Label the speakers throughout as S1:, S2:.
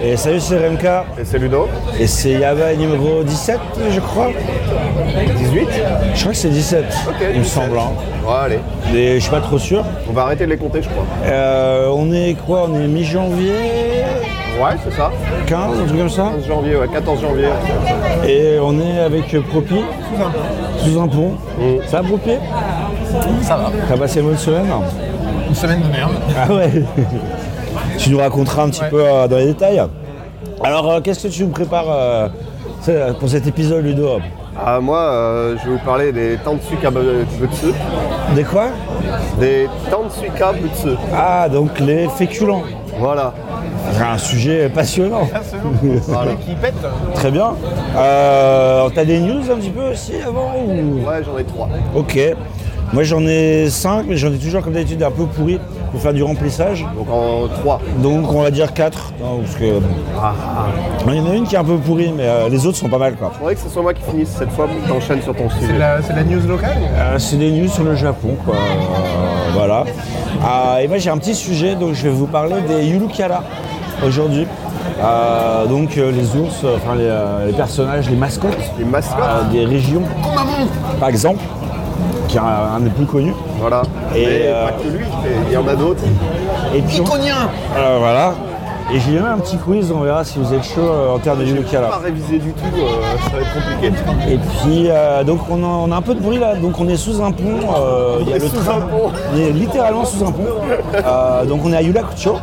S1: Et salut, c'est Remka.
S2: Et c'est Ludo
S1: Et c'est Yaba numéro 17, je crois.
S2: 18
S1: Je crois que c'est 17,
S2: Ok,
S1: il me
S2: 17.
S1: semble. hein.
S2: Ouais, allez.
S1: Mais je suis pas trop sûr.
S2: On va arrêter de les compter, je crois.
S1: Euh, on est quoi On est mi-janvier
S2: Ouais, c'est ça.
S1: 15, un truc comme ça.
S2: 15 janvier, ouais, 14 janvier.
S1: Et on est avec euh, Propi. Sous un pont. Ça va, Propi
S3: Mm. Ça va.
S1: T'as passé une bonne semaine
S3: Une semaine de merde.
S1: Ah ouais Tu nous raconteras un petit
S3: Ouais.
S1: peu euh, dans les détails. Alors, euh, qu'est-ce que tu nous prépares euh, c'est- pour cet épisode, Ludo
S2: Ah, moi, euh, je vais vous parler des Tantsuka Butsu.
S1: Des quoi
S2: Des Tantsuka Butsu.
S1: Ah, donc les féculents.
S2: Voilà.
S1: C'est un sujet passionnant.
S2: Voilà.
S3: Qui pète
S1: Très bien. Euh, T'as des news un petit peu aussi avant ou-
S2: Ouais, j'en ai trois.
S1: Ok. Moi j'en ai 5, mais j'en ai toujours comme d'habitude un peu pourri pour faire du remplissage.
S2: Donc en trois.
S1: Donc on va dire 4. Parce que...
S2: Ah, ah.
S1: Il y en a une qui est un peu pourrie, mais euh, les autres sont pas mal quoi.
S2: Faudrait que ce soit moi qui finisse cette fois pour que t'enchaînes sur ton
S3: C'est de
S2: sujet.
S3: la, Euh, c'est de la news locale
S1: Euh, c'est des news sur le Japon, quoi. Euh, voilà. Ah, et moi, j'ai un petit sujet, donc je vais vous parler des Yulukara aujourd'hui. Euh, donc, euh, les ours, euh, enfin, les, euh, les personnages, les mascottes
S2: Les mascottes
S1: euh, des régions, par exemple, qui est un, un des plus connus.
S2: Voilà.
S1: Et,
S2: Mais
S1: euh,
S2: pas que lui, mais il y en a d'autres.
S1: Et puis, on- Euh, voilà. Et j'ai même un petit quiz, on verra si vous êtes chaud euh, en termes de
S2: Pas
S1: Yulukara.
S2: révisé du tout, euh, ça va être compliqué.
S1: Et puis, euh, donc, on a, on a un peu de bruit là, donc on est sous un pont. euh, il y a
S2: est
S1: le
S2: sous
S1: train-
S2: un pont.
S1: On est littéralement sous un pont. Euh, donc on est à Yulakucho,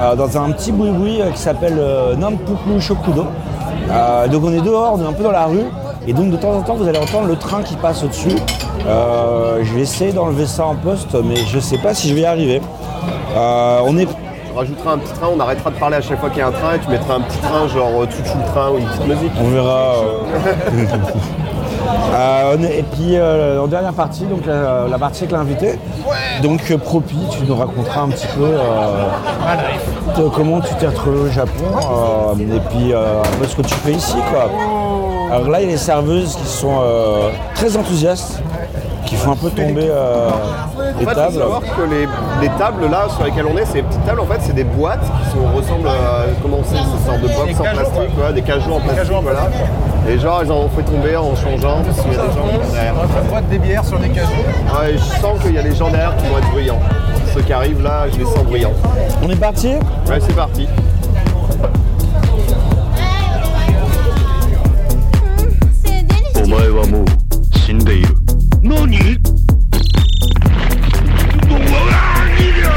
S1: euh, dans un petit boui-boui euh, qui s'appelle euh, Nampuku Shokudo. Euh, donc on est dehors, on est un peu dans la rue. Et donc de temps en temps, vous allez entendre le train qui passe au-dessus. Euh, je vais essayer d'enlever ça en poste, mais je sais pas si je vais y arriver. Euh, on est...
S2: Tu rajouteras un petit train, on arrêtera de parler à chaque fois qu'il y a un train et tu mettras un petit train, genre euh, Tchou-tchou le train ou une petite musique.
S1: On verra. euh. Euh, on est- et puis euh, en dernière partie, donc la, la partie avec l'invité. Donc euh, Propi, tu nous raconteras un petit peu euh,
S3: Voilà.
S1: Euh, Comment tu t'es retrouvé au Japon euh, et puis euh, un peu ce que tu fais ici quoi. Alors là il y a les serveuses qui sont euh, très enthousiastes, qui font un peu tomber euh, les
S2: En fait, faut
S1: tables.
S2: savoir que les, les tables là sur lesquelles on est, ces petites tables, en fait, c'est des boîtes qui sont- ressemblent à comment c'est, ces sortes de
S3: Des
S2: box en
S3: cajots,
S2: plastique,
S3: quoi.
S2: ouais, des cajots en plastique,
S3: cajots en
S2: voilà.
S3: plastique,
S2: Et genre, ils en ont fait tomber en changeant, parce qu'il y a des gens qui sont derrière.
S3: On boîte des bières sur des cajots.
S2: Ouais, je sens qu'il y a les gens derrière qui vont être bruyants. Ceux qui arrivent là, je les sens bruyants.
S1: On est parti
S2: Ouais, c'est parti.
S4: C'est délicieux.
S5: お前はもう死んでいる何うわ逃げろ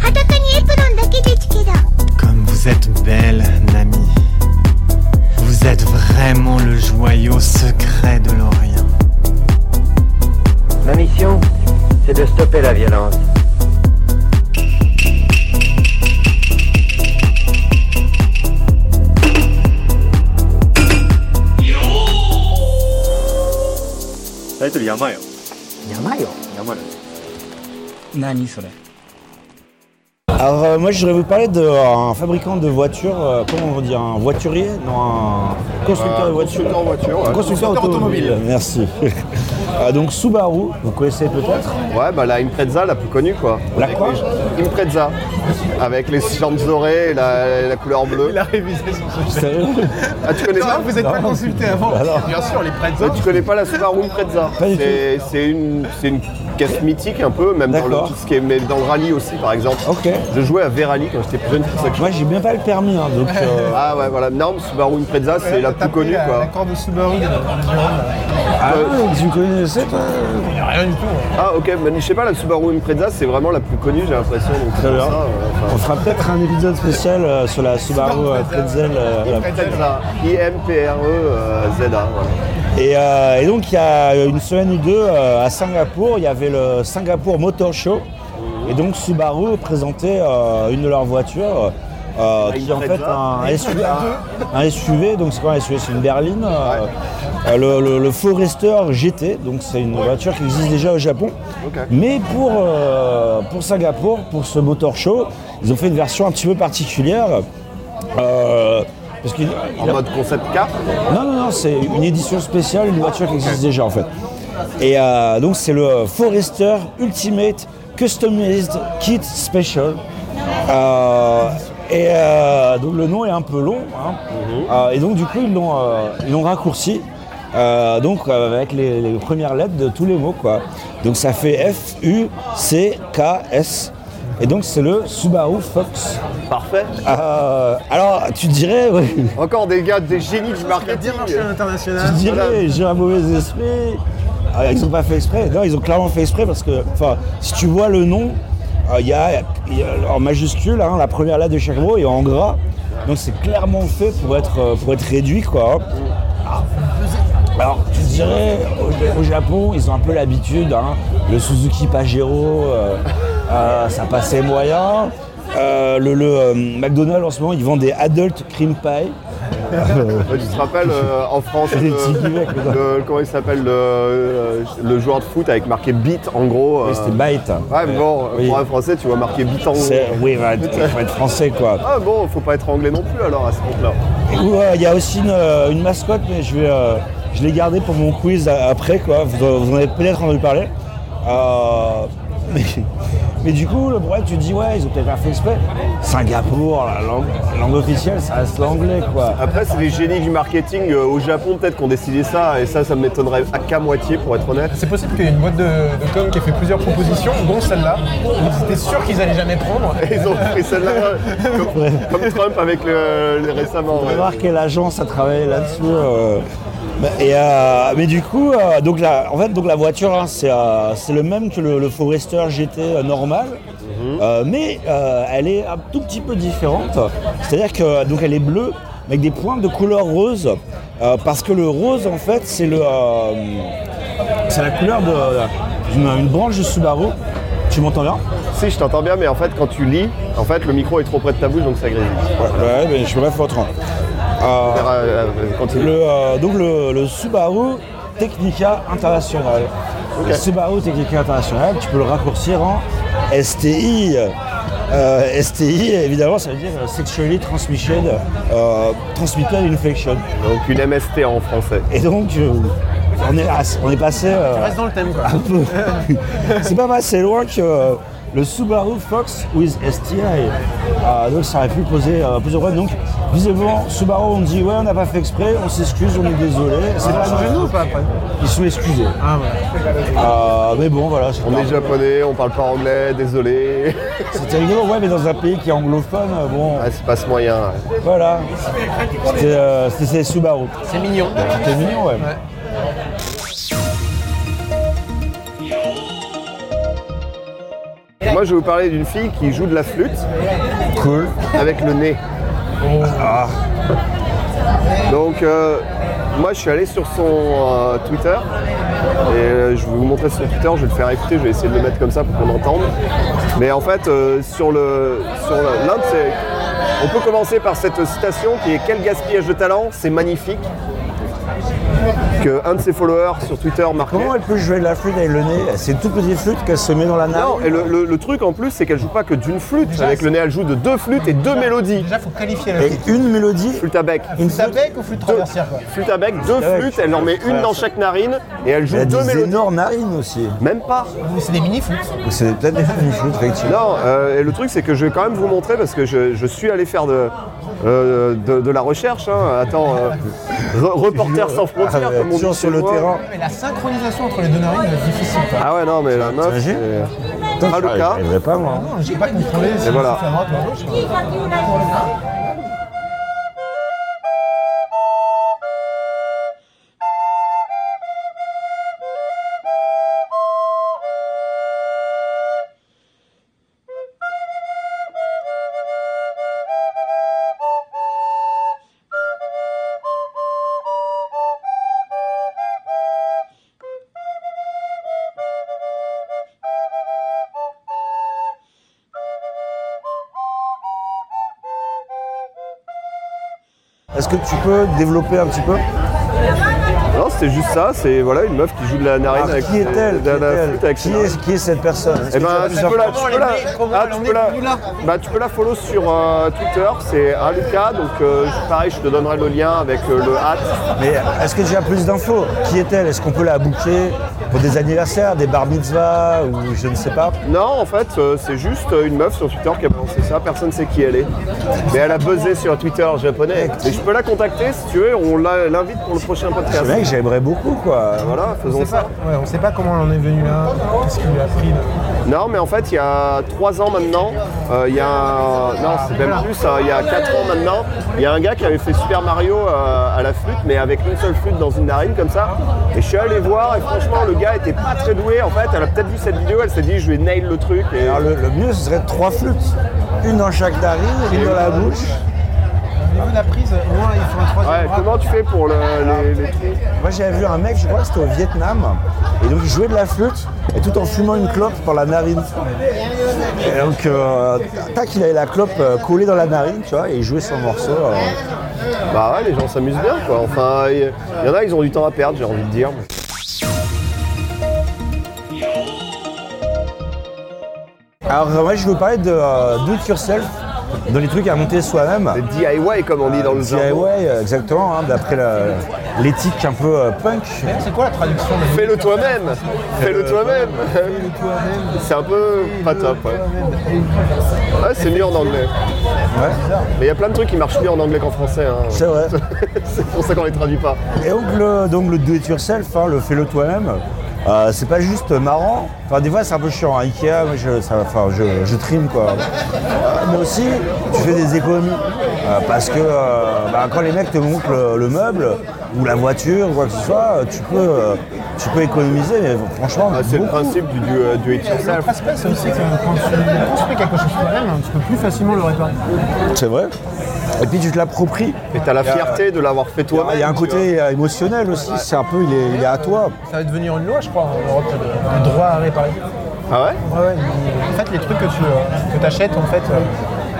S4: 裸にエプロンだけでつけだ。
S6: Comme vous êtes belle, Nami. Vous êtes vraiment le joyau secret de l'Orient.
S7: Ma mission, c'est de stopper la violence.
S1: Alors euh, moi je voudrais vous parler d'un fabricant de voitures, euh, comment on dit, un voiturier Non, un
S2: Euh,
S1: constructeur de voitures.
S2: constructeur de voitures, ouais.
S1: Un constructeur
S3: Constructeur
S1: automobile.
S3: automobile.
S1: Merci. Euh, donc Subaru, vous connaissez peut-être
S2: Ouais, bah la Impreza, la plus connue quoi.
S1: La
S2: Avec
S1: quoi
S2: les- Impreza. Avec les jambes dorées et la, la couleur bleue.
S3: Il a révisé son sujet.
S1: Sérieux
S2: Ah, tu connais ça
S3: Non, vous n'êtes pas consulté avant. Bien sûr, les
S2: Ouais,
S3: pretzels.
S2: tu connais pas la Subaru Impreza
S1: Pas du
S2: C'est c'est une, c'est une caisse mythique un peu, même dans le,
S1: D'accord.
S2: tout ce qui est, mais dans le rallye aussi par exemple.
S1: Ok.
S2: Je jouais à V-Rally quand j'étais plus jeune, c'est pour ça que je-
S1: Moi j'ai bien pas le permis, hein, donc... euh,
S2: Ah ouais, voilà. Non, mais Subaru Impreza, c'est la plus connue quoi.
S3: L'accord de Subaru. Rien
S1: Ah, tu connaissais toi euh,
S3: du tout. hein.
S2: Ah ok, mais je sais pas, la Subaru Impreza, c'est vraiment la plus connue, j'ai l'impression. donc c'est
S1: Très
S2: pour
S1: bien.
S2: ça, euh,
S1: On
S2: enfin,
S1: fera peut-être un épisode spécial euh, sur la Subaru euh, Pretzel. euh, la-
S2: Impreza, E, I-M-P-R-E-Z-A. euh, voilà.
S1: Et, euh, et donc, il y a une semaine ou deux, euh, à Singapour, il y avait le Singapour Motor Show. Et donc, Subaru présentait euh, une de leurs voitures, euh, qui est en fait un SUV. Un, un SUV, donc c'est quoi un SUV C'est une berline. euh, euh, le, le- le Forester GT, donc c'est une voiture qui existe déjà au Japon.
S2: Ok.
S1: Mais pour, euh, pour Singapour, pour ce motor show, ils ont fait une version un petit peu particulière. euh, parce qu'il
S2: En mode concept car
S1: non, non, non, c'est une édition spéciale, une voiture qui existe déjà en fait. Et euh, donc c'est le Forester Ultimate Customized Kit Special. Euh, et euh, donc le nom est un peu long. hein. Euh, et donc du coup ils l'ont euh, ils l'ont raccourci. Euh, donc euh, avec les, les premières lettres de tous les mots quoi. Donc ça fait F U C K S. Et donc c'est le Subaru Fox.
S2: Parfait.
S1: Euh, alors tu dirais, ouais,
S2: Encore des gars, des génies du marketing.
S1: tu
S2: Ah,
S3: l'international.
S1: dirais, j'ai un mauvais esprit. Ah, ils ont pas fait exprès. Non, ils ont clairement fait exprès parce que, enfin, si tu vois le nom, euh, il y, a, il y a en majuscule hein, la première lettre de chaque mot et en gras. Donc c'est clairement fait pour être euh, pour être réduit quoi. Ah. Alors tu dirais au, au Japon ils ont un peu l'habitude, hein, le Suzuki Pajero, euh, euh, ça passait moyen. Euh, le le, euh, McDonald's en ce moment ils vendent des adult cream pie.
S2: Euh, Tu te rappelles euh, en France
S1: Des
S2: le-
S1: petits guillemets, quoi.
S2: le- comment il s'appelle le, euh, le joueur de foot avec marqué beat en gros. euh,
S1: Oui, C'était hein. bite.
S2: Ouais, mais bon,
S1: Oui.
S2: pour un français, tu vois marqué beat en gros.
S1: C'est- Oui, bah, il faut être français quoi.
S2: Ah bon, faut pas être anglais non plus alors à ce compte-là.
S1: Et où, euh, Il y a aussi une, euh, une mascotte, mais je vais, euh, je l'ai gardée pour mon quiz a- après quoi. Vous, en- vous en avez peut-être entendu parler. Euh, mais, mais du coup, le problème, tu te dis ouais, ils ont peut-être pas fait exprès. Singapour, la langue, la langue officielle, ça reste l'anglais quoi.
S2: Après, c'est les génies du marketing euh, au Japon peut-être qu'on décidé ça et ça, ça m'étonnerait à qu'à moitié pour être honnête.
S3: C'est possible qu'il y ait une boîte de, de com qui ait fait plusieurs propositions, dont celle-là. Ils étaient sûrs qu'ils allaient jamais prendre.
S2: Ils ont pris celle-là comme, comme Trump avec le, le- récemment.
S1: On
S2: ouais.
S1: va voir quelle agence a travaillé là-dessus. euh. Bah, Et, euh, mais du coup, euh, donc la, en fait, donc la voiture, hein, c'est euh, c'est le même que le, le Forester GT euh, normal, Euh, mais euh, elle est un tout petit peu différente. C'est-à-dire que donc elle est bleue mais avec des pointes de couleur rose, euh, parce que le rose, en fait, c'est le euh, c'est la couleur de- euh, d'une une branche de Subaru. Tu m'entends bien
S2: Si, je t'entends bien, mais en fait, quand tu lis, en fait, le micro est trop près de ta bouche donc ça grésille.
S1: Ouais, mais je peux pas hein. faire autrement. Ah.
S2: On verra, euh, euh, Continue.
S1: Le, euh, donc le, le Subaru Technica International. Le Subaru Technica International, tu peux le raccourcir en STI. Euh, STI, évidemment, ça veut dire euh, Sexually Transmission, euh, Transmitted Infection.
S2: Donc une MST en français.
S1: Et donc, euh, on, est, à- on est passé euh,
S3: Reste dans le thème, quoi.
S1: un peu. C'est pas passé loin que euh, le Subaru Fox with STI. Euh, donc, ça aurait pu poser euh, plusieurs problèmes. Donc, visiblement, Subaru, on dit ouais, on n'a pas fait exprès, on s'excuse, on est désolé. C'est pas
S3: Changer de
S1: grave.
S3: nom ou pas après
S1: Ils sont excusés.
S3: Ah ouais.
S1: Euh, mais bon, voilà, c'est
S2: On
S1: pas-
S2: est japonais, on parle pas anglais, désolé.
S1: C'était rigolo, ouais, mais dans un pays qui est anglophone, euh, bon,
S2: Ah, c'est pas ce moyen. ouais.
S1: voilà. C'était euh, c'était- c'était Subaru.
S3: C'est mignon.
S1: C'était mignon, ouais.
S3: Ouais.
S2: Moi, je vais vous parler d'une fille qui joue de la flûte
S1: Cool.
S2: avec le nez. Ah. Donc, euh, moi, je suis allé sur son euh, Twitter et euh, je vais vous montrer son Twitter. Je vais le faire écouter. Je vais essayer de le mettre comme ça pour qu'on entende. Mais en fait, euh, sur le sur le- l'un de ses- on peut commencer par cette citation qui est quel gaspillage de talent, c'est magnifique. Que un de ses followers sur Twitter marquait.
S1: Comment elle peut jouer de la flûte avec le nez C'est une toute petite flûte qu'elle se met dans la
S2: Non,
S1: narine.
S2: et le, le- le truc en plus, c'est qu'elle joue pas que d'une flûte. Avec le nez, elle joue de deux flûtes et deux mélodies.
S3: Déjà, faut qualifier la
S1: Et
S3: flûte.
S1: une mélodie,
S2: Flûte à bec.
S1: une
S3: Flûte à
S1: flûte.
S3: bec ou flûte traversière, quoi
S2: Flûte à bec, deux
S1: bec.
S2: flûtes, elle en met une dans chaque narine et elle joue
S1: Elle a
S2: deux
S1: des
S2: mélodies.
S1: énormes narines aussi.
S2: Même pas.
S3: Ou C'est des mini-flûtes.
S1: Donc C'est peut-être des flûtes, une flûte, effectivement.
S2: Non, euh, et le truc, c'est que je vais quand même vous montrer parce que je, je suis allé faire de, euh, de, de la recherche. hein. Attends, euh, re- reporter sans frontières,
S1: Ah ouais,
S2: comme on dit
S1: toujours sur
S2: chez
S1: le
S2: moi.
S1: terrain.
S3: Mais la synchronisation entre les deux narines c'est difficile. quoi.
S2: Ah ouais, non, mais la meuf.
S1: T'imagines
S2: c'est-
S1: Putain, Ah,
S2: Haruka.
S1: j'y arriverai pas, moi. hein.
S3: Non, j'ai pas contrôlé. si
S2: voilà.
S3: c'est à droite ou à gauche, quoi.
S1: Est-ce que tu peux développer un petit peu
S2: Ah, Non, c'était juste ça. C'est voilà, une meuf qui joue de la narine
S1: Alors,
S2: avec
S1: Ah, Qui est-elle
S2: de
S1: Qui
S2: la
S1: est-elle
S2: flûte avec
S1: Qui
S2: ses narines.
S1: est- qui est cette personne Est-ce
S2: Eh
S1: que tu
S2: ben,
S1: as
S2: tu
S1: plusieurs-
S2: peux la,
S3: Comment
S2: tu peux la-
S3: elle est- comment
S2: ah,
S3: elle
S2: tu
S3: en
S2: peux
S3: est
S2: la-
S3: venue là
S2: bah, tu peux la follow sur euh, Twitter, c'est Aluka, donc euh, je- pareil, je te donnerai le lien avec euh, le hat.
S1: Mais est-ce que tu as plus d'infos Qui est-elle Est-ce qu'on peut la bouquer pour des anniversaires, des bar mitzvahs ou je ne sais pas.
S2: Non, en fait, euh, c'est juste euh, une meuf sur Twitter qui a balancé ça. Personne sait qui elle est. Mais elle a buzzé sur Twitter japonais. Et je peux la contacter si tu veux. On la- l'invite pour le prochain podcast.
S1: Le mec, j'aimerais beaucoup quoi.
S2: Voilà,
S3: On
S2: faisons
S3: sait pas,
S2: ça.
S3: ouais, on sait pas comment on en est venu là, qu'est-ce qu'il lui a pris. de-
S2: Non, mais en fait, il y a trois ans maintenant, euh, il y a. un- Non, c'est même plus, hein, il y a quatre ans maintenant, il y a un gars qui avait fait Super Mario euh, à la flûte, mais avec une seule flûte dans une narine comme ça. Et je suis allé voir, et franchement, le gars était pas très doué. En fait, elle a peut-être vu cette vidéo, elle s'est dit, je vais nail le truc. Et
S1: Alors Ah, le, le mieux ce serait trois flûtes, une dans chaque narine, une dans la bouche.
S3: Avez-vous la prise Au moins, il faut un troisième
S2: Ouais,
S3: bras.
S2: comment tu fais pour le, les, les trous
S1: Moi j'avais vu un mec, je crois que c'était au Vietnam, et donc il jouait de la flûte et tout en fumant une clope par la narine. Et donc euh, tac, il avait la clope euh, collée dans la narine, tu vois, et il jouait son morceau. euh.
S2: Bah ouais, les gens s'amusent bien quoi. Enfin, il y, en a, ils ont du temps à perdre, j'ai envie de dire.
S1: Alors euh, moi je vais vous parler de euh, do it yourself, dans les trucs à monter soi-même.
S2: Le DIY comme on dit dans le jargon.
S1: DIY, euh, exactement, hein, d'après la- l'éthique un peu euh, punk.
S3: C'est quoi la traduction de
S2: Fais-le toi-même Fais-le
S1: Euh,
S2: toi-même C'est un peu pas top, ouais. Ouais, c'est mieux en anglais.
S1: Ouais.
S2: Mais il y a plein de trucs qui marchent mieux en anglais qu'en français. hein.
S1: C'est vrai.
S2: c'est pour ça qu'on les traduit pas.
S1: Et donc le, donc le do it yourself, hein, le fais-le toi-même, euh, c'est pas juste marrant. Enfin des fois c'est un peu chiant. hein. Ikea, moi, je, ça- enfin, je, je trime quoi. Euh, mais aussi tu fais des économies Euh, parce que euh, bah, quand les mecs te montrent le, le meuble ou la voiture ou quoi que ce soit, euh, tu peux euh, tu peux économiser. Mais franchement,
S2: Ah, c'est le
S1: beaucoup.
S2: principe du, du, euh, du it yourself.
S3: L'autre aspect, c'est aussi que quand tu construis quelque chose toi-même, tu peux plus facilement le réparer.
S1: c'est vrai. Et puis tu te l'appropries.
S2: Et t'as la fierté de l'avoir fait toi-même.
S1: Il y a un
S2: tu
S1: côté euh, émotionnel aussi. C'est un peu il est, il est à toi.
S3: Ça va devenir une loi, je crois, en Europe, le le droit à réparer.
S2: vois. Ah ouais
S3: Ouais, ouais, mais en fait, les trucs que tu euh, que achètes, en fait, euh,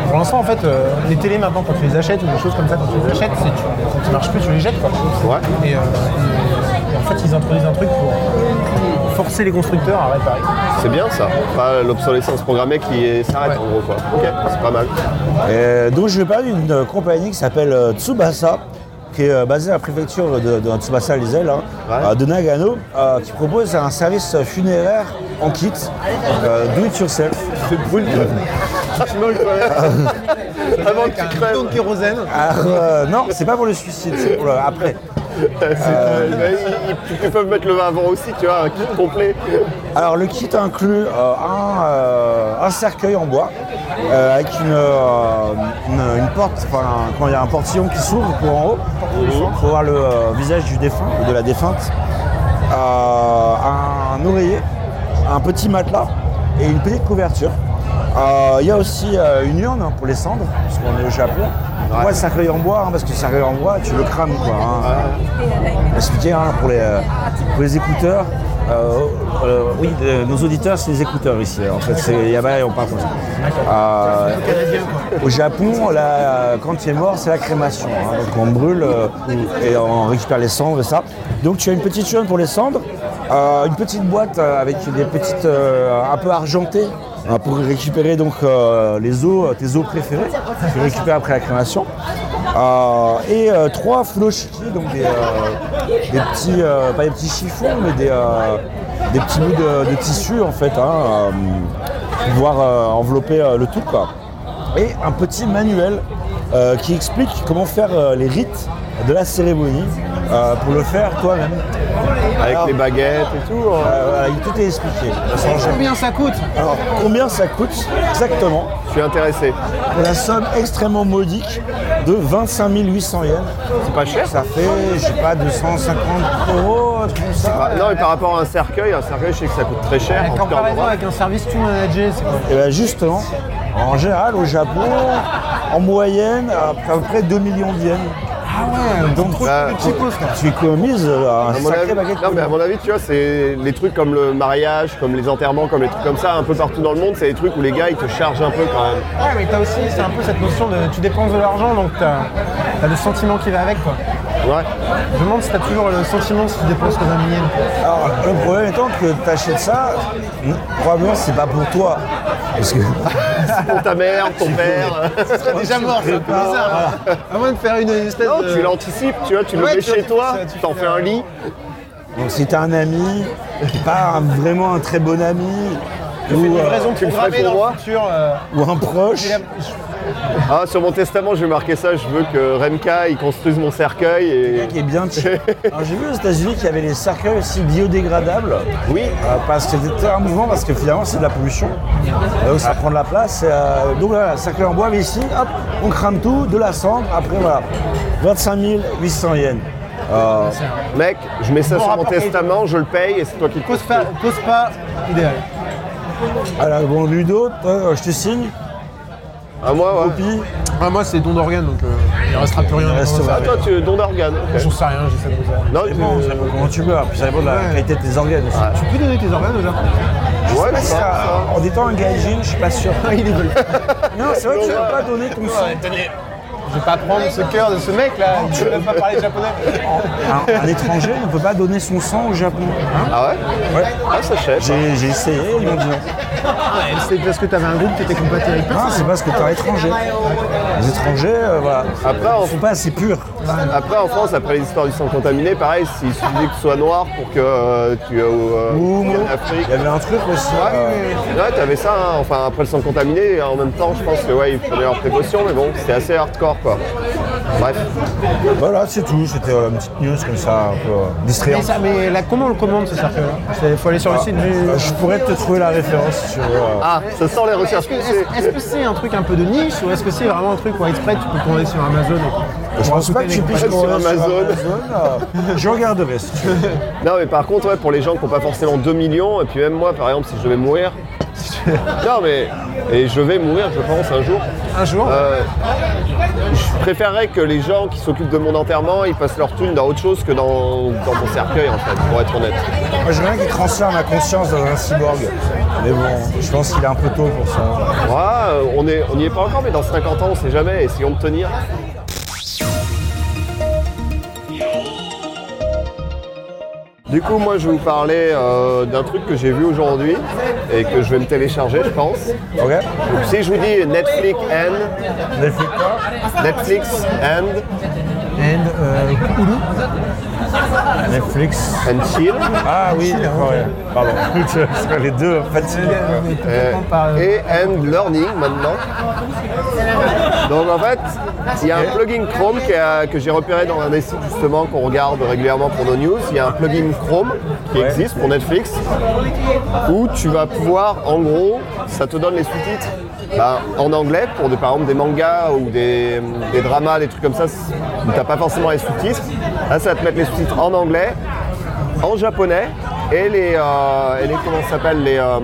S3: pour l'instant, en fait, euh, les télés maintenant, quand tu les achètes, ou des choses comme ça, quand tu les achètes, c'est tu- quand ils marchent plus, tu les jettes, quoi.
S2: Ouais.
S3: Et, euh, et- et en fait, ils introduisent un truc pour forcer les constructeurs à réparer.
S2: C'est bien ça. Pas l'obsolescence programmée qui est- s'arrête en gros quoi. Ok, c'est pas mal.
S1: Et donc je vais parler d'une euh, compagnie qui s'appelle euh, Tsubasa, qui est euh, basée à la préfecture de, de Tsubasa les ailes, hein,
S2: Ouais.
S1: euh, de Nagano, euh, qui propose un service euh, funéraire en kit, euh, do it yourself.
S2: C'est brûle Euh, Ah, Je me le connais. Avant que tu crèves.
S3: Donc, kérosène.
S1: Alors, euh, non, c'est pas pour le suicide, c'est pour le après.
S2: Euh, bah, ils- ils- ils peuvent mettre le vin avant aussi, tu vois, un kit complet.
S1: Alors le kit inclut euh, un, euh, un cercueil en bois euh, avec une, euh, une- une porte, enfin un- comment dire, un portillon qui s'ouvre pour en haut pour voir le euh, visage du défunt ou de la défunte, Euh, un oreiller, un petit matelas et une petite couverture. Euh, Il y a aussi euh, une urne hein, pour les cendres, parce qu'on est au Japon. Pourquoi le cercueil en bois hein, Parce que le cercueil en bois, tu le crames quoi. hein expliquer hein, pour, les, euh, pour les écouteurs. Euh, euh, oui, de- nos auditeurs, c'est les écouteurs ici. En fait, c'est Yaba et on parle comme ça. Euh, au Japon, la, euh, quand tu es mort, c'est la crémation. hein. donc on brûle euh, et on récupère les cendres et ça. Donc tu as une petite urne pour les cendres, euh, une petite boîte euh, avec des petites euh, un peu argentées hein, pour récupérer donc euh, les os, tes os préférés, que tu récupères après la crémation. Euh, et euh, trois furoshiki, donc des, euh, des petits, euh, pas des petits chiffons, mais des, euh, des petits bouts de, de tissu en fait, hein, euh, pour pouvoir euh, envelopper euh, le tout. Quoi. Et un petit manuel euh, qui explique comment faire euh, les rites de la cérémonie euh, pour le faire toi-même.
S2: Avec
S1: Alors,
S2: les baguettes et tout. hein.
S1: euh, voilà, tout est expliqué.
S3: Combien ça coûte
S1: Alors, combien ça coûte exactement
S2: Je suis intéressé.
S1: pour la somme extrêmement modique de 25 800 yens.
S2: C'est pas cher
S1: Ça fait, je sais pas, 250 euros, un truc comme ça.
S2: Ah, Non, mais par rapport à un cercueil, un cercueil, je sais que ça coûte très cher. en tout cas en
S3: Comparaison
S2: Europe.
S3: avec un service tout managé, c'est quoi
S1: Et bien justement, en général, au Japon, en moyenne, à peu près 2 millions de yens.
S3: Ah ouais,
S1: Donc,
S2: Bah,
S1: tu économises euh, un
S2: À mon
S1: sacré
S2: avis-
S1: baguette.
S2: non, mais à mon avis, tu vois, c'est les trucs comme le mariage, comme les enterrements, comme les trucs comme ça, un peu partout dans le monde, c'est des trucs où les gars ils te chargent un peu quand même.
S3: Ouais, Ah, mais t'as aussi, c'est un peu cette notion de tu dépenses de l'argent, donc t'as as le sentiment qui va avec, quoi.
S2: Ouais.
S3: Je me demande si t'as toujours le sentiment si tu dépenses que 20 000 yens.
S1: Alors, le problème étant que tu achètes ça, n- probablement, c'est pas pour toi. Parce que
S2: Pour ta mère, ton père.
S3: serais déjà mort, c'est un peu bizarre. hein. À moins de faire une espèce
S2: non,
S3: de...
S2: tu l'anticipes, tu vois, tu le
S3: Ouais,
S2: mets
S3: tu-
S2: chez toi,
S3: ça, tu
S2: t'en
S3: fais
S2: fais
S3: un-
S2: un lit.
S1: Donc si t'as un ami, qui est pas un- vraiment un très bon ami, ou,
S3: Une
S1: euh,
S3: raison
S2: tu le ferais
S3: programmée
S2: pour
S3: dans
S2: moi
S3: le futur. euh,
S1: ou un proche,
S3: j'ai la-
S2: Ah, sur mon testament, je vais marquer ça. Je veux que Remka il construise mon cercueil et.
S1: qui est bien cheap. Alors, J'ai vu aux États-Unis qu'il y avait des cercueils aussi biodégradables.
S2: Oui.
S1: Euh, parce que c'était un mouvement, parce que finalement c'est de la pollution. Euh, donc ça prend de la place. et, euh, donc voilà, cercueil en bois, mais ici, hop, on crame tout, de la cendre, après voilà. 25 800 yens. Euh,
S2: Mec, je mets ça
S3: Bon
S2: sur mon
S3: rapport
S2: testament, je le paye et c'est toi qui le
S3: Cause pas, cause pas idéal.
S1: alors bon, Ludo, toi, euh, je te signe,
S2: Ah, moi, ouais.
S1: copie.
S3: Ah, moi, c'est don d'organes, donc euh, il restera plus rien.
S1: restera-
S2: Ah, toi, tu don d'organe. ok.
S3: J'en sais rien, j'essaie de vous
S2: Non,
S1: Bon, ça
S2: euh,
S1: dépend comment tu meurs, puis ça dépend de la
S3: Ouais.
S1: qualité de tes organes aussi.
S3: Tu peux donner tes organes aux gens
S2: ouais,
S1: Ah,
S2: je pense,
S1: ça,
S2: hein.
S1: en étant un gaijin, je suis pas sûr.
S3: Il est venu.
S1: Non, c'est vrai que tu peux pas donner ton sang.
S3: Je vais pas prendre ce cœur de ce mec là, tu ne pas parler japonais.
S1: Un, un étranger ne peut pas donner son sang au Japon. hein.
S2: Ah ouais
S1: Ouais.
S2: Ah, ça chèche.
S1: J'ai j'ai essayé, ils m'ont dit non.
S3: C'est parce que t'avais un groupe qui était compatible avec
S1: Non, c'est parce que t'es un étranger. Les étrangers, euh, voilà.
S2: Après, en-
S1: ils sont pas assez purs.
S2: Après, en France, après les histoires du sang contaminé, pareil, il suffit que tu sois noir pour que euh, tu aies au euh,
S1: Ou-
S2: en Afrique.
S1: Il y avait un truc aussi.
S2: Ouais,
S1: euh,
S2: ouais, t'avais ça, hein. enfin après le sang contaminé, en même temps je pense que ouais, ils prenaient leurs précautions, mais bon, c'était assez hardcore quoi. Bref,
S1: Voilà, c'est tout. C'était euh, une petite news comme ça, un peu euh,
S3: Mais,
S1: distrayante.
S3: ça, mais là, comment on le commande ce cercueil Il faut aller sur le site du.
S1: Euh, je pourrais te trouver la référence sur. euh,
S2: ah, ça sent les recherches
S3: Est-ce que est-ce- est-ce que c'est un truc un peu de niche ou est-ce que c'est vraiment un truc où exprès tu peux commander sur Amazon et-
S1: je
S3: pour
S1: pense pas
S3: recouper
S1: que tu
S3: les-
S1: puisses
S2: sur
S1: trouver
S2: Amazon.
S1: euh, je regarderai si tu veux.
S2: Non mais par contre, ouais, pour les gens qui n'ont pas forcément 2 millions, et puis même moi par exemple, si je devais mourir, si je- non mais, et je vais mourir je pense un jour,
S3: Un jour
S2: Euh, je préférerais que les gens qui s'occupent de mon enterrement, ils passent leur thune dans autre chose que dans, dans mon cercueil en fait, pour être honnête.
S1: Moi, j'aimerais bien qu'il transfère ma conscience dans un cyborg. Mais bon, je pense qu'il est un peu tôt pour ça.
S2: Ouais, euh, on est- on n'y est pas encore, mais dans 50 ans, on sait jamais, essayons de tenir. Du coup, moi, je vais vous parler euh, d'un truc que j'ai vu aujourd'hui et que je vais me télécharger, je pense.
S1: Ok
S2: Donc, si je vous dis Netflix and,
S1: Netflix.
S2: Netflix and,
S3: And, euh, Hulu
S1: Netflix.
S2: and chill,
S1: Ah oui, d'accord, ouais. Pardon. Parce que les deux, fatigués.
S3: Euh,
S2: euh,
S3: complètement par-
S2: et and learning maintenant. Donc en fait, il y a un plugin Chrome qui a- que j'ai repéré dans un des sites justement qu'on regarde régulièrement pour nos news. Il y a un plugin Chrome qui existe pour Netflix où tu vas pouvoir, en gros, ça te donne les sous-titres bah, en anglais pour des, par exemple des mangas ou des, des dramas, des trucs comme ça c- où t'as pas forcément les sous-titres. Là, ça va te mettre les sous-titres en anglais, en japonais et les, euh, et les comment ça s'appelle les, euh,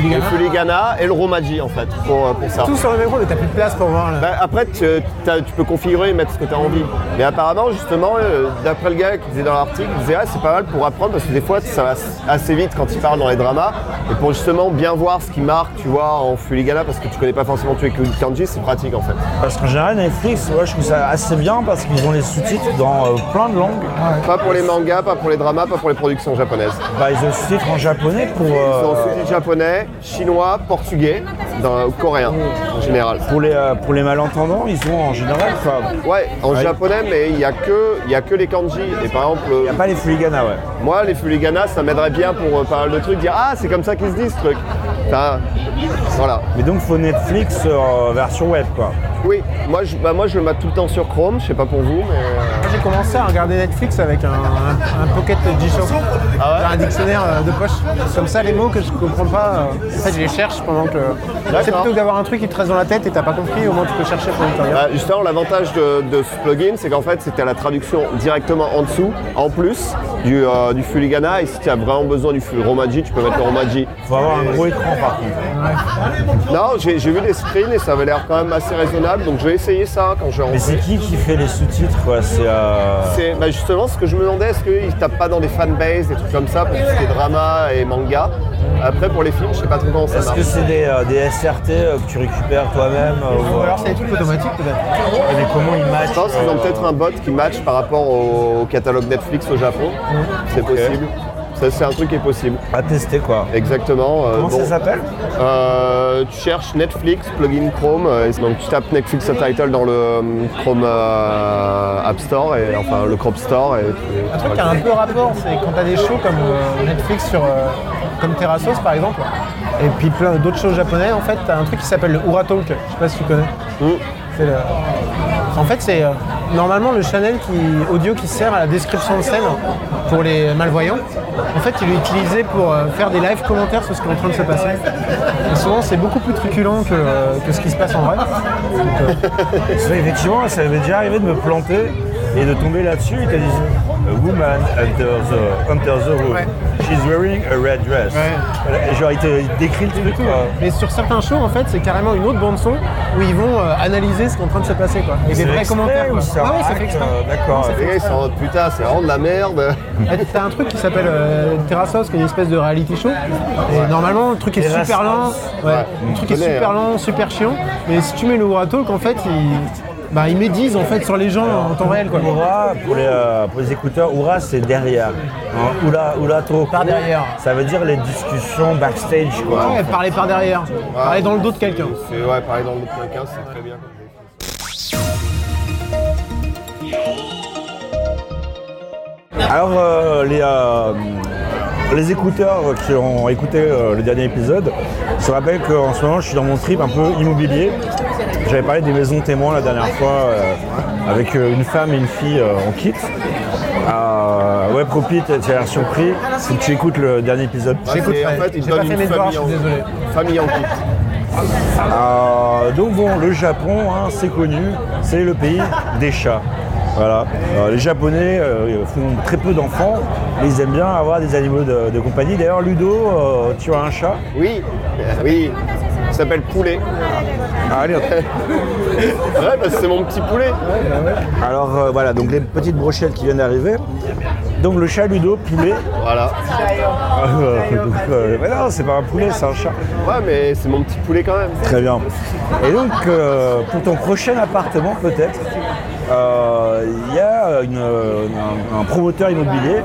S2: les Fuligana et le Romaji en fait pour, euh, pour ça.
S3: Tout sur le même groupe, mais t'as plus de place pour voir là.
S2: Bah, après, tu, t'as- tu peux configurer et mettre ce que tu as envie. Mais apparemment, justement, euh, d'après le gars qui disait dans l'article, il disait Ah, c'est pas mal pour apprendre parce que des fois, ça va s- assez vite quand il parle dans les dramas. Et pour justement bien voir ce qui marque, tu vois, en Fuligana, parce que tu connais pas forcément tous les kanji, c'est pratique en fait.
S1: Parce qu'en général, Netflix, moi, je trouve ça assez bien parce qu'ils ont les sous-titres dans euh, plein de langues.
S2: Pas pour les mangas, pas pour les dramas, pas pour les productions japonaises.
S1: Bah, ils ont les sous-titres en japonais pour,
S2: Ils ont
S1: euh,
S2: sous-titres japonais, chinois, portugais, dans- coréen en général.
S1: pour, les, euh, pour les malentendants, ils ont en général. quoi.
S2: Ouais, en
S1: Ouais.
S2: japonais, mais il n'y a, que- il y a que les kanji. Et par exemple, euh,
S1: Il n'y a pas les fuligana, ouais.
S2: Moi, les fuligana, ça m'aiderait bien pour euh, pas mal de trucs, dire Ah, c'est comme ça qu'ils se disent ce truc. Enfin, voilà.
S1: Mais donc, faut Netflix euh, version web, quoi.
S2: Oui, moi je, bah, moi, je le mate tout le temps sur Chrome, je sais pas pour vous, mais. euh,
S3: Moi, Bah, J'ai commencé à regarder Netflix avec un, un- un pocket dictionnaire, un dictionnaire euh, de poche. Comme ça, les mots que je comprends pas, euh, en fait, je les cherche pendant que. C'est plutôt que d'avoir un truc qui te reste dans la tête et t'as pas compris, au moins tu peux chercher pendant que tu regardes.
S2: Bah, justement, l'avantage de, de ce plugin, c'est qu'en fait, c'était la traduction directement en dessous, en plus du, euh, du fuligana. Et si tu as vraiment besoin du Fu- romaji, tu peux mettre le romaji.
S1: Faut avoir un gros écran, par contre.
S2: Non, j'ai j'ai vu des screens et ça avait l'air quand même assez raisonnable, donc je vais essayer ça quand je
S1: Mais
S2: rentre.
S1: c'est qui qui fait les sous-titres, quoi C'est. euh,
S2: C'est bah, justement ce que je me demandais, est-ce qu'ils tapent pas dans des fanbases, des trucs comme ça, pour tout ce qui est drama et manga Après, pour les films, je sais pas trop comment ça
S1: Est-ce que
S2: marche.
S1: c'est des, euh, des SRT euh, que tu récupères toi-même euh,
S3: Ou alors c'est des trucs automatiques peut-être.
S1: Mais comment ils matchent euh,
S2: Je pense qu'ils ont peut-être un bot qui match par rapport au, au catalogue Netflix au Japon. C'est possible. Ça, c'est un truc qui est possible.
S1: À tester quoi.
S2: Exactement. euh,
S1: Comment
S2: bon.
S1: ça s'appelle
S2: Euh, Tu cherches Netflix, plugin Chrome, euh, et donc tu tapes Netflix Subtitle dans le euh, Chrome euh, App Store, et, enfin le Chrome Store. Et, tu-
S3: Un truc qui a un peu rapport, c'est quand t'as des shows comme euh, Netflix sur euh, comme Terrasos par exemple, et puis plein d'autres shows japonais, en fait, t'as un truc qui s'appelle le Ura Talk. Je sais pas si tu connais. C'est le- En fait, c'est euh, normalement le channel qui, audio qui sert à la description de scène pour les malvoyants. En fait, il est utilisé pour euh, faire des live commentaires sur ce qui est en train de se passer. Et souvent, c'est beaucoup plus truculent que, euh, que ce qui se passe en vrai. Donc, euh,
S1: Parce que, Effectivement, ça m'est déjà arrivé de me planter et de tomber là-dessus. Ils te disent A woman under the, under the room.
S3: Ouais.
S1: She's wearing a red dress.
S3: Ouais.
S1: Et Genre, ils te ils te décrivent le truc. quoi.
S3: Mais sur certains shows, en fait, c'est carrément une autre bande son où ils vont euh, analyser ce qui est en train de se passer, quoi. Et des
S1: C'est
S3: vrais
S1: exprès
S3: commentaires.
S1: ou
S3: quoi.
S1: c'est un
S3: Ouais, ouais, ça
S1: hack,
S3: fait exprès.
S1: euh, D'accord.
S2: Les gars, ils sont en mode putain, c'est vraiment de la merde.
S3: Eh, T'as un truc qui s'appelle euh, Terrassos, qui est une espèce de reality show. Et normalement, le truc est
S1: Terrassos.
S3: super lent. Ouais.
S2: Ouais,
S3: Le truc est
S2: connais,
S3: super
S2: hein.
S3: lent, super chiant. Mais si tu mets le Orato, qu'en fait, ils, bah, ils médisent en fait sur les gens en temps réel, quoi.
S1: Oura, pour les, euh, pour les écouteurs, Oura c'est derrière. Hein, Oula, oula, trop.
S3: Par derrière.
S1: Ça veut dire les discussions backstage quoi.
S3: Ouais, parler par derrière, parler dans le dos de quelqu'un.
S2: C'est ouais, pareil dans le 15, c'est très bien.
S1: Alors euh, les, euh, les écouteurs qui ont écouté euh, le dernier épisode se rappellent qu'en ce moment je suis dans mon trip un peu immobilier. J'avais parlé des maisons témoins la dernière fois euh, avec euh, une femme et une fille euh, en kit. Euh, ouais, Propit, tu as l'air surpris. Faut que tu écoutes le dernier épisode.
S2: J'écoute, en fait, ils
S3: J'ai
S2: donnent
S3: pas fait
S2: une
S3: mes devoirs,
S2: famille
S3: je suis
S2: en-
S3: désolé.
S2: Famille en kit.
S1: Euh, donc bon, le Japon, hein, c'est connu, c'est le pays des chats. Voilà. Euh, les Japonais euh, font très peu d'enfants, mais ils aiment bien avoir des animaux de, de compagnie. D'ailleurs, Ludo, euh, tu as un chat
S2: Oui, euh, oui. Il s'appelle Poulet.
S1: Ah, allez, hop.
S2: Ouais, parce que c'est mon petit poulet.
S1: Alors euh, voilà, donc les petites brochettes qui viennent d'arriver. Donc le chat Ludo, poulet.
S2: Voilà.
S1: Euh, donc, euh, mais non, c'est pas un poulet, c'est un chat.
S2: Ouais, mais c'est mon petit poulet quand même.
S1: Très bien. Et donc, euh, pour ton prochain appartement, peut-être, euh, il y a une, euh, un, un promoteur immobilier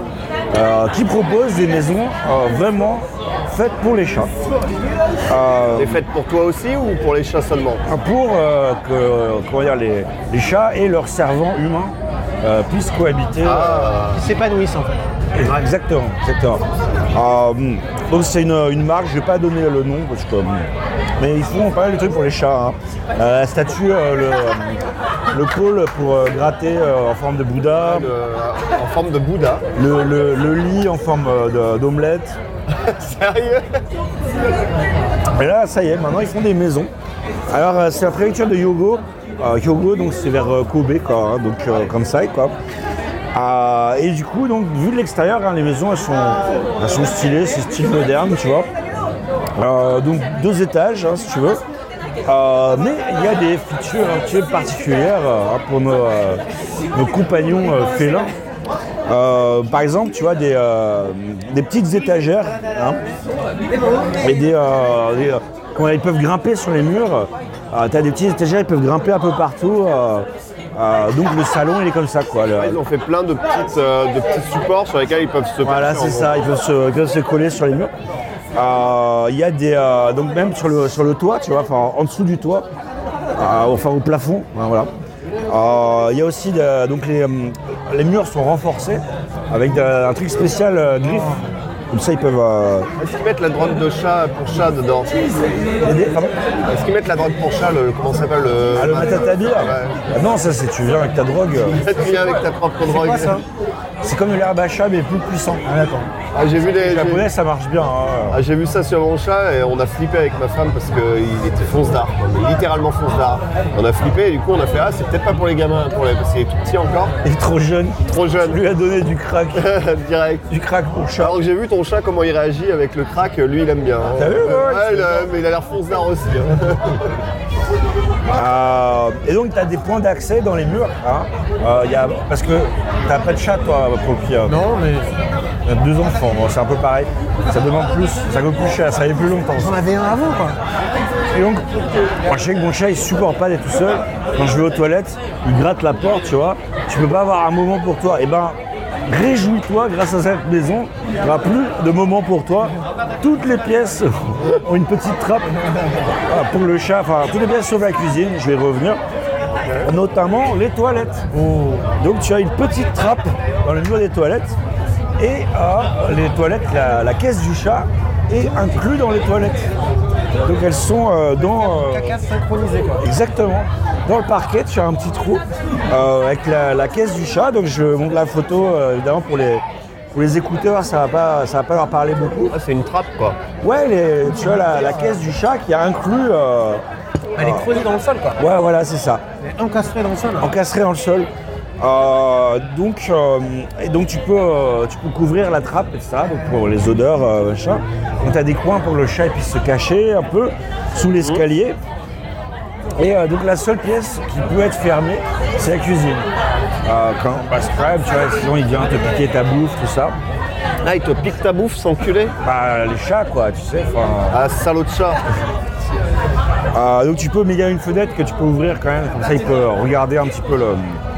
S1: euh, qui propose des maisons euh, vraiment faites pour les chats. Euh,
S2: C'est fait pour toi aussi ou pour les chats seulement
S1: pour euh, que comment dire, les, les chats et leurs servants humains euh, puissent cohabiter.
S3: Ils s'épanouissent en fait.
S1: Ah, Exactement, exactement. Euh, donc c'est une, une marque, je vais pas donner le nom parce que. hmm, Mais ils font pas mal de trucs pour les chats. hein. Euh, la statue, euh, hmm, le, le col pour euh, gratter euh, en forme de Bouddha,
S2: Euh, En forme de Bouddha.
S1: le, le- le lit en forme euh, de- d'omelette.
S2: Sérieux
S1: Et là, ça y est, maintenant ils font des maisons. Alors, euh, c'est la préfecture de Yogo. Euh, Yogo, donc c'est vers euh, Kobe, quoi, hein, donc euh, comme ça, quoi. Euh, et du coup, donc, vu de l'extérieur, hein, les maisons, elles sont, elles sont stylées, c'est style moderne, tu vois. Euh, donc, deux étages, hein, si tu veux. Euh, mais il y a des features un petit peu particulières euh, hein, pour nos, euh, nos compagnons euh, félins. Euh, par exemple, tu vois, des, euh, des petites étagères hein, et des, euh, des, euh, comment ils peuvent grimper sur les murs. Euh, T'as des petits étagères, ils peuvent grimper un peu partout. euh, euh, donc le salon, il est comme ça, quoi. le-
S2: Ils ont fait plein de, petites, euh, de petits supports sur lesquels ils peuvent se
S1: voilà,
S2: percher, en
S1: c'est
S2: gros.
S1: ça. Ils peuvent se, ils peuvent se coller sur les murs. Euh, Il y a des euh, donc même sur le sur le toit, tu vois, enfin en dessous du toit, euh, enfin au plafond, hein, voilà. Euh, Il y a aussi de- donc les, hum, les murs sont renforcés avec de- un truc spécial euh, griffe. Comme ça, ils peuvent. euh,
S2: Est-ce qu'ils mettent la droite de chat pour chat dedans
S1: aider. Pardon
S2: Est-ce qu'ils mettent la droite pour chat, le, comment ça s'appelle le...
S1: Ah, le matatabi là
S2: Ouais.
S1: Ah Non, ça c'est tu viens avec ta drogue.
S2: Tu viens avec ta propre drogue.
S3: Quoi ça
S1: C'est comme l'herbe à chat mais plus puissant.
S2: Ah, j'ai vu des...
S1: Les japonais ça marche bien. hein.
S2: Ah, j'ai vu ça sur mon chat et on a flippé avec ma femme parce qu'il était fonce d'art, quoi, mais littéralement fonce d'art. On a flippé et du coup on a fait ah c'est peut-être pas pour les gamins, pour les... parce qu'il est tout petit encore,
S1: Il est trop jeune.
S2: trop
S1: On
S2: jeune,
S1: lui a donné du crack.
S2: direct.
S1: du crack pour chat.
S2: Alors que j'ai vu ton chat comment il réagit avec le crack, lui il aime bien. hein.
S1: T'as vu, ouais, ouais,
S2: Ouais, il a- mais il a l'air fonce d'art aussi. hein.
S1: Euh, et donc, tu as des points d'accès dans les murs. hein. Euh, y a- parce que t'as pas de chat, toi, Propi. hein.
S3: Non, mais
S1: T'as deux enfants, bon, c'est un peu pareil. Ça demande plus, ça coûte plus cher, ça y est plus longtemps.
S3: j'en avais un avant, quoi.
S1: Et donc, moi, je sais que mon chat, il supporte pas d'être tout seul. Quand je vais aux toilettes, il gratte la porte, tu vois. Tu peux pas avoir un moment pour toi. Et ben, Réjouis-toi grâce à cette maison. Il n'y aura plus de moment pour toi. Toutes les pièces ont une petite trappe euh, pour le chat. Enfin, toutes les pièces sauf la cuisine, je vais y revenir. Notamment les toilettes. Donc tu as une petite trappe dans le mur des toilettes. Et euh, les toilettes, la, la caisse du chat est inclue dans les toilettes. Donc elles sont euh, dans. euh,
S3: Caca synchronisé quoi.
S1: Exactement. Dans le parquet, tu as un petit trou euh, avec la, la caisse du chat. Donc je montre la photo, euh, évidemment, pour les, pour les écouteurs, ça va pas, ça va pas leur parler beaucoup.
S2: Ah, c'est une trappe quoi.
S1: Ouais, les- tu as la, la caisse du chat qui a inclus. euh,
S3: Elle est creusée dans le sol quoi.
S1: ouais, voilà, c'est ça.
S3: Elle est encastrée dans le sol. hein.
S1: Encastré dans le sol. Euh, donc, euh, et donc tu peux, euh, tu peux couvrir la trappe, etc. Donc pour les odeurs, euh, machin. Donc tu as des coins pour le chat et puis se cacher un peu sous l'escalier. Et euh, donc la seule pièce qui peut être fermée, c'est la cuisine. Euh, quand on passe crème, tu vois, sinon il vient te piquer ta bouffe, tout ça.
S2: Là, il te pique ta bouffe sans culé.
S1: Bah les chats quoi, tu sais. enfin,
S2: Ah, salaud de chat.
S1: euh, donc tu peux, mais il y a une fenêtre que tu peux ouvrir quand même, comme ça il peut regarder un petit peu le.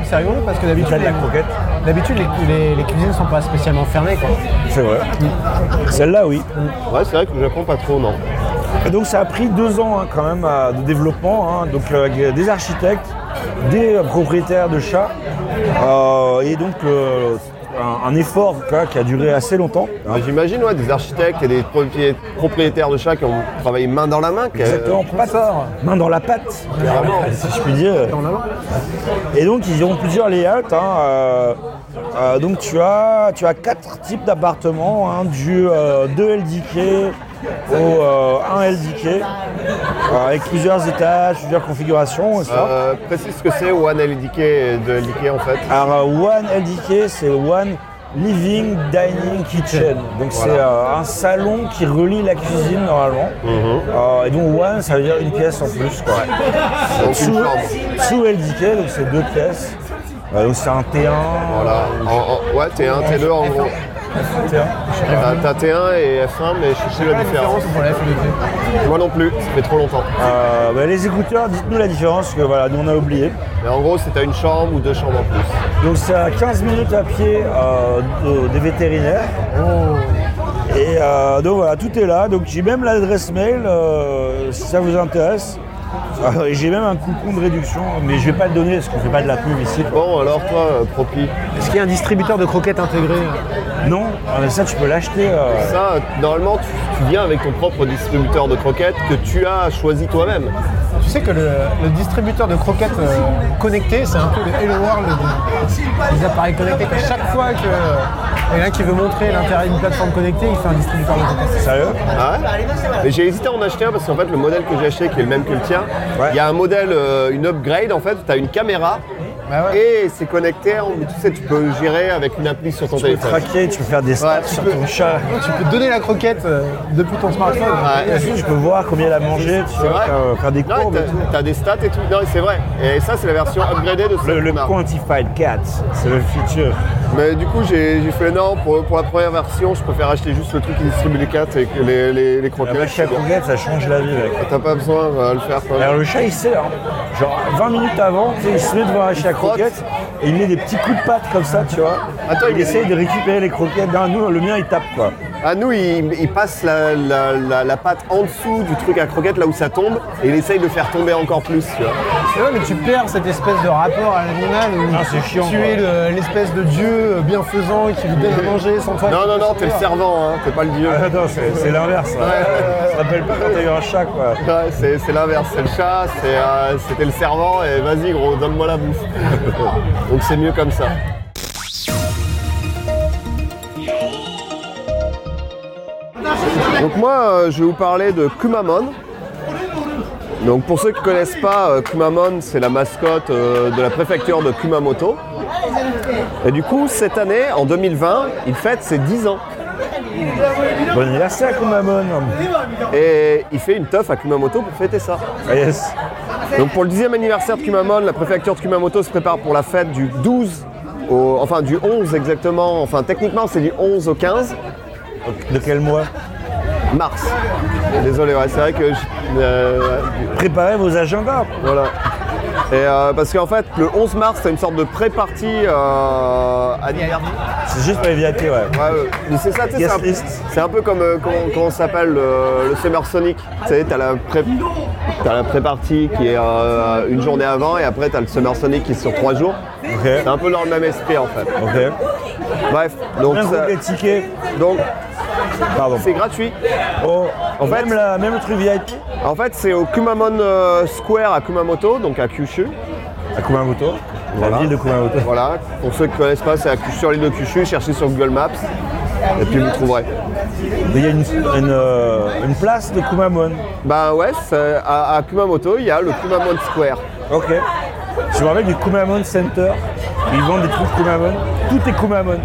S3: C'est rigolo parce que
S1: l'état
S3: d'habitude
S1: de la
S3: les,
S1: croquette,
S3: d'habitude, les, les- les cuisines sont pas spécialement fermées quoi.
S1: c'est vrai. Celle-là oui.
S2: Ouais, c'est vrai que le Japon, pas trop, non.
S1: Et donc ça a pris deux ans hein, quand même euh, de développement, hein. donc euh, avec des architectes, des euh, propriétaires de chats, euh, et donc euh, un, un effort quoi, qui a duré assez longtemps. hein.
S2: Ah, J'imagine, ouais, des architectes et des proprié- propriétaires de chats qui ont travaillé main dans la main. qui, euh,
S1: Exactement, patte,
S3: sort.
S1: main dans la patte,
S2: Vraiment.
S1: si je puis dire.
S3: En avant.
S1: Et donc ils ont plusieurs layouts. hein, euh, euh, donc tu as, tu as quatre types d'appartements, hein, du euh, 2 LDK au euh, 1 LDK, euh, avec plusieurs étages, plusieurs configurations, etc.
S2: euh, précise ce que c'est One LDK et de LDK en fait.
S1: Alors, euh, One LDK, c'est One Living Dining Kitchen. Donc, c'est euh, un salon qui relie la cuisine normalement.
S2: Mhm.
S1: Euh, et donc, One, ça veut dire une pièce en plus. Quoi.
S2: Donc une
S1: Ah, Sous,
S2: chambre.
S1: sous LDK, donc c'est deux pièces. Euh, donc, c'est un T1.
S2: Voilà. En- en- ouais, T1, T2 en gros.
S1: T1.
S2: T'as t'as T1 et F1, mais je sais la différence. Moi non plus, ça fait trop longtemps.
S1: Euh, bah, les écouteurs, dites-nous la différence, parce que voilà, nous on a oublié.
S2: Mais en gros, c'est t'as une chambre ou deux chambres en plus.
S1: Donc c'est à 15 minutes à pied euh, de- des vétérinaires.
S2: Oh.
S1: Et euh, donc voilà, tout est là. Donc j'ai même l'adresse mail euh, si ça vous intéresse. Euh, et j'ai même un coupon de réduction, mais je vais pas le donner parce qu'on fait pas de la pub ici.
S2: Bon, alors toi, euh, Propi,
S3: Est-ce qu'il y a un distributeur de croquettes intégré
S1: Non, euh, mais ça tu peux l'acheter. euh,
S2: ça, euh, normalement, tu, tu viens avec ton propre distributeur de croquettes que tu as choisi toi-même.
S3: Tu sais que le, le distributeur de croquettes euh, connecté, c'est un peu le Hello World des, des appareils connectés. quoi. Chaque fois qu'il y en a un qui veut montrer l'intérêt d'une plateforme connectée, il fait un distributeur de croquettes.
S1: Sérieux
S2: Ah ouais Mais j'ai hésité à en acheter un parce qu'en fait le modèle que j'ai acheté qui est le même que le tien, il
S1: Ouais.
S2: y a un modèle, euh, une upgrade en fait, tu as une caméra
S3: Bah ouais.
S2: et c'est connecté, en- tu sais tu peux gérer avec une appli sur ton
S1: Tu peux
S2: téléphone.
S1: traquer, tu peux faire des stats
S2: tu
S1: sur
S2: peux-
S1: ton chat.
S3: Tu peux donner la croquette euh, depuis ton smartphone.
S2: Ouais.
S1: Tu peux voir combien elle a mangé, tu peux
S2: C'est vrai
S1: faire, euh, faire des
S2: Non,
S1: courbes.
S2: t'as-
S1: et tout.
S2: T'as des stats et tout, non c'est vrai. Et ça c'est la version upgradée de ce
S1: Le, le
S2: qu'on a.
S1: Quantified Cat, c'est le futur.
S2: Mais du coup j'ai j'ai fait non, pour, pour la première version je préfère acheter juste le truc qui distribue les cartes et que les, les,
S1: La
S2: les croquettes.
S1: vache à croquettes, ça change la vie, mec.
S2: T'as pas besoin euh, de le faire toi.
S1: Alors le chat il sait, hein. genre 20 minutes avant, tu sais, il se met devant un chat à
S2: frotte.
S1: croquettes et il met des petits coups de patte comme ça, tu vois.
S2: Attends,
S1: il
S2: il-
S1: essaye de récupérer les croquettes. Non, nous, le mien il tape quoi.
S2: À Ah, nous, il, il passe la, la- la- la patte en dessous du truc à croquette, là où ça tombe, et il essaye de le faire tomber encore plus. Tu vois.
S3: Mais ouais, mais tu perds cette espèce de rapport à l'animal où
S1: Ah, c'est chiant,
S3: tu
S1: quoi.
S3: es le- l'espèce de dieu euh, bienfaisant qui lui donne à manger sans toi.
S2: Non, non, non, t'es le servant, hein, t'es pas le dieu.
S1: Ah, non, c'est c'est l'inverse. hein.
S2: ouais, ouais.
S1: Ça s'appelle pas quand t'as eu un chat quoi.
S2: Ouais, c'est c'est l'inverse, c'est le chat, c'est, euh, c'était le servant, et vas-y gros, donne-moi la bouffe. Donc c'est mieux comme ça. Donc moi, euh, je vais vous parler de Kumamon. Donc pour ceux qui ne connaissent pas, euh, Kumamon, c'est la mascotte euh, de la préfecture de Kumamoto. Et du coup, cette année, en 2020, il fête ses 10 ans.
S1: Bon anniversaire Kumamon.
S2: Et il fait une teuf à Kumamoto pour fêter ça.
S1: Ah, yes.
S2: Donc pour le dixième anniversaire de Kumamon, la préfecture de Kumamoto se prépare pour la fête du 12 au, enfin du 11 exactement, enfin techniquement c'est du 11 au 15
S1: De quel mois
S2: mars. Désolé, ouais, c'est vrai que je- euh,
S1: Préparez vos agendas.
S2: voilà. Et, euh, parce qu'en fait, le 11 mars, c'est une sorte de pré-partie euh, anniversaire.
S1: C'est juste pour les VIP, ouais.
S2: Ouais, ouais. Ah, euh, Mais c'est ça, tu sais,
S1: Guest
S2: c'est un-
S1: list.
S2: c'est un, peu comme euh, quand, quand on s'appelle euh, le Summer Sonic. Tu sais, t'as la pré- t'as la pré-partie qui est euh, une journée avant et après t'as le Summer Sonic qui est sur trois jours. C'est un peu dans le même esprit en fait.
S1: Ok.
S2: Bref, donc,
S1: Même
S2: ça-
S1: les tickets.
S2: donc
S1: Pardon.
S2: c'est gratuit.
S1: Oh,
S2: En fait-
S1: même, la- même le truc VIP.
S2: En fait, c'est au Kumamon euh, Square à Kumamoto, donc à Kyushu.
S1: À Kumamoto.
S2: Voilà.
S1: La ville de Kumamoto.
S2: Voilà, pour ceux qui ne connaissent pas, c'est à- sur l'île de Kyushu, cherchez sur Google Maps et puis vous trouverez.
S1: Il y a une, une, euh, une place de Kumamon.
S2: Bah ouais, c'est- à, à Kumamoto, il y a le Kumamon Square.
S1: Ok. Je me rappelle du Kumamon Center. Ils vendent des trucs Kumamon. Tout est Kumamon.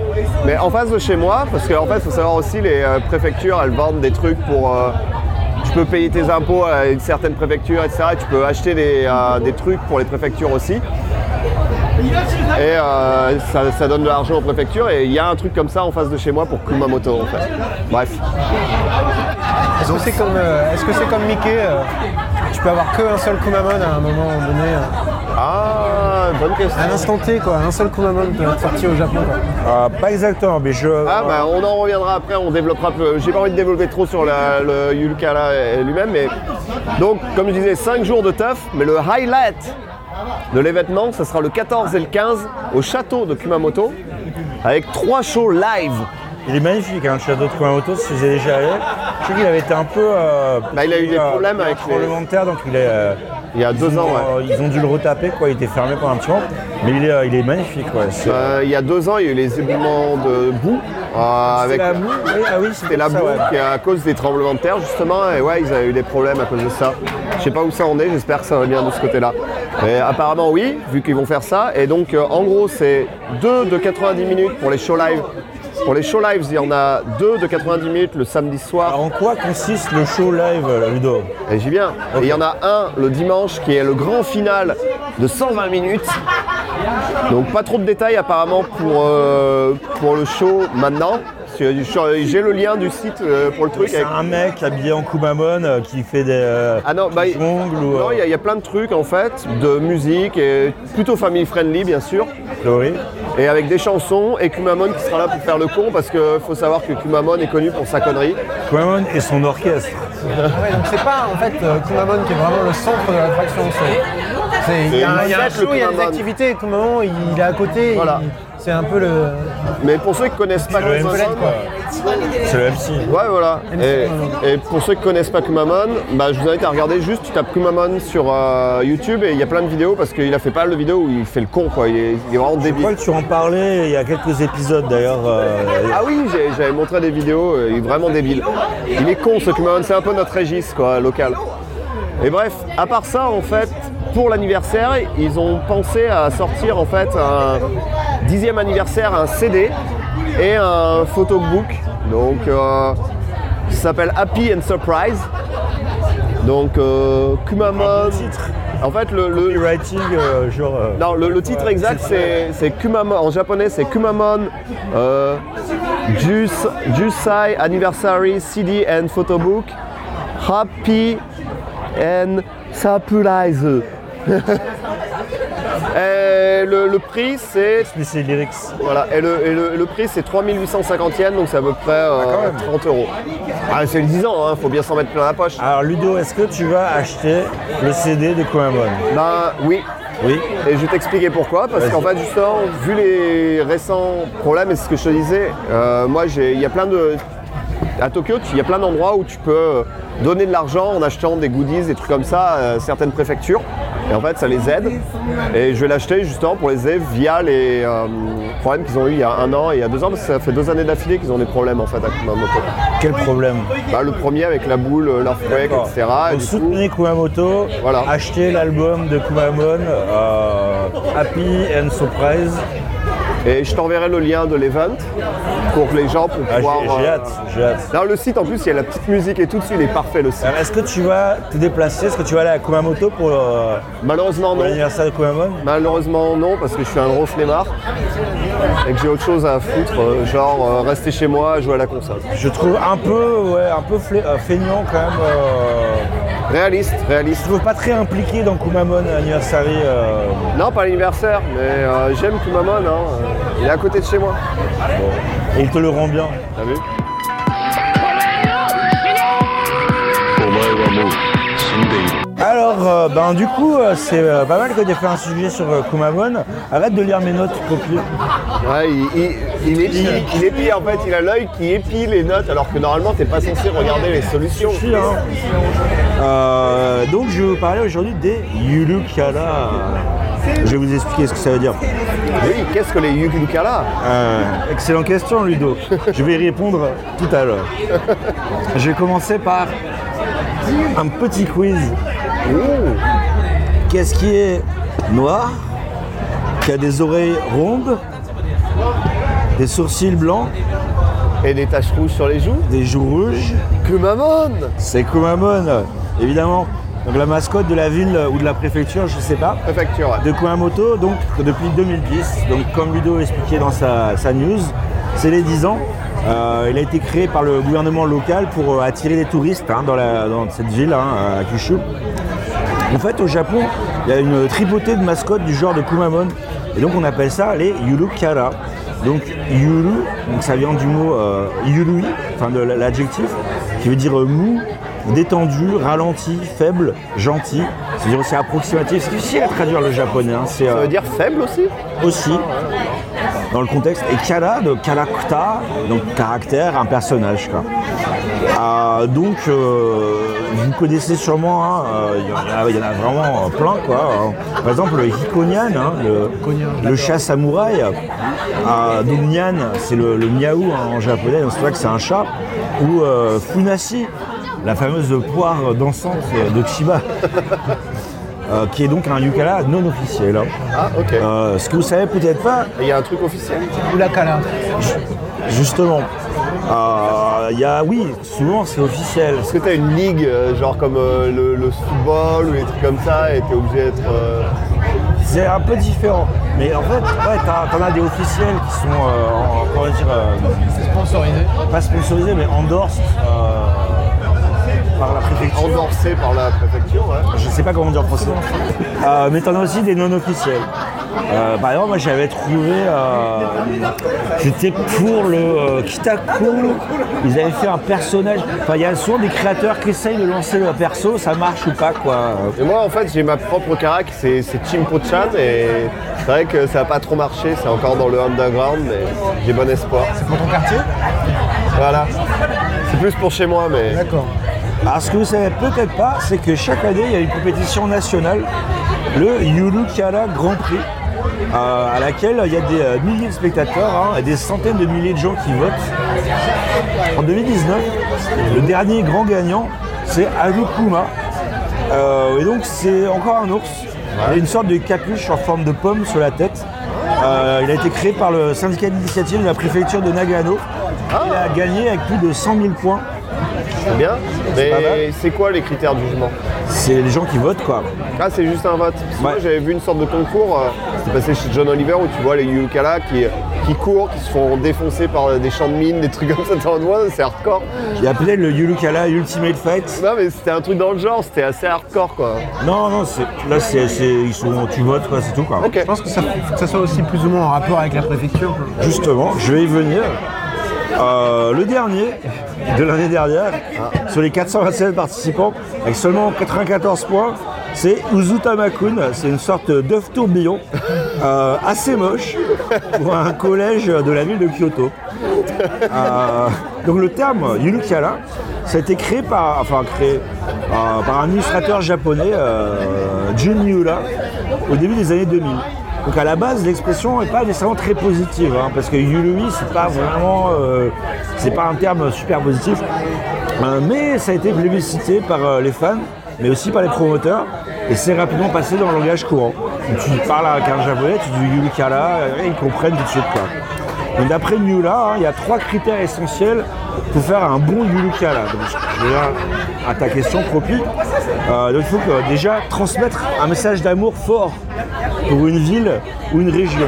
S2: Mais en face de chez moi, parce qu'en fait, il faut savoir aussi, les euh, préfectures, elles vendent des trucs pour. euh, tu peux payer tes impôts à une certaine préfecture, etc. Tu peux acheter des, euh, des trucs pour les préfectures aussi. Et euh, ça, ça donne de l'argent aux préfectures. Et il y a un truc comme ça en face de chez moi pour Kumamoto, en fait. Bref.
S3: Est-ce que c'est comme, euh, est-ce que c'est comme Mickey euh, Tu peux avoir que un seul Kumamon à un moment donné, euh,
S2: Ah, bonne question.
S3: à l'instant T, quoi. Un seul Kumamon peut être sorti au Japon, quoi.
S1: Ah, pas exactement, mais je.
S2: Ah bah on en reviendra après, on développera peu. J'ai pas envie de développer trop sur la- le Yulkala et lui-même, mais donc comme je disais, 5 jours de teuf, mais le highlight de l'événement, ça sera le 14 et le 15 au château de Kumamoto, avec trois shows live.
S1: Il est magnifique, hein, le château de Kumamoto, si vous y êtes déjà allé. Je sais qu'il avait été un peu. euh,
S2: Bah, il a eu des
S1: euh,
S2: problèmes avec les-
S1: tremblement de terre, donc il est. euh,
S2: Il y a
S1: ils
S2: deux
S1: ont,
S2: ans, ouais.
S1: euh, Ils ont dû le retaper, quoi. Il était fermé pendant un petit moment. Mais il est, euh, il est magnifique, ouais. C'est
S2: Euh, il y a deux ans, il y a eu les éboulements de boue euh,
S1: c'est
S2: avec
S1: la boue oui, Ah oui, c'était
S2: C'était la
S1: ça,
S2: boue
S1: ouais.
S2: qui est à cause des tremblements de terre justement et ouais ils avaient eu des problèmes à cause de ça. Je sais pas où ça en est, j'espère que ça va bien de ce côté-là. Et apparemment oui, vu qu'ils vont faire ça. Et donc euh, en gros c'est deux de 90 minutes pour les show live. Pour les show lives, il y en a deux de 90 minutes le samedi soir.
S1: Alors, en quoi consiste le show live, euh, Ludo
S2: Et j'y viens. Et il y en a un le dimanche qui est le grand final de 120 minutes. Donc pas trop de détails apparemment pour, euh, pour le show maintenant. Parce que je- J'ai le lien du site euh, pour le truc
S1: C'est
S2: avec
S1: un mec habillé en Kumamon euh, qui fait des. euh,
S2: Ah non, bah,
S1: des jongles ou. euh,
S2: non, il y, a- il y a plein de trucs en fait, de musique, et plutôt family friendly bien sûr,
S1: Chloé.
S2: et avec des chansons, et Kumamon qui sera là pour faire le con, parce que faut savoir que Kumamon est connu pour sa connerie.
S1: Kumamon et son orchestre.
S3: Ah Ouais, donc c'est pas en fait euh, Kumamon qui est vraiment le centre de l'attraction. c'est- c'est- Il y a, un- il y a un
S2: C'est le
S3: show, il y a des
S2: Kumamon.
S3: activités. Kumamon, il est à côté.
S2: Voilà.
S3: il- C'est un peu le.
S2: Mais pour ceux qui connaissent pas
S1: le
S2: Kumamon,
S1: MC, quoi. C'est le MC.
S2: Ouais voilà. Et, et pour ceux qui connaissent pas Kumamon, bah, je vous invite à regarder juste, tu tapes Kumamon sur euh, YouTube et il y a plein de vidéos parce qu'il a fait pas mal de vidéos où il fait le con quoi, il est, il est vraiment
S1: Je crois
S2: débile.
S1: que tu en parlais il y a quelques épisodes d'ailleurs. euh,
S2: Ah oui, j'ai- j'avais montré des vidéos, euh, il est vraiment débile. Il est con ce Kumamon, c'est un peu notre Régis quoi, local. Et bref, à part ça, en fait, pour l'anniversaire, ils ont pensé à sortir en fait un dixième anniversaire, un CD et un photobook. Donc, euh, qui s'appelle Happy and Surprise. Donc, euh,
S1: Un
S2: Kumamon.
S1: bon titre.
S2: En fait, le, le-
S1: Copywriting, euh, genre. euh,
S2: non, le, le titre exact, c'est c'est Kumamon. En japonais, c'est Kumamon euh, Jus- Jusai Anniversary CD and Photobook Happy and Surprise. Et le, le prix, c'est
S1: Mais c'est lyrics.
S2: voilà, et le, et le- le prix, c'est 3850 yens, donc c'est à peu près euh, 30 euros. Ah, c'est le 10 ans, hein, faut bien s'en mettre plein la poche.
S1: Alors Ludo, est-ce que tu vas acheter le CD de Kumamon
S2: Ben oui,
S1: Oui.
S2: Et je vais t'expliquer pourquoi, parce
S1: Vas-y.
S2: qu'en fait justement, vu les récents problèmes, et c'est ce que je te disais, euh, moi j'ai- il y a plein de... À Tokyo, tu- il y a plein d'endroits où tu peux euh, donner de l'argent en achetant des goodies, des trucs comme ça, à certaines préfectures. Et en fait, ça les aide. Et je vais l'acheter justement pour les aider via les euh, problèmes qu'ils ont eu il y a un an et il y a deux ans, parce que ça fait deux années d'affilée qu'ils ont des problèmes en fait à Kumamoto.
S1: Quel problème
S2: Bah, le premier avec la boule, euh, l'arfweg,
S1: D'accord.
S2: etc. Et
S1: Donc
S2: du coup-
S1: soutenez Kumamoto,
S2: Voilà.
S1: achetez l'album de Kumamon, euh, Happy and Surprise.
S2: Et je t'enverrai le lien de l'event pour que les gens pour
S1: Ah, j'ai-
S2: pouvoir.
S1: j'ai
S2: euh,
S1: hâte, j'ai hâte.
S2: Là, le site en plus, il y a la petite musique et tout dessus, il est parfait le site.
S1: Alors, Est-ce que tu vas te déplacer Est-ce que tu vas aller à Kumamoto pour, euh,
S2: Malheureusement,
S1: pour
S2: non.
S1: l'anniversaire de Kumamon
S2: Malheureusement, non, parce que je suis un gros flemmard et que j'ai autre chose à foutre, euh, genre euh, rester chez moi, jouer à la console.
S1: Je trouve un peu, ouais, un peu flé- euh, feignant quand même. euh,
S2: Réaliste, réaliste.
S1: Je ne veux pas très impliqué dans Kumamon Anniversary. euh,
S2: Non, pas l'anniversaire, mais euh, j'aime Kumamon. Hein. Euh, Il est à côté de chez moi.
S1: et il te le rend bien.
S2: T'as vu
S5: お前はもう死んでいる
S1: Alors, euh, ben du coup, euh, c'est euh, pas mal que j'ai fait un sujet sur euh, Kumamon. Arrête de lire mes notes, copier.
S2: Ouais, il, il, il épile, il épile, en fait, il a l'œil qui épile les notes alors que normalement t'es pas censé regarder les solutions.
S1: Puis, hein. Euh, donc, je vais vous parler aujourd'hui des Yulukala. Je vais vous expliquer ce que ça veut dire.
S2: Oui, qu'est-ce que les Yukukala
S1: Euh, excellente question, Ludo. Je vais y répondre tout à l'heure. Je vais commencer par un petit quiz. Qu'est-ce qui est noir, qui a des oreilles rondes, des sourcils blancs,
S2: Et des taches rouges sur les joues
S1: des joues rouges
S2: Kumamon
S1: C'est Kumamon, évidemment. Donc la mascotte de la ville ou de la préfecture, je ne sais pas.
S2: Préfecture, ouais.
S1: de Kumamoto donc depuis 2010. Donc comme Ludo expliquait dans sa, sa news, c'est les 10 ans. Euh, il a été créé par le gouvernement local pour euh, attirer des touristes hein, dans, la- dans cette ville, hein, à Kyushu. En fait, au Japon, il y a une tripotée de mascottes du genre de Kumamon. Et donc, on appelle ça les Yurukara. Donc, Yuru, donc ça vient du mot euh, Yurui, enfin de l'adjectif, qui veut dire euh, mou, détendu, ralenti, faible, gentil. C'est-à-dire c'est approximatif. C'est difficile à traduire le japonais. hein. C'est euh,
S2: Ça veut dire faible aussi
S1: aussi dans le contexte. Et Kara de Karakuta, donc caractère, un personnage. quoi. Ah, donc, euh, vous connaissez sûrement, hein, euh, il y en a- il y, en a vraiment euh, plein. Quoi, hein. Par exemple, le Hikonyan, hein, le, le chat samouraï. Ah, donc, Nyan, c'est le, le miaou hein, en japonais, donc c'est vrai que c'est un chat. Ou euh, Funashi, la fameuse poire dansante de Chiba. euh, qui est donc un yukala non officiel. hein.
S2: Ah, ok. Et
S1: Euh, ce que vous savez peut-être pas,
S2: Il y a un truc officiel
S3: Ou la cala.
S1: justement, euh, il y a, oui, souvent c'est officiel.
S2: Est-ce que t'as une ligue, euh, genre comme euh, le, le football ou des trucs comme ça, et t'es obligé d'être. euh,
S1: C'est un peu différent. Mais en fait, ouais, t'as- t'en as des officiels qui sont, euh, en- comment dire, euh,
S3: Sponsorisé.
S1: pas sponsorisés, mais endorsed euh, par la préfecture.
S2: endorsé par la préfecture ouais.
S1: je sais pas comment dire en français. Euh, mais t'en as aussi des non officiels. Euh, par exemple, moi j'avais trouvé. euh, C'était pour le euh, Kitakuru. Ils avaient fait un personnage. Enfin, il y a souvent des créateurs qui essayent de lancer le perso, ça marche ou pas quoi.
S2: Et moi, en fait, j'ai ma propre carac, c'est c'est Chimpo-chan, et c'est vrai que ça n'a pas trop marché, c'est encore dans le underground, mais j'ai bon espoir.
S3: Pour ton quartier
S2: Voilà. C'est plus pour chez moi, mais
S3: D'accord.
S1: Alors, ce que vous savez peut-être pas, c'est que chaque année, il y a une compétition nationale, le Yurukara Grand Prix, euh, à laquelle il y a des euh, milliers de spectateurs hein, et des centaines de milliers de gens qui votent. En 2019, le dernier grand gagnant, c'est Arukuma. Euh, et donc, c'est encore un ours. Il a une sorte de capuche en forme de pomme sur la tête. Euh, il a été créé par le syndicat d'initiative de la préfecture de Nagano. Il a gagné avec plus de 100 000 points.
S2: c'est bien.
S1: pas mal.
S2: Mais c'est quoi les critères de jugement
S1: C'est les gens qui votent, quoi.
S2: Ah, c'est juste un vote. Parce que moi,
S1: Ouais.
S2: j'avais vu une sorte de concours, euh, c'est passé chez John Oliver, où tu vois les Yukala qui, qui courent, qui se font défoncer par euh, des champs de mines, des trucs comme ça, t'es en mode, Ouais, c'est hardcore.
S1: Il y a peut-être le Yulukala Ultimate Fight.
S2: Non, mais c'était un truc dans le genre, c'était assez hardcore, quoi.
S1: Non, non, c'est- là, c'est, c'est- ils sont, tu votes, quoi, c'est tout. Quoi.
S2: Ok.
S3: Je pense que ça, faut que ça soit aussi plus ou moins en rapport avec la préfecture.
S1: Justement, je vais y venir. Euh, le dernier de l'année dernière, sur les 427 participants, avec seulement 94 points, c'est Uzutama-kun. C'est une sorte d'œuf tourbillon, euh, assez moche, pour un collège de la ville de Kyoto. Euh, donc le terme Yulukala, ça a été créé par, enfin, créé, euh, par un illustrateur japonais, euh, Jun Miura, au début des années 2000. Donc à la base, l'expression n'est pas nécessairement très positive, hein, parce que Yului, c'est pas vraiment, euh, c'est pas un terme super positif, Euh, mais ça a été plébiscité par euh, les fans, mais aussi par les promoteurs, et c'est rapidement passé dans le langage courant. Donc, tu parles avec un japonais, tu dis Yulukala, et ils comprennent tout de suite quoi. Donc d'après Miula, hein, il y a trois critères essentiels pour faire un bon Yulukala. Donc je reviens à ta question, Propi. Euh, donc, il faut que, euh, déjà transmettre un message d'amour fort pour une ville ou une région.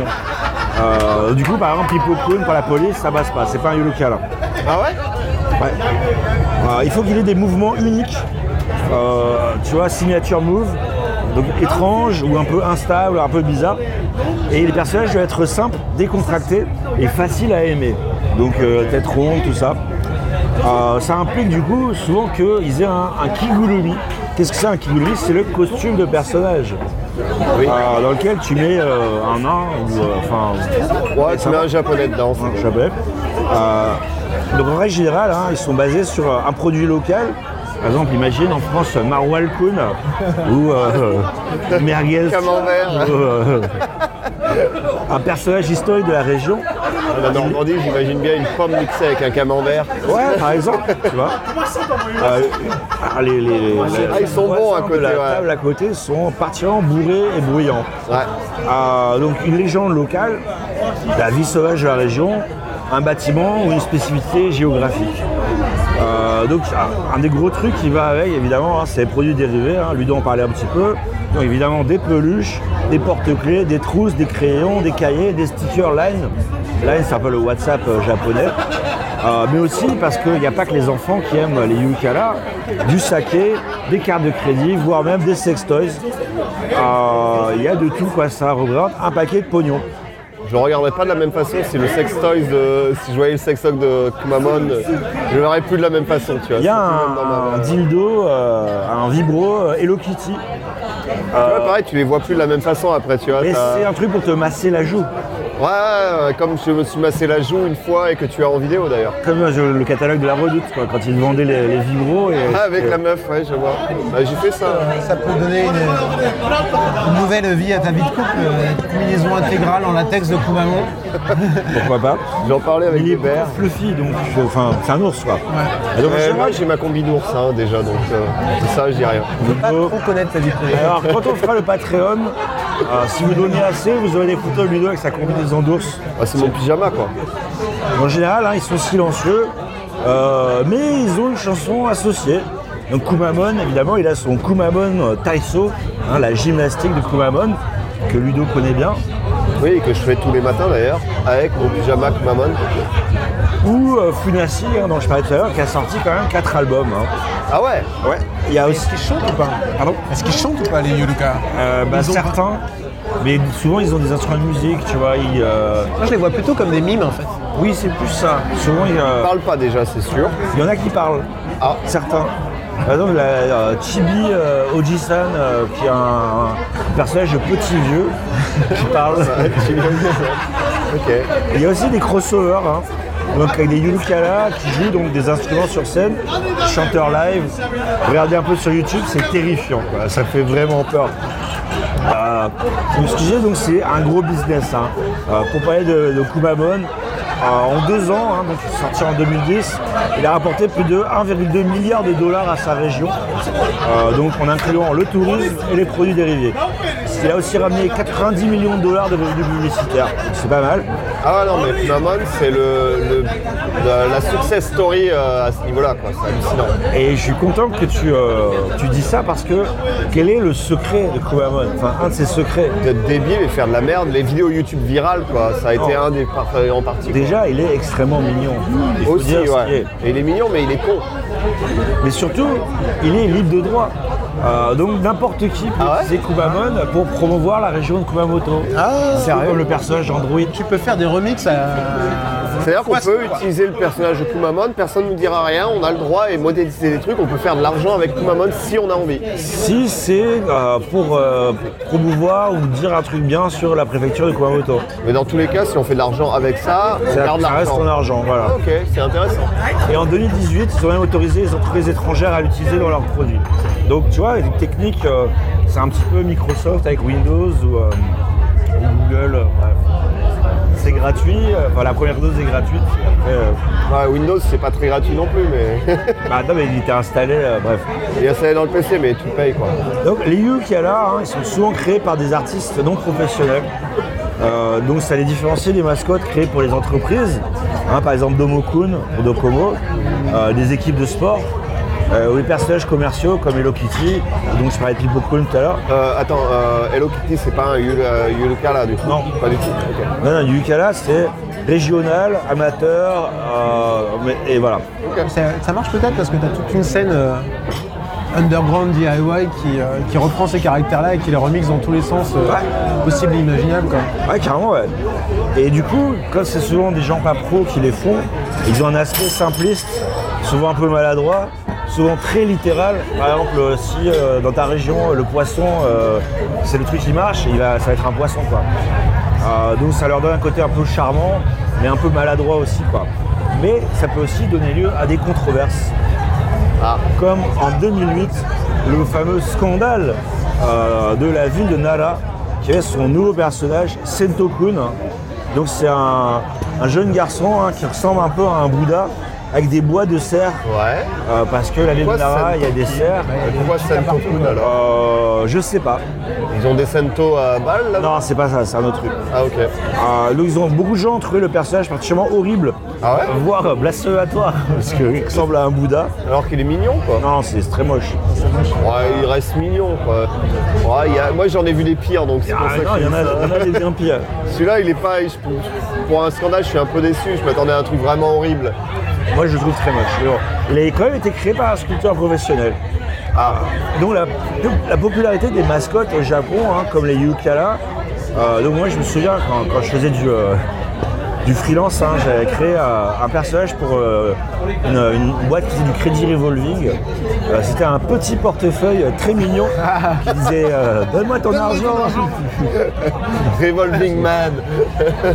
S1: Euh, du coup, par exemple, Hippocone pour la police, ça passe pas, c'est pas un Yulukala.
S2: Ah ouais
S1: Ouais. Euh, il faut qu'il ait des mouvements uniques euh, tu vois, signature move, donc étrange ou un peu instable, un peu bizarre. Et les personnages doivent être simples, décontractés et faciles à aimer. Donc euh, tête ronde, tout ça. Euh, ça implique du coup souvent qu'ils aient un, un kigurumi. Qu'est-ce que c'est un kigurumi C'est le costume de personnage. Euh, dans lequel tu mets euh, un nain ou euh, enfin
S2: Ouais, tu
S1: ça
S2: mets
S1: va.
S2: un japonais dedans. c'est
S1: un
S2: bon.
S1: japonais. Euh, donc en règle générale, hein, ils sont basés sur euh, un produit local. Par exemple, imagine en France euh, Maroilles Kun ou euh, euh, Merguez
S2: Camembert.
S1: ou, euh, un personnage historique de la région.
S2: La Normandie, j'imagine bien une pomme mixée avec un camembert.
S1: Ouais, par exemple, tu vois. Euh, ah, les, les- les-
S2: Ah, ils sont
S1: les
S2: bons
S1: voisins
S2: à
S1: de
S2: côté,
S1: La
S2: ouais.
S1: table à côté sont particulièrement bourrés et bruyants.
S2: Ouais.
S1: Euh, donc une légende locale, la vie sauvage de la région, un bâtiment ou une spécificité géographique. Euh, donc un- un des gros trucs qui va avec évidemment, hein, c'est les produits dérivés, hein, Ludo en parlait un petit peu. Donc évidemment des peluches, des porte-clés, des trousses, des crayons, des cahiers, des stickers Line. Line c'est un peu le WhatsApp euh, japonais. Euh, mais aussi parce qu'il n'y a pas que les enfants qui aiment les yukala, du saké, des cartes de crédit, voire même des sextoys. Euh, Il y a de tout, quoi. Ça représente un paquet de pognon.
S2: Je le regarderais pas de la même façon si le sextoys de. Si je voyais le sextoy de Kumamon, je le verrais plus de la même façon, tu vois.
S1: Il y a
S2: Surtout même dans
S1: un,
S2: ma-
S1: un dildo, euh, un vibro euh, Hello Kitty.
S2: Ouais, pareil, tu les vois plus de la même façon après, tu vois.
S1: Mais
S2: t'as-
S1: c'est un truc pour te masser la joue.
S2: Ouais, ouais, ouais, comme je me suis massé la joue une fois et que tu as en vidéo d'ailleurs.
S1: Comme euh, je- le catalogue de la Redoute, quoi, quand ils vendaient les, les vibros. Et,
S2: Ah, avec la meuf, ouais, je vois. Bah, j'ai fait ça.
S3: Ça peut donner une, une nouvelle vie à ta vie de couple, euh, une combinaison intégrale en latex de Kumamon.
S1: Pourquoi pas
S2: J'en parlais avec
S1: Il est
S2: Hubert.
S1: fluffy, donc euh, enfin, c'est un ours, quoi. Et donc, en
S2: Euh, moi
S1: général,
S2: j'ai ma combi d'ours hein, déjà donc euh, ça je dis rien.
S3: Pas
S2: Oh.
S3: trop connaître ta vie privée.
S1: Alors, quand on fera le Patreon, euh, si vous donnez assez, vous aurez des photos de Ludo avec sa combinaison d'ours.
S2: Ah, c'est mon pyjama quoi.
S1: En général, hein, ils sont silencieux, euh, mais ils ont une chanson associée. Donc Kumamon, évidemment, il a son Kumamon euh, Taiso, hein, la gymnastique de Kumamon, que Ludo connaît bien,
S2: Oui que je fais tous les matins d'ailleurs avec mon pyjama Kumamon.
S1: ou euh, Funasi, hein, dont je parlais tout à l'heure, qui a sorti quand même 4 albums. hein.
S2: Ah ouais
S1: Ouais. Il y a aussi
S3: Est-ce qu'ils chantent ou pas
S1: Pardon
S3: Est-ce qu'ils chantent ou pas les Yuluka
S1: Euh, bah,
S3: Ils ont-
S1: certains, mais souvent ils ont des instruments de musique, tu vois. ils, euh,
S3: Moi je les vois plutôt comme des mimes en fait.
S1: Oui, c'est plus ça. Souvent, ils, euh,
S2: Parle pas déjà c'est sûr.
S1: Il y en a qui parlent.
S2: Ah.
S1: Certains. Par exemple, la, euh, Chibi euh, Ojisan, euh, qui est un, un personnage de petit vieux qui parle.
S2: ok.
S1: Il y a aussi des crossovers, hein. donc avec des Yulukala qui jouent donc des instruments sur scène, chanteurs live. Regardez un peu sur YouTube, c'est terrifiant, quoi. ça fait vraiment peur. Euh, donc ce que j'ai, donc c'est un gros business. hein. Euh, pour parler de, de Kumamon, euh, en deux ans, hein, donc sorti en 2010, il a rapporté plus de 1,2 milliard de dollars à sa région, euh, donc en incluant le tourisme et les produits dérivés. Il a aussi ramené 90 millions de dollars de revenus publicitaires, donc c'est pas mal.
S2: Ah ouais, non mais Kumamon c'est le, le- la, la success story euh, à ce niveau là quoi, c'est hallucinant.
S1: Et je suis content que tu, euh, tu dis ça parce que quel est le secret de Kumamon Enfin, un de ses secrets.
S2: D'être débile et faire de la merde, les vidéos YouTube virales quoi, ça a été un des par- en partie. quoi.
S1: Déjà, il est extrêmement mignon. Il faut
S2: Aussi
S1: dire ce qu'il
S2: ouais.
S1: est.
S2: Et il est mignon mais il est con.
S1: Mais surtout, il est libre de droit. Euh, donc n'importe qui peut
S2: Ah ouais
S1: utiliser Kumamon pour promouvoir la région de Kumamoto.
S3: Ah,
S1: C'est comme le personnage d'Android.
S3: Tu peux faire des remixes à.
S2: C'est-à-dire qu'on
S3: Ouais,
S2: peut
S3: c'est quoi.
S2: utiliser le personnage de Kumamon, personne ne nous dira rien, on a le droit et monétiser des trucs, on peut faire de l'argent avec Kumamon si on a envie.
S1: Si c'est euh, pour euh, promouvoir ou dire un truc bien sur la préfecture de Kumamoto.
S2: Mais dans tous les cas, si on fait de l'argent avec ça, on
S1: Ça,
S2: garde
S1: ça reste
S2: l'argent.
S1: ton argent, voilà.
S2: Ah, ok, c'est intéressant.
S1: Et en 2018, ils ont même autorisé les entreprises étrangères à l'utiliser dans leurs produits. Donc tu vois, les techniques, euh, c'est un petit peu Microsoft avec Windows ou, euh, ou Google. euh, bref. C'est gratuit, euh, enfin la première dose est gratuite. puis Après, euh,
S2: Ouais, Bah, Windows, c'est pas très gratuit non plus, mais
S1: bah non mais il était installé, euh, bref.
S2: il y a ça dans le PC, mais tu payes quoi.
S1: Donc les U qu'il y a là, hein, ils sont souvent créés par des artistes non professionnels. Euh, donc ça les différencie des mascottes créées pour les entreprises, hein, par exemple Domokun ou Docomo, euh, des équipes de sport, euh, ou des personnages commerciaux comme Hello Kitty, donc je parlais de Pipokun tout à l'heure.
S2: Euh, attends, euh, Hello Kitty, c'est pas un Yul- euh, Yuluka là du coup
S1: Non.
S2: Pas du tout. ok.
S1: Non, non, Yukala c'est régional, amateur, euh, mais- et voilà.
S3: Ça, ça marche peut-être parce que t'as toute une scène euh, underground DIY qui, euh, qui reprend ces caractères-là et qui les remixe dans tous les sens euh,
S1: Ouais.
S3: possibles et imaginables. Quoi.
S1: Ouais, carrément, ouais. Et du coup, comme c'est souvent des gens pas pros qui les font, ils ont un aspect simpliste, souvent un peu maladroit, souvent très littéral. Par exemple, euh, si euh, dans ta région, euh, le poisson, euh, c'est le truc qui marche, il va, ça va être un poisson, quoi. Euh, donc ça leur donne un côté un peu charmant, mais un peu maladroit aussi, quoi. Mais ça peut aussi donner lieu à des controverses comme en 2008, le fameux scandale euh, de la ville de Nara, qui est son nouveau personnage, Sento-kun. Donc c'est un, un jeune garçon hein, qui ressemble un peu à un Bouddha, avec des bois de cerf,
S2: Ouais.
S1: euh, parce que la ville de
S2: Pourquoi
S1: Nara, il y a des
S2: Sento-kun
S1: cerfs.
S2: Pourquoi Sento-kun alors
S1: Euh, je sais pas.
S2: Ils ont des Sento à balles là
S1: Non, c'est pas ça, c'est un autre truc.
S2: Ah ok.
S1: Euh, donc, ils ont beaucoup de gens ont trouvé le personnage particulièrement horrible,
S2: Ah ouais
S1: voire blasphématoire, parce qu'il ressemble à un Bouddha.
S2: Alors qu'il est mignon quoi.
S1: Non, c'est c'est très moche.
S2: Ouais, il reste mignon quoi. Ouais, il y a- Moi j'en ai vu les pires donc c'est pour
S1: Ah,
S2: ça
S1: non,
S2: que
S1: il y en a- il y en a des bien pires.
S2: Celui-là il est pas. je- Pour un scandale je suis un peu déçu, je m'attendais à un truc vraiment horrible.
S1: Moi, je le trouve très moche. mais bon. Il a quand même été créé par un sculpteur professionnel. Ah. Donc, la, la popularité des mascottes au Japon, hein, comme les yukala, euh, donc moi, je me souviens quand, quand je faisais du, euh, du freelance, hein, j'avais créé euh, un personnage pour euh, une, une boîte qui faisait du crédit revolving. Euh, C'était un petit portefeuille très mignon qui disait euh, Donne-moi ton argent
S2: Revolving Man.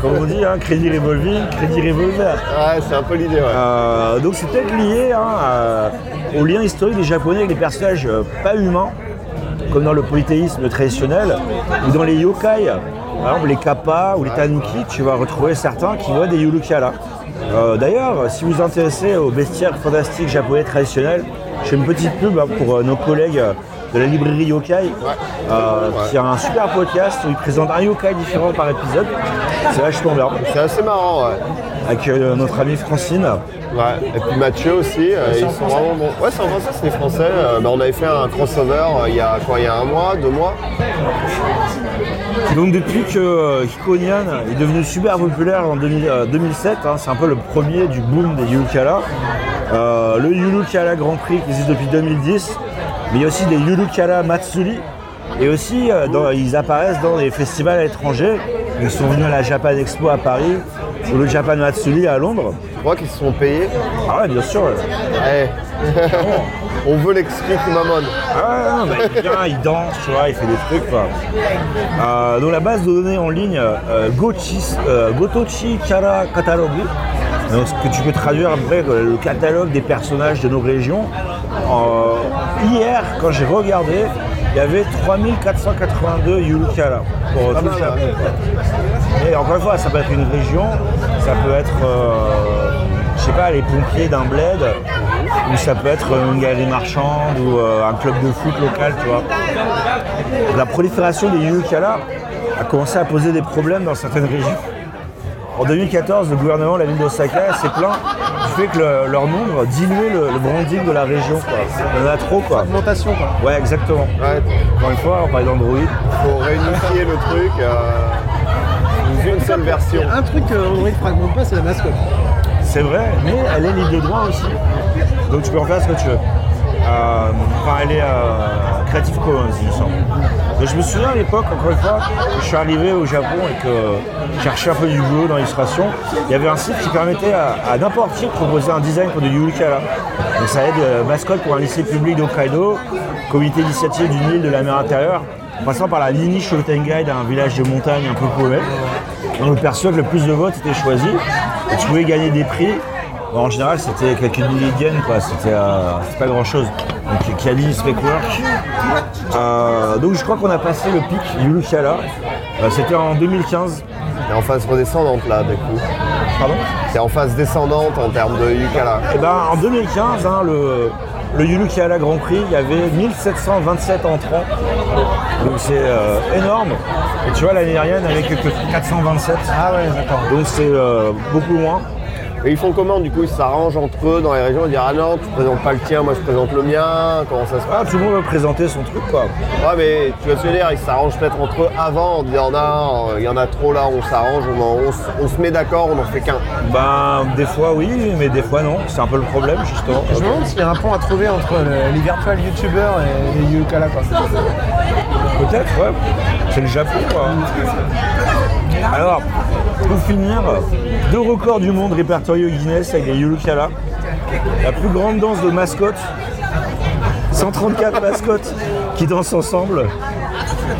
S1: Comme on dit, hein, crédit revolving, crédit revolver.
S2: Ouais, c'est un peu l'idée ouais.
S1: Euh, donc c'est peut-être lié hein, à- au lien historique des Japonais avec les personnages euh, pas humains, comme dans le polythéisme traditionnel, ou dans les yokai, par exemple les kappa ou les tanuki, tu vas retrouver certains qui voient des yurukala. Euh, D'ailleurs, si vous vous intéressez aux bestiaires fantastiques japonais traditionnels, j'ai une petite pub hein, pour euh, nos collègues euh, de la librairie Yokai, euh, qui a un super podcast où ils présentent un yokai différent par épisode. C'est vachement bien.
S2: C'est assez marrant ouais.
S1: Avec euh, notre amie Francine.
S2: Ouais, et puis Mathieu aussi, euh, ils sont vraiment bons. Ouais, c'est en français, c'est des français. Euh, bah, on avait fait un crossover euh, il y a quoi, il y a un mois, deux mois.
S1: Donc depuis que euh, Kikonian est devenu super populaire en 2000, euh, 2007, hein, c'est un peu le premier du boom des Yulukala. Euh, le Yulukala Grand Prix qui existe depuis 2010, mais il y a aussi des Yulukala Matsuri. Et aussi, euh, dans- ils apparaissent dans des festivals à l'étranger. Ils sont venus à la Japan Expo à Paris ou le Japan Matsuri à Londres.
S2: Je crois qu'ils se sont payés.
S1: Ah ouais, bien sûr.
S2: Eh, on veut l'explique Mammon.
S1: Ah, bah, il vient, il danse, tu vois, il fait des trucs. Quoi. Euh, donc la base de données en ligne, euh, Gochi- euh, Gotochi Kara Catalogue, donc ce que tu peux traduire après euh, le catalogue des personnages de nos régions. Euh, hier, quand j'ai regardé, il y avait 3482 Yulukara pour tout le
S2: mal,
S1: Japon, quoi. Et encore une fois, ça peut être une région, ça peut être, euh, je sais pas, les pompiers d'un bled, ou ça peut être une galerie marchande ou euh, un club de foot local, tu vois. La prolifération des yukala a commencé à poser des problèmes dans certaines régions. En 2014, le gouvernement de la ville d'Osaka s'est plaint du fait que le- leur nombre diluait le, le branding de la région. Quoi. Il y en a trop, quoi.
S3: Augmentation, quoi.
S1: Ouais, exactement.
S2: Ouais,
S1: Encore une fois, on parlait d'Android.
S2: faut réunifier le truc. euh, sous une seule version.
S3: Un truc qu'André ne fragmente pas, c'est la mascotte.
S1: C'est vrai, mais elle est libre de droit aussi. Donc tu peux en faire ce que tu veux. Euh, Enfin, elle est euh, Creative Commons, il me semble. Donc, je me souviens à l'époque, encore une fois, que je suis arrivé au Japon et que je cherchais un peu du boulot dans l'illustration. Il y avait un site qui permettait à, à n'importe qui de proposer un design pour du Yurikala. Donc ça aide euh, mascotte pour un lycée public d'Hokkaido, comité d'initiative d'une île de la mer intérieure, en passant par la Nini Shotengai d'un village de montagne un peu paumé. Dans le perso, le plus de votes était choisi. Et tu pouvais gagner des prix. Bon, en général, c'était quelques milliers de yens, quoi. C'était euh, c'était pas grand chose. Donc, Kali, Specwork. Euh, donc, je crois qu'on a passé le pic Yulukala. Euh, c'était en 2015.
S2: C'est en phase redescendante là, du coup.
S1: Pardon
S2: C'est en phase descendante en termes de Yukala.
S1: Eh ben, en 2015, hein, le, le Yulukala Grand Prix, il y avait 1727 entrants. Donc c'est euh, énorme. Et tu vois, l'année dernière, il n'y en avait que 427. Ah ouais, d'accord. Donc c'est euh, beaucoup moins.
S2: Et ils font comment Du coup, ils s'arrangent entre eux dans les régions, ils disent Ah non, tu présentes pas le tien, moi je présente le mien. Comment ça se passe
S1: Ah, tout le monde veut présenter son truc, quoi.
S2: Ouais, mais tu vas se dire, ils s'arrangent peut-être entre eux avant en disant Non, euh, il y en a trop là, on s'arrange, on, en- on s- on se met d'accord, on n'en fait qu'un.
S1: Ben, des fois oui, mais des fois non. C'est un peu le problème, justement.
S3: Je me demande s'il y a un pont à trouver entre euh, les virtual youtubeurs et les yukala quoi.
S1: Peut-être, ouais. C'est le Japon, quoi. Alors, pour finir, deux records du monde répertoriés au Guinness avec les Yulukala. La plus grande danse de mascottes. 134 mascottes qui dansent ensemble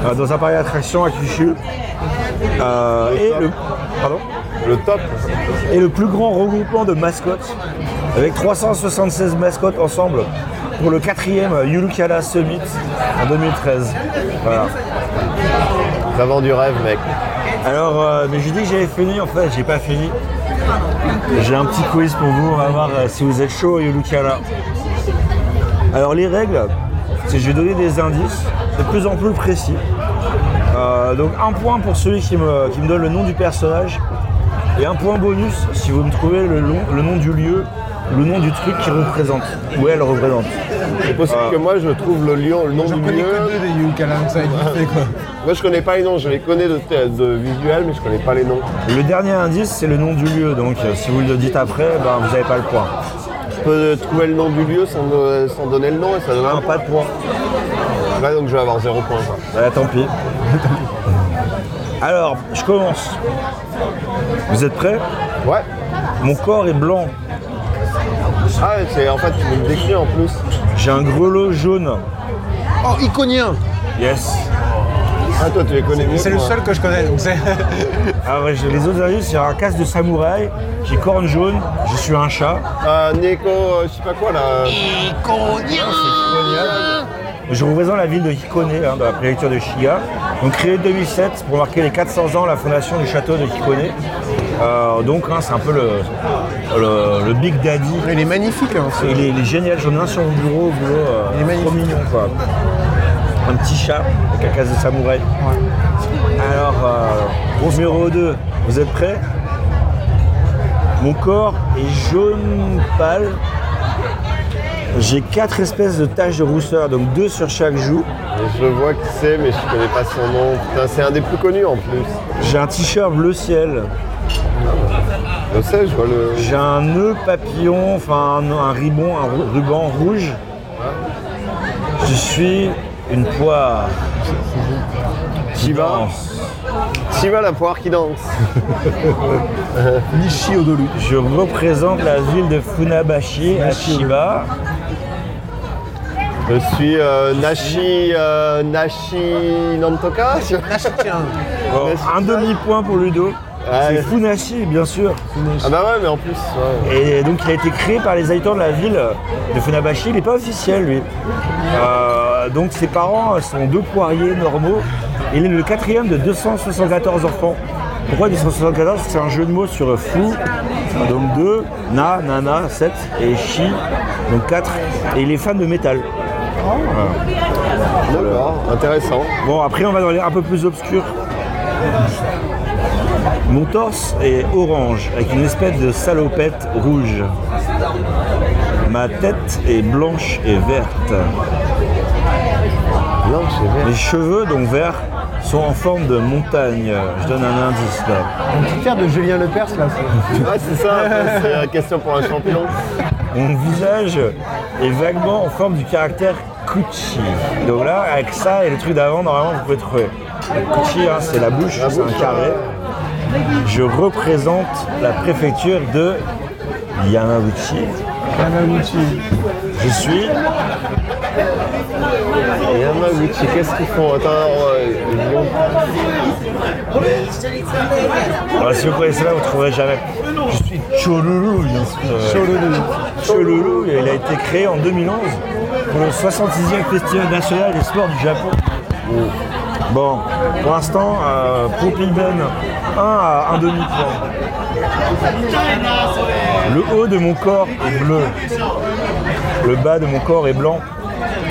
S1: euh, dans un parc d'attractions à Kyushu. Euh, et, le, pardon
S2: Le top,
S1: et le plus grand regroupement de mascottes avec 376 mascottes ensemble pour le quatrième Yulukala Summit en 2013. Voilà.
S2: ça vend du rêve, mec.
S1: Alors, euh, mais je dis que j'avais fini, en fait, j'ai pas fini. J'ai un petit quiz pour vous, on va voir euh, si vous êtes chaud, Yulukala. Alors, les règles, c'est que je vais donner des indices de plus en plus précis. Euh, donc, un point pour celui qui me, qui me donne le nom du personnage, et un point bonus si vous me trouvez le, long- le nom du lieu, le nom du truc qu'il représente, ou elle représente.
S2: C'est possible que moi je trouve le lion, le nom du
S3: connais
S2: lieu.
S3: que deux des Yukala, ça existe quoi.
S2: Moi je connais pas les noms, je les connais de, de visuel, mais je connais pas les noms.
S1: Le dernier indice, c'est le nom du lieu, donc euh, si vous le dites après, ben, vous n'avez pas le point.
S2: Je peux trouver le nom du lieu sans, me- sans donner le nom et ça donne un
S1: Non, pas de point.
S2: Ouais, donc je vais avoir zéro point. quoi.
S1: Bah, tant pis. Alors, je commence. Vous êtes prêts
S2: Ouais.
S1: Mon corps est blanc.
S2: Ah, c'est en fait, tu me le décris en plus.
S1: J'ai un grelot jaune.
S3: Oh, iconien
S1: Yes.
S2: Ah, toi, tu les connais mieux.
S3: C'est
S2: que
S3: le
S2: moi.
S3: seul que je connais, donc c'est.
S1: Alors, j'ai Ah les autres indices, j'ai un casque de samouraï, j'ai corne jaune, je suis un chat.
S2: Euh, Neko, euh, je sais pas quoi là.
S3: Ah.
S1: Je représente la ville de Hikone, hein, dans la préfecture de Shiga. Donc créée en 2007 pour marquer les 400 ans de la fondation du château de Hikone. Euh, donc hein, c'est un peu le, le, le Big Daddy.
S3: Il est magnifique, hein, ce-
S1: Il est, il est génial, j'en ai un sur mon bureau, au boulot, euh,
S3: Il est magnifique.
S1: trop mignon quoi. Un petit chat avec un casque de samouraï. Alors, euh, numéro 2, vous êtes prêts Mon corps est jaune pâle. J'ai quatre espèces de taches de rousseur, donc deux sur chaque joue.
S2: Je vois qui c'est, mais je connais pas son nom. Putain, c'est un des plus connus en plus.
S1: J'ai un t-shirt bleu ciel.
S2: Je sais, je vois le.
S1: J'ai un nœud papillon, enfin un, un ribon, un rou- ruban rouge. Je suis une poire. Qui
S2: va Shiva la poire qui danse.
S1: Nishi Odolu. Je représente la ville de Funabashi à Shiba.
S2: Je suis euh, Nashi. euh, Nashi Nantoka je-
S3: Tiens,
S1: Bon, un demi-point pour Ludo. C'est
S2: Ouais.
S1: Funashi, bien sûr.
S2: Ah bah ouais, mais en plus. ouais.
S1: Et donc il a été créé par les habitants de la ville de Funabashi, il n'est pas officiel lui. Euh, donc ses parents sont deux poiriers normaux. Il est le quatrième de 274 enfants. Pourquoi 274 C'est un jeu de mots sur fou, donc 2, na, nana, 7, et chi, donc 4. Et il est fan de métal.
S2: D'accord, intéressant.
S1: Bon, après, on va dans les un peu plus obscurs. Mon torse est orange avec une espèce de salopette rouge. Ma tête est blanche et verte.
S2: Non, je sais
S1: Mes cheveux, donc verts, sont en forme de montagne. Je donne un indice là.
S3: une petite paire de Julien Lepers là. c'est-
S2: pas. Ah, c'est ça, c'est la question pour un champion.
S1: Mon visage est vaguement en forme du caractère Kuchi. Donc là, avec ça et le truc d'avant, normalement, vous pouvez trouver. Kuchi, hein, c'est la bouche, c'est un carré. Je représente la préfecture de Yamaguchi.
S3: Yamaguchi.
S1: Je suis
S2: Et Yamaguchi, qu'est-ce qu'ils font Attends, euh, ils vont-
S1: Alors, si vous connaissez là, vous ne trouverez jamais. Je suis Cholulu, bien sûr. Cholulu. il a été créé en 2011 pour le 66e Festival national des sports du Japon. Bon, pour l'instant, euh, pour Pilben, 1 à 1 demi-point. Le haut de mon corps est bleu. Le bas de mon corps est blanc,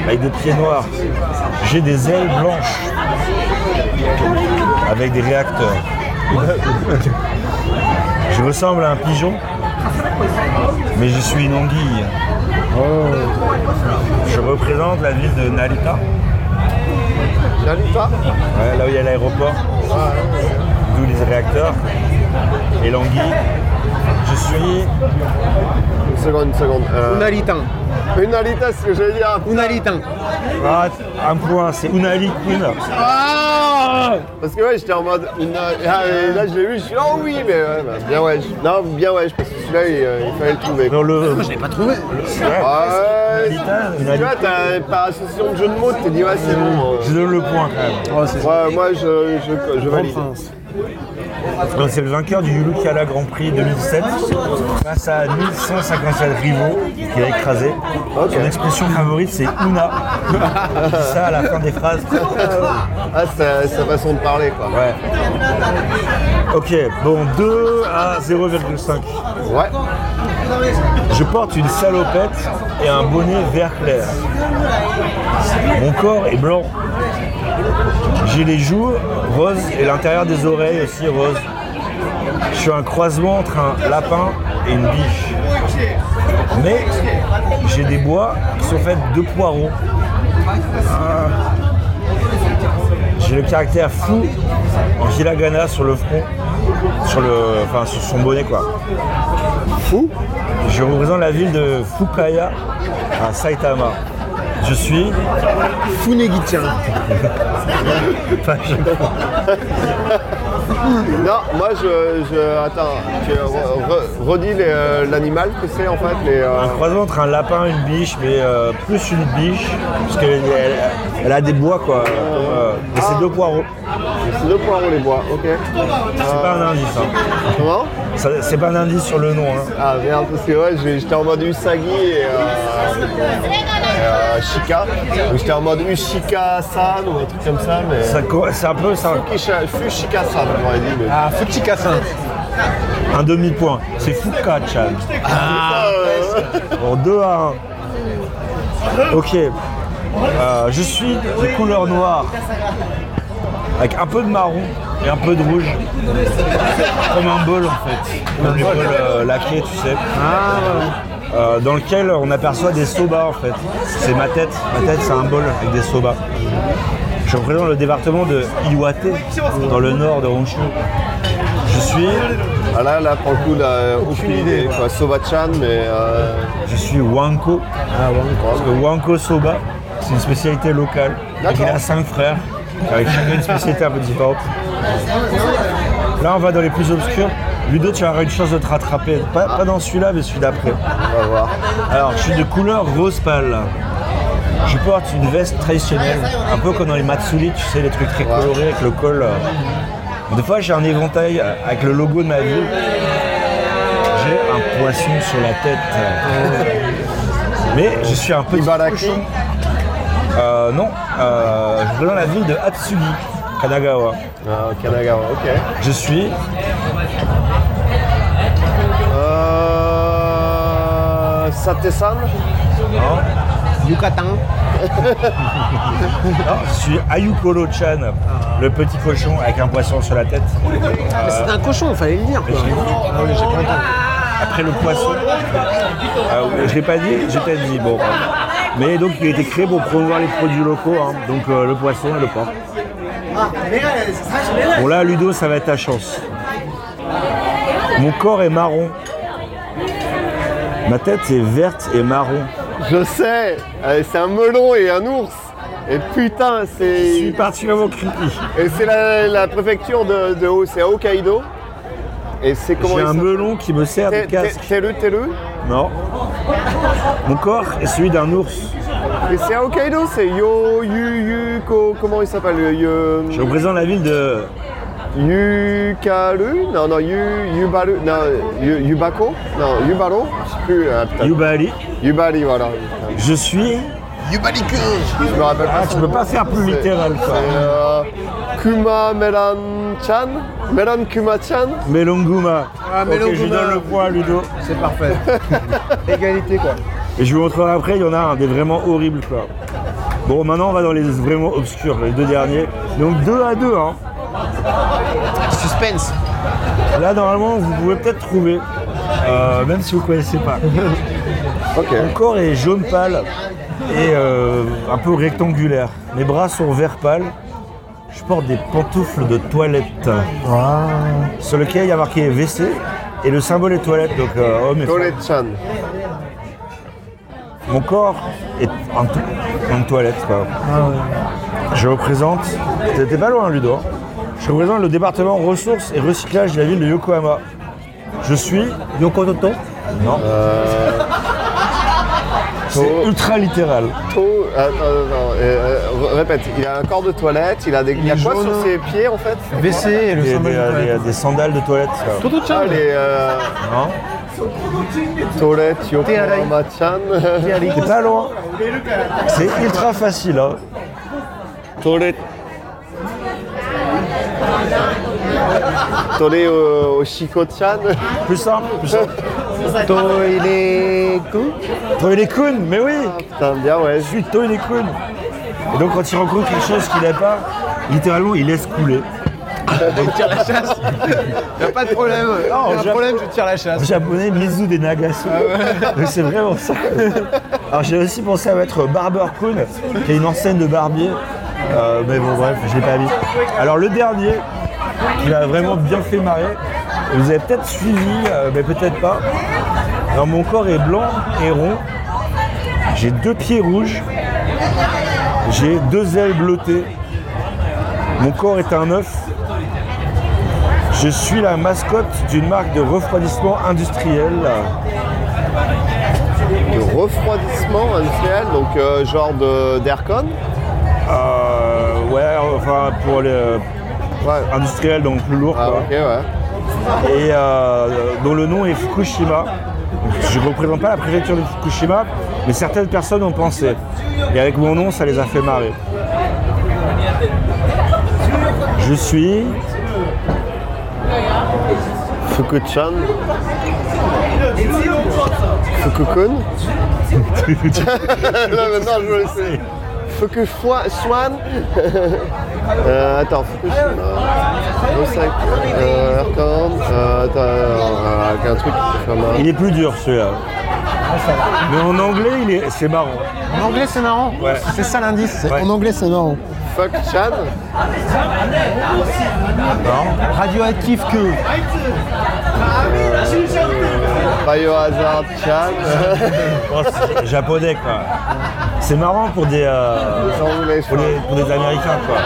S1: avec des pieds noirs. J'ai des ailes blanches, avec des réacteurs. Je ressemble à un pigeon Mais je suis une anguille.
S3: Oh.
S1: Je représente la ville de Narita,
S2: Narita
S1: ouais, là où il y a l'aéroport, d'où les réacteurs. Et l'anguille, je suis
S2: Une seconde, une seconde. Euh,
S3: Unalitin.
S2: une Narita, c'est ce que j'allais dire.
S3: Unalitin.
S1: Ah, un point, c'est Unali Kun.
S2: Parce que ouais, j'étais en mode. Une, ah, et là, je l'ai vu, je suis là, oh oui, mais ouais, bah, bien ouais. je- Non, bien ouais, je- parce que celui-là, il, euh, il fallait le trouver.
S1: Dans le.
S3: Pas trouvé.
S2: Ouais,
S1: Narita,
S2: tu
S1: Narita.
S2: vois, t'as- par association de jeu de mots, tu t'es dit, ouais, c'est bon. euh.
S1: Je donne le point quand même.
S3: Oh, c'est
S2: Ouais, moi, je, je, je valide.
S1: Donc, c'est le vainqueur du Yulukiala Grand Prix 2007 face à 1157 rivaux qui a écrasé. Son expression favorite c'est Una. Il dit ça à la fin des phrases.
S2: Ah, sa, sa façon de parler, quoi.
S1: Ouais. Ok, bon 2 à 0,5.
S2: Ouais.
S1: Je porte une salopette et un bonnet vert clair. Mon corps est blanc. J'ai les joues roses et l'intérieur des oreilles aussi rose. Je suis un croisement entre un lapin et une biche. Mais j'ai des bois qui sont faits de poireaux. Ah. J'ai le caractère fou en hiragana sur le front, sur le, enfin sur son bonnet quoi. Je représente la ville de Fukaya à Saitama. Je suis
S3: Funegichien.
S1: enfin, je-
S2: Non, moi, je. je attends, tu re- re- redis les, euh, l'animal que c'est, en fait. Les, euh,
S1: un croisement entre un lapin et une biche, mais euh, plus une biche, parce qu'elle elle, elle a des bois quoi. euh, mais c'est deux poireaux.
S2: c'est deux poireaux, les bois, ok.
S1: C'est pas un indice. hein.
S2: Comment
S1: Ça- C'est pas un indice sur le nom. hein.
S2: Ah merde, parce que ouais, j'ai- j'étais en mode Usagi et, euh, et, euh, Shika. Donc j'étais en mode Ushika-san ou un truc comme ça, mais.
S1: Ça co- C'est un peu ça,
S2: Fushika- Fushika-san, j'aurais dit, mais.
S3: Ah, Fuchikasin.
S1: un demi-point. C'est Fuka-chan.
S2: Ah, ouais.
S1: Bon, 2 à 1. Ok. Euh, je suis de couleur noire. Avec un peu de marron et un peu de rouge. Comme un bol en fait. Comme les bols euh, laqués, tu sais. Euh, dans lequel on aperçoit des sobas en fait. C'est ma tête. Ma tête c'est un bol avec des sobas. Je représente le département de Iwate, dans le nord de Honshu. Je suis,
S2: Ah là, là, pour le coup, là, aucune idée, quoi. Soba-chan, mais. euh,
S1: je suis Wanko,
S2: Ah, ouais,
S1: Parce que Wanko Soba, c'est une spécialité locale. Donc,
S2: D'accord.
S1: il a cinq frères, avec chacun une spécialité un peu différente. Là, on va dans les plus obscurs. Ludo, tu auras une chance de te rattraper. Pas, pas dans celui-là, mais celui d'après.
S2: on va voir.
S1: Alors, je suis de couleur rose pâle. Je porte une veste traditionnelle, un peu comme dans les Matsuri, tu sais, les trucs très colorés avec le col. euh. Des fois, j'ai un éventail euh, avec le logo de ma ville. J'ai un poisson sur la tête.
S2: Oh.
S1: Mais je suis un petit
S2: Ibaraki.
S1: cochon. Euh, non, euh, je viens de la ville de Hatsugi, Kanagawa.
S2: Ah, Kanagawa, ok.
S1: Je suis
S2: Euh. Sate-san
S3: Yucatan.
S1: Non, je suis Ayukoro-chan, le petit cochon avec un poisson sur la tête.
S3: Mais Ah, C'est un cochon, fallait le dire. Quoi. Ah oui, j'ai pas entendu.
S1: Après le poisson, euh, je l'ai pas dit, j'ai peut-être dit bon. Mais donc il a été créé pour promouvoir les produits locaux, hein. donc euh, le poisson et le porc. Bon là Ludo, ça va être ta chance. Mon corps est marron. Ma tête est verte et marron.
S2: Je sais Euh, C'est un melon et un ours Et putain,
S1: Je
S2: c'est.
S1: suis particulièrement creepy.
S2: Et c'est la, la préfecture de, de Ho- c'est à Hokkaido. Et c'est comment
S1: J'ai
S2: il
S1: un
S2: s'appelle
S1: melon qui me sert de
S2: Te-
S1: casque.
S2: te- Teru Teru
S1: Non. Mon corps est celui d'un ours.
S2: Et c'est à Hokkaido, c'est Yo Yu Yu Ko. Comment il s'appelle le
S1: Je
S2: Yo.
S1: représente la ville de
S2: Yukaru Non, non, Yu Yubaru. Non, Yu- Yubako Non, Yubaro Je sais plus. ah, putain.
S1: Yubali.
S2: Yubari, voilà.
S1: Je suis.
S2: Je me rappelle pas.
S1: Ah, tu peux pas faire plus littéral quoi.
S2: euh, Kuma Melan Chan Melan Kuma Chan
S1: Melonguma.
S3: Ah,
S1: Ok,
S3: Melonguma.
S1: je lui donne le point à Ludo.
S3: C'est parfait. Égalité, quoi.
S1: Et je vous montrerai après, il y en a un des vraiment horribles quoi. Bon, maintenant on va dans les vraiment obscurs, les deux derniers. Donc 2 à 2. Hein.
S3: Suspense.
S1: Là, normalement, vous pouvez peut-être trouver. euh, même si vous ne connaissez pas.
S2: Ok.
S1: Mon corps est jaune pâle et euh, un peu rectangulaire. Mes bras sont vert pâle. Je porte des pantoufles de toilette sur lequel il y a marqué WC et le symbole est toilette. Donc, euh, homme et femme.
S2: Toilet-chan.
S1: Mon corps est en, to- en toilette. quoi.
S3: Ah
S1: Je représente. T'étais pas loin, Ludo. hein. Je représente le département ressources et recyclage de la ville de Yokohama. Je suis. Yoko Toto Non. C'est ultra littéral.
S2: Tout- Attends, attends, attends. Euh, euh, répète, il a un corps de toilette, il a des. Il y a
S3: est
S2: quoi
S3: jaune.
S1: hein.
S2: sur ses pieds en fait
S3: WC et le
S1: Des,
S3: symbole
S1: des- euh,
S3: de
S1: des-
S3: toilette.
S1: des sandales de toilette. quoi.
S2: Ah, les. Euh...
S1: Non.
S2: Toilette, Yokohama-chan.
S1: T'es pas loin. C'est ultra facile. hein.
S2: Toilette. Toilette au Oshiko-chan.
S1: Plus simple, plus simple.
S3: Toileku.
S1: Toilet Kun, mais oui
S2: Putain, bien, ouais.
S1: Je suis Toilet Kun. Et donc quand il rencontre quelque chose qu'il n'a pas, littéralement il laisse couler.
S3: Y'a pas de problème.
S1: Non,
S3: Y'a un
S1: j'ai-
S3: problème, je tire la chasse.
S1: En japonais, Mizu des Nagasu. Donc, C'est vraiment ça. Alors j'ai aussi pensé à mettre Barber Kun, qui est une enseigne de barbier. Euh, mais bon bref, je l'ai pas mis. Alors le dernier, qui m'a vraiment bien fait marrer, vous avez peut-être suivi, euh, mais peut-être pas. Alors mon corps est blanc et rond. J'ai deux pieds rouges. J'ai deux ailes bleutées. Mon corps est un œuf. Je suis la mascotte d'une marque de refroidissement industriel.
S2: De refroidissement industriel, donc euh, genre de- d'aircon.
S1: Euh, ouais, enfin pour les euh,
S2: Ouais.
S1: industriels donc plus lourd
S2: Ah,
S1: quoi.
S2: ok, ouais.
S1: Et euh, dont le nom est Fukushima. Donc, Je ne représente pas la préfecture de Fukushima, mais certaines personnes ont pensé. Et avec mon nom, ça les a fait marrer. Je suis
S2: Fuku-chan. Fuku-kun. non, mais non, je le sais. Fuku-swan. euh, attends, Fukushima. Osaka. Euh, Aircon. Euh, attends, euh, avec un truc qui fait mal.
S1: Il est plus dur celui-là. Mais en anglais, il est- c'est marrant.
S3: En anglais, c'est marrant.
S1: Ouais.
S3: C'est ça l'indice. c'est-
S1: Ouais.
S3: En anglais, c'est marrant.
S2: Fuck-chan.
S3: Radioactif que.
S2: Biohazard-chan.
S1: Oh, c'est japonais quoi. C'est marrant pour des, euh,
S2: Les Anglais, je
S1: pour les- pour des Américains quoi.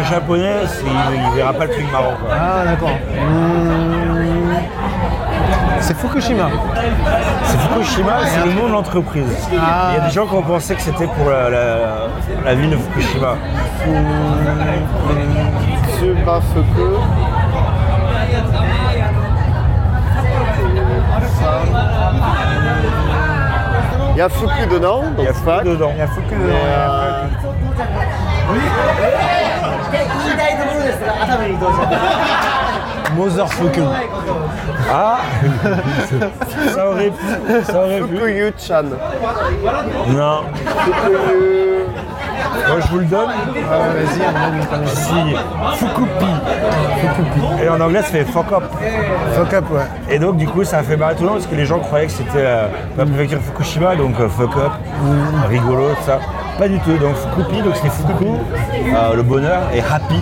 S1: Un japonais, c'est- il, il verra pas le truc marrant quoi.
S3: Ah, d'accord. Hmm. C'est Fukushima.
S1: C'est Fukushima, c'est le nom de l'entreprise.
S3: Ah.
S1: Il y a des gens qui ont pensé que c'était pour la, la- la ville de Fukushima.
S2: Subafuku. Il y a Fuku dedans, donc
S1: Il y a
S2: fuck.
S1: fuck dedans.
S3: Il y a Fuku.
S2: Euh,
S3: Motherfucker.
S1: Ah Ça aurait pu. Ça aurait pu.
S2: Fukuyu-chan.
S1: Non.
S2: Fukuyu.
S1: Moi je vous le donne. Je signe Fukupi. Et en anglais ça fait fuck up.
S3: Fuck up, ouais.
S1: Et donc, du coup, ça a fait marrer tout le monde parce que les gens croyaient que c'était euh, la préfecture Fukushima, donc euh, fuck up, Mm. rigolo, tout ça. Pas du tout. Donc, Fukupi, donc c'est Fuku, euh, le bonheur, et happy,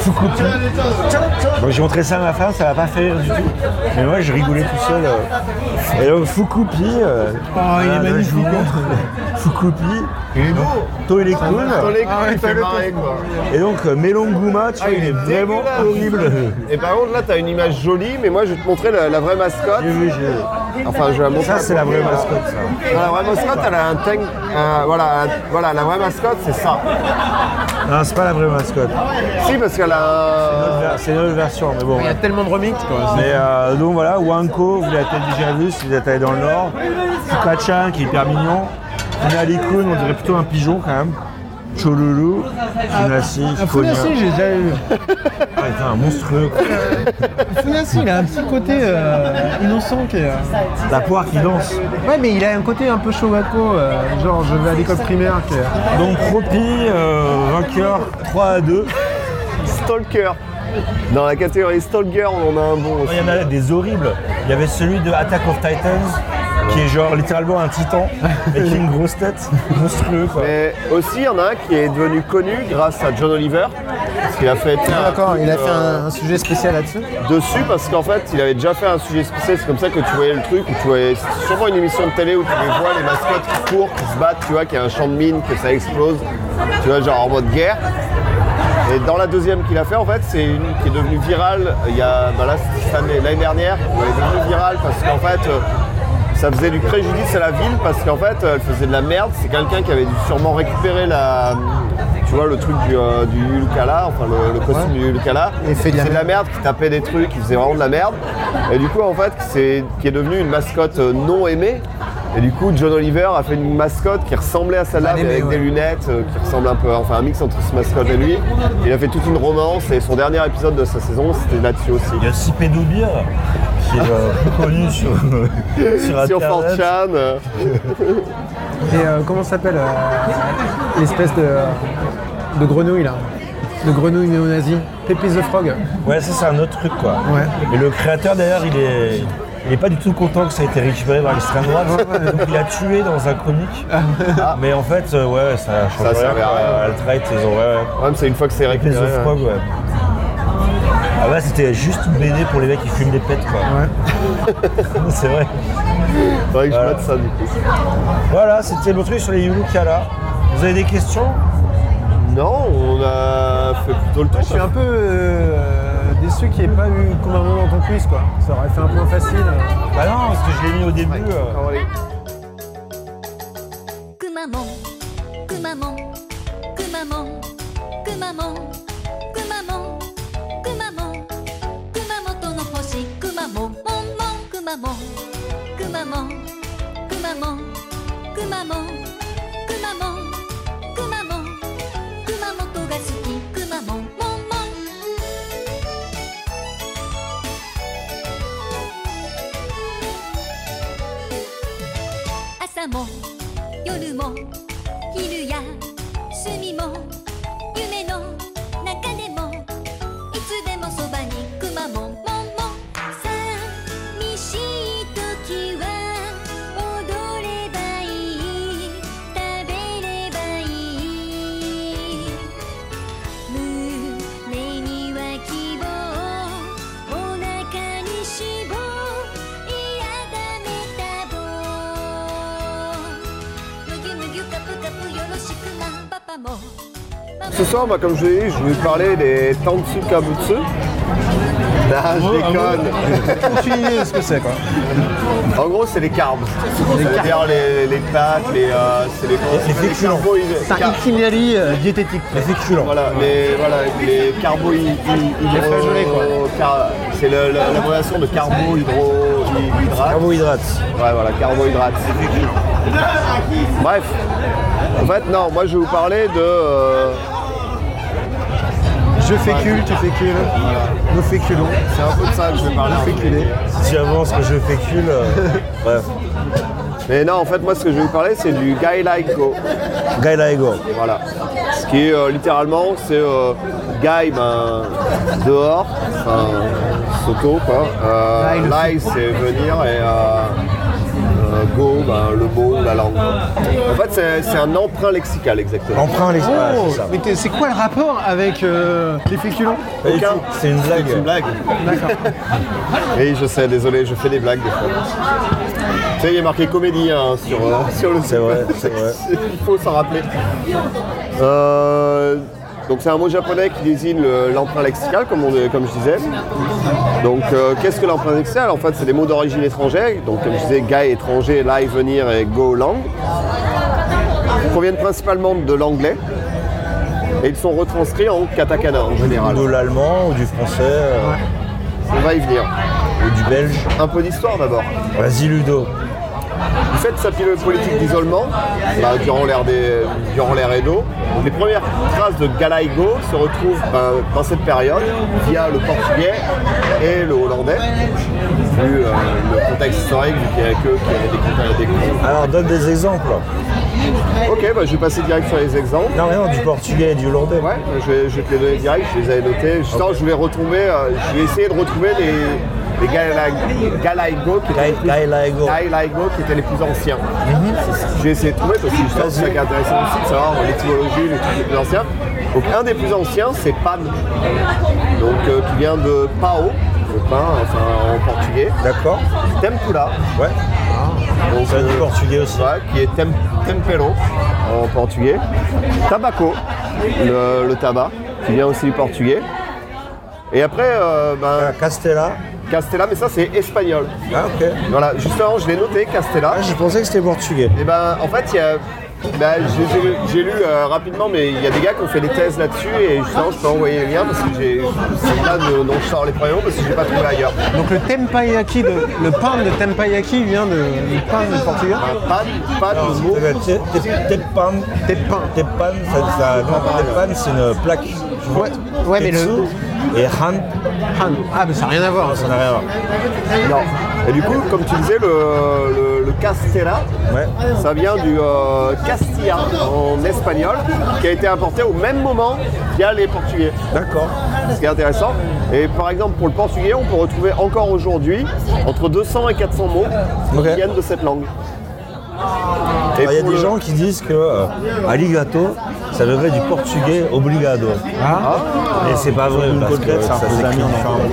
S1: Fukupi. Donc, j'ai montré ça à ma femme, ça m'a pas fait rire du tout. Mais moi, je rigolais tout seul. euh. Et donc, Fukupi. euh,
S3: Ah, il est
S1: voilà,
S3: magnifique,
S1: je vous montre. Fukupi. Il est beau. Toi, il est cool.
S2: Dans les couilles,
S3: Ah ouais,
S2: il fait
S3: fais le
S2: marrer, quoi.
S1: Et donc, euh, Melonguma, tu vois, il est vraiment
S2: dégueulasse.
S1: horrible.
S2: Et par contre, là, t'as une image jolie, mais moi, je vais te montrer la, la vraie mascotte.
S1: J'ai vu, j'ai vu.
S2: Enfin, je vais la montrer.
S1: Ça, c'est la vraie mascotte, ça.
S2: Non, la vraie mascotte, elle a un tank. euh, voilà, un- voilà, la vraie mascotte, c'est ça.
S1: Non, c'est pas la vraie mascotte.
S2: Si, parce qu'elle a un.
S1: C'est une autre version, mais bon.
S3: Il y a tellement de remix, quoi.
S1: Mais euh, donc voilà, Wanko, vous l'avez peut-être déjà vu si vous êtes allé dans le Nord. Fukachan, qui est hyper mignon. Funalikun, on dirait plutôt un pigeon quand même. Cholulu, Funasi, Konya.
S3: Funassi, Ah, j'ai déjà eu.
S1: Ah, putain, un monstrueux. quoi.
S3: Funassi, il a un petit côté euh, innocent qui est. euh,
S1: La poire qui danse.
S3: Ouais, mais il a un côté un peu chauvako, euh, genre je vais à l'école primaire. qui est-
S1: Donc Propi, euh, vainqueur 3 à 2.
S2: Stalker. Dans la catégorie Stalker, on en a un bon aussi.
S1: Il y en a des horribles. Il y avait celui de Attack of Titans, qui est genre littéralement un titan, et qui a une grosse tête, monstrueux quoi.
S2: Mais aussi, il y en a un qui est devenu connu grâce à John Oliver. Parce qu'il a fait. tout un
S3: Ah, D'accord,
S2: truc,
S3: il a fait
S2: euh,
S3: un, un sujet spécial là-dessus.
S2: dessus parce qu'en fait, il avait déjà fait un sujet spécial. C'est comme ça que tu voyais le truc, où tu voyais c'est sûrement une émission de télé où tu les vois les mascottes qui courent, qui se battent, tu vois, qu'il y a un champ de mine, que ça explose, tu vois, genre en mode guerre. Et dans la deuxième qu'il a fait, en fait, c'est une qui est devenue virale il y a bah là, cette année- l'année dernière. Elle est devenue virale parce qu'en fait, euh, ça faisait du préjudice à la ville parce qu'en fait, euh, elle faisait de la merde. C'est quelqu'un qui avait dû sûrement récupérer la, tu vois, le truc du, euh, du Yulkala, enfin le, le costume du Yulkala.
S3: Et fait de la
S2: C'est la merde, qui tapait des trucs, qui faisait vraiment de la merde. Et du coup, en fait, c'est qui est devenue une mascotte euh, non aimée. Et du coup, John Oliver a fait une mascotte qui ressemblait à celle-là, mais
S3: aimée,
S2: avec des
S3: ouais.
S2: lunettes, euh, qui ressemble un peu, enfin un mix entre ce mascotte et lui. Il a fait toute une romance et son dernier épisode de sa saison, c'était là-dessus aussi.
S1: Il y a aussi Pédoubir, qui est euh, connu sur, euh, sur
S2: Sur
S1: Internet.
S2: 4chan, euh,
S3: Et euh, comment ça s'appelle euh, l'espèce de, de grenouille là De grenouille néo-nazie Pépis the Frog.
S1: Ouais, ça c'est un autre truc quoi.
S3: Ouais.
S1: Et le créateur d'ailleurs, il est, il est pas du tout content que ça ait été récupéré par l'extrême droite. Donc il a tué dans un comique. Mais en fait, euh, ouais, ça change
S2: Ça
S1: rien.
S2: servait à rien.
S1: quoi. Alt-right, ils ont. Ouais, ouais.
S2: même c'est une fois que c'est
S1: Pèse
S2: récupéré. hein.
S1: of
S2: ouais.
S1: Frog, ouais. Ah bah c'était juste une BD pour les mecs qui fument des pètes quoi. c'est vrai.
S2: Faudrait que je mate ça du coup.
S1: Voilà, c'était le truc sur les Yulukala. Vous avez des questions
S2: Non, on a fait plutôt le tour.
S3: Je suis un peu euh, déçu qu'il n'y ait pas eu Kumamon dans ton quiz quoi. Ça aurait fait un point facile.
S1: Bah non, parce que je l'ai mis au début. euh.
S2: Comment aller
S4: くまモンくまモンくまモンくまモンくまモンくまモン熊本の星くまモンモンモンくまモンくまモンくまモンくまモンくまモンくまモン熊本が好きくまモンモンモン朝も夜も昼や趣味も夢の中でもいつでもそばにくまモンモンモン寂しい時は踊ればいい食べればいい胸には希望お腹に脂肪いやだメタボむぎゅむぎゅカプカプよろしくなパパもママ
S2: Ce soir, bah, comme je l'ai dit, je vais vous parler des Tantsu Kabutsu. Ah, je déconne.
S3: Aucune idée de ah ce que c'est quoi.
S2: En gros, c'est les carbs. C'est-à-dire les, les pâtes, les, euh, c'est les, les
S1: féculents.
S2: carbohydrates.
S3: C'est un
S2: Car-
S3: itinéraire euh, diététique.
S1: Les féculents.
S2: Voilà, les, voilà, les carbohydrates.
S3: Les flageolets, quoi.
S2: c'est le- le- l'abréviation de carbohydrate.
S1: Carbohydrates.
S2: Ouais, voilà, carbohydrates. Bref, en fait, non, moi je vais vous parler de. euh,
S3: Je fécule, tu fécules. Nous féculons.
S2: c'est un peu de ça que je vais parler. en fait.
S3: Féculés.
S1: Si tu avances que je fécule. euh, Bref.
S2: Mais non, en fait, moi ce que je vais vous parler, c'est du Guy Like Go.
S1: Guy Laigo.
S2: Voilà. Ce qui est euh, littéralement, c'est euh, Guy, ben, dehors, enfin, Soto, quoi. Euh,
S3: Guy, le
S2: live, c'est venir et euh, euh, Go, ben, le mot, la langue. quoi. En fait, c'est- c'est un emprunt lexical, exactement.
S1: L'emprunt, les
S3: Oh,
S1: c'est ça.
S3: mais t'es- c'est quoi le rapport avec euh, les féculents
S1: Pas du
S2: aucun.
S1: tout, C'est une blague.
S2: C'est une blague.
S3: D'accord.
S2: Oui, je sais, désolé, je fais des blagues des fois. Tu sais, il est marqué comédie hein, sur, euh, sur le
S1: C'est vrai, c'est vrai.
S2: il faut s'en rappeler. Euh, donc, c'est un mot japonais qui désigne le- l'emprunt lexical, comme, on- comme je disais. Donc, euh, qu'est-ce que l'emprunt lexical En fait, c'est des mots d'origine étrangère. Donc, comme je disais, guy étranger, live venir et go langue. Ils proviennent principalement de l'anglais. Et ils sont retranscrits en katakana en général.
S1: Ou de l'allemand, ou du français, euh,
S2: On va y venir.
S1: ou du belge.
S2: Un peu d'histoire d'abord.
S1: Vas-y, Ludo.
S2: Du fait de sa politique d'isolement, bah, durant l'ère des- durant l'ère Edo, les premières traces de Galaigo se retrouvent bah, dans cette période via le portugais et le hollandais, vu euh, le contexte historique, vu qu'il n'y avait que qu'il y avait des, des-
S1: Alors, donne des exemples.
S2: Ok, bah, je vais passer direct sur les exemples.
S1: Non, mais non, du portugais et du lourdais.
S2: Ouais, je vais, je vais te les donner direct, je les avais notés. Je, sens, je vais retrouver, euh, je vais essayer de retrouver les, les Galaig- Galaigo qui étaient les
S1: Gaël-
S2: plus-
S1: Gaël Aigo.
S2: Galaigo qui étaient les plus anciens. Je vais essayer de trouver parce que je pense que c'est intéressant aussi de savoir l'étymologie, les trucs les plus anciens. Donc un des plus anciens c'est Pan, donc euh, qui vient de Pao, le pain enfin, en portugais.
S1: D'accord
S2: Tempura,
S1: Ouais.
S2: donc,
S1: Ça vient du
S2: euh,
S1: portugais aussi.
S2: Ouais, qui est tem- tempero en portugais. Tabaco, le, le tabac, qui vient aussi du portugais. Et après, euh, ben,
S1: Ah, Castella.
S2: Castella, mais ça c'est espagnol.
S1: Ah, ok.
S2: Voilà, justement, je l'ai noté, Castella.
S1: Ah, je pensais que c'était portugais.
S2: Et ben, en fait, il y a. ben, je les ai- j'ai lu euh, rapidement, mais il y a des gars qui ont fait des thèses là-dessus et justement, je peux envoyer le lien parce que j'ai- c'est là de- dont je sors les premiers mots parce que j'ai pas trouvé ailleurs.
S3: Donc le tempayaki, de- le pain de tempayaki vient de, du pain du Portugal.
S2: Pas, pas
S1: Ah,
S2: de mots.
S1: Tepan. Tepan. Tepan, ça- ça- non, Tepan, c'est une plaque.
S3: Ouais, ouais, mais le-
S1: Tetsu Et Han,
S3: Han. Ah, mais ça n'a rien à voir.
S1: ça n'a rien à voir.
S2: Non. Et du coup, comme tu disais, le, le, le Castella,
S1: Ouais.
S2: ça vient du euh, Castilla en espagnol, qui a été importé au même moment qu'il y a les Portugais.
S1: D'accord.
S2: Ce qui est intéressant. Et par exemple, pour le portugais, on peut retrouver encore aujourd'hui entre 200 et 400 mots
S1: Ok. Ah,
S2: qui viennent de cette langue. Et
S1: Bah, Il y a
S2: pour
S1: des
S2: le-
S1: gens qui disent que euh, aligato, ça devrait du portugais obligado. Ah. Mais c'est pas vrai, parce que ça s'écrit différemment,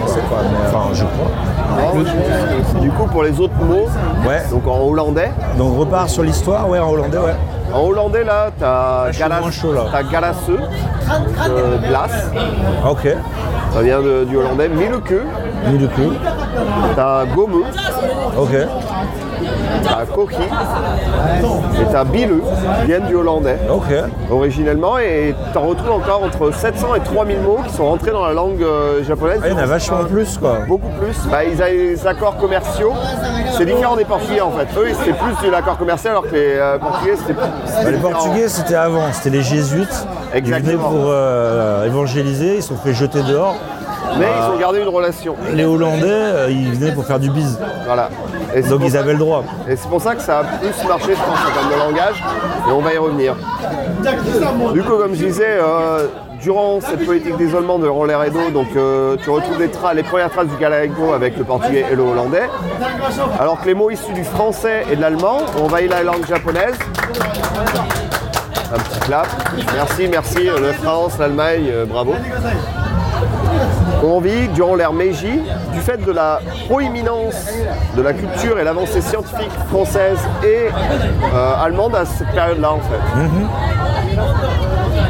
S1: c'est quoi, mais, euh, Enfin, je crois.
S2: Du coup, pour les autres mots,
S1: Ouais.
S2: donc en hollandais,
S1: Donc on repart sur l'histoire, ouais, en hollandais, ouais.
S2: En hollandais, là, t'as
S1: Ah, je suis moins chaud, là.
S2: as Galasseux, euh, Blas,
S1: Ah, Ok.
S2: ça vient de- du hollandais, Mileke,
S1: Ni du coup.
S2: t'as Gommeux,
S1: Ok.
S2: t'as Koki et t'as Bileux, qui viennent du hollandais
S1: Ok.
S2: originellement, et t'en retrouves encore entre 700 et 3000 mots qui sont rentrés dans la langue euh, japonaise.
S1: Ah, il y en a vachement plus, quoi.
S2: Beaucoup plus. Bah, ils avaient des accords commerciaux. C'est différent des Portugais en fait. Eux, c'était plus de l'accord commercial alors que les euh, Portugais, c'était plus.
S1: Bah,
S2: c'était
S1: les
S2: différent.
S1: Portugais, c'était avant, c'était les jésuites. Ils venaient
S2: Exactement.
S1: pour euh, évangéliser, ils se sont fait jeter dehors.
S2: Mais
S1: bah.
S2: ils ont gardé une relation.
S1: Les Hollandais, euh, ils venaient pour faire du bise.
S2: Voilà. Et c'est
S1: Donc
S2: pour
S1: ils
S2: ça-
S1: avaient le droit.
S2: Et c'est pour ça que ça a plus marché, je pense, en termes de langage, et on va y revenir. Du coup, comme je disais, euh, durant cette politique d'isolement de Roleredo, donc euh, tu retrouves les, tra- les premières traces du Galago avec le portugais et le hollandais, alors que les mots issus du français et de l'allemand ont envahi la langue japonaise. Un petit clap. Merci, merci, euh, la France, l'Allemagne, euh, bravo. On vit durant l'ère Meiji, du fait de la proéminence de la culture et l'avancée scientifique française et euh, allemande à cette période-là en fait.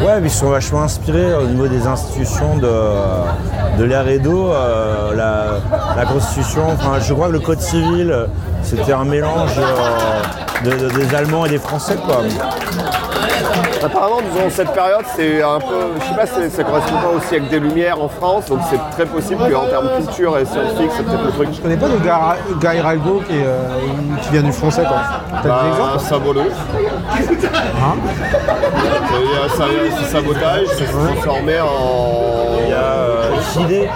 S1: Ouais, mais ils sont vachement inspirés euh, au niveau des institutions de, de l'ère Edo, euh, la, la constitution, enfin je crois que le code civil, euh, c'était un mélange euh, de- de- des Allemands et des Français quoi.
S2: Apparemment, durant cette période, c'est un peu, je sais pas, c'est- ça correspond pas aussi avec des lumières en France, donc c'est très possible qu'en termes de culture et scientifique, c'est peut-être le truc.
S3: Je connais pas de Gara- Gairalgo qui, est, euh, qui vient du français. quoi. T'as des exemples
S2: Bah, saboleux.
S1: Hein
S2: C'est- euh, C'est sabotage, c'est transformé en.
S1: Il y a euh, filet,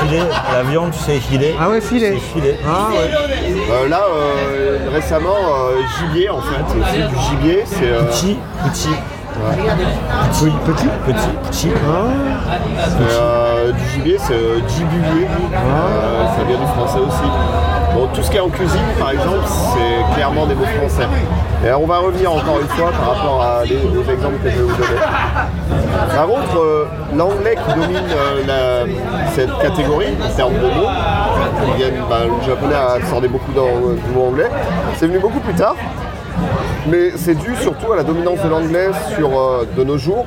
S1: filet, la viande tu sais filet.
S3: Ah ouais, filet.
S1: C'est filet.
S3: Ah ouais.
S2: Euh, là, euh, récemment, euh, gibier en fait. C'est du gibier, c'est. euh,
S1: Petit, petit. Petit, petit, petit, petit. hein.
S2: Et, euh, du gibier, c'est euh, gibulier. Euh, ça vient du français aussi. Bon, tout ce qui est en cuisine, par exemple, c'est clairement des mots français. Et on va revenir encore une fois par rapport à des, aux exemples que je vais vous donner. Par contre, euh, l'anglais qui domine euh, la- cette catégorie en termes de mots, qui viennent- bah, le japonais a absorbé beaucoup dans- du mot anglais, c'est venu beaucoup plus tard. Mais c'est dû surtout à la dominance de l'anglais sur euh, de nos jours,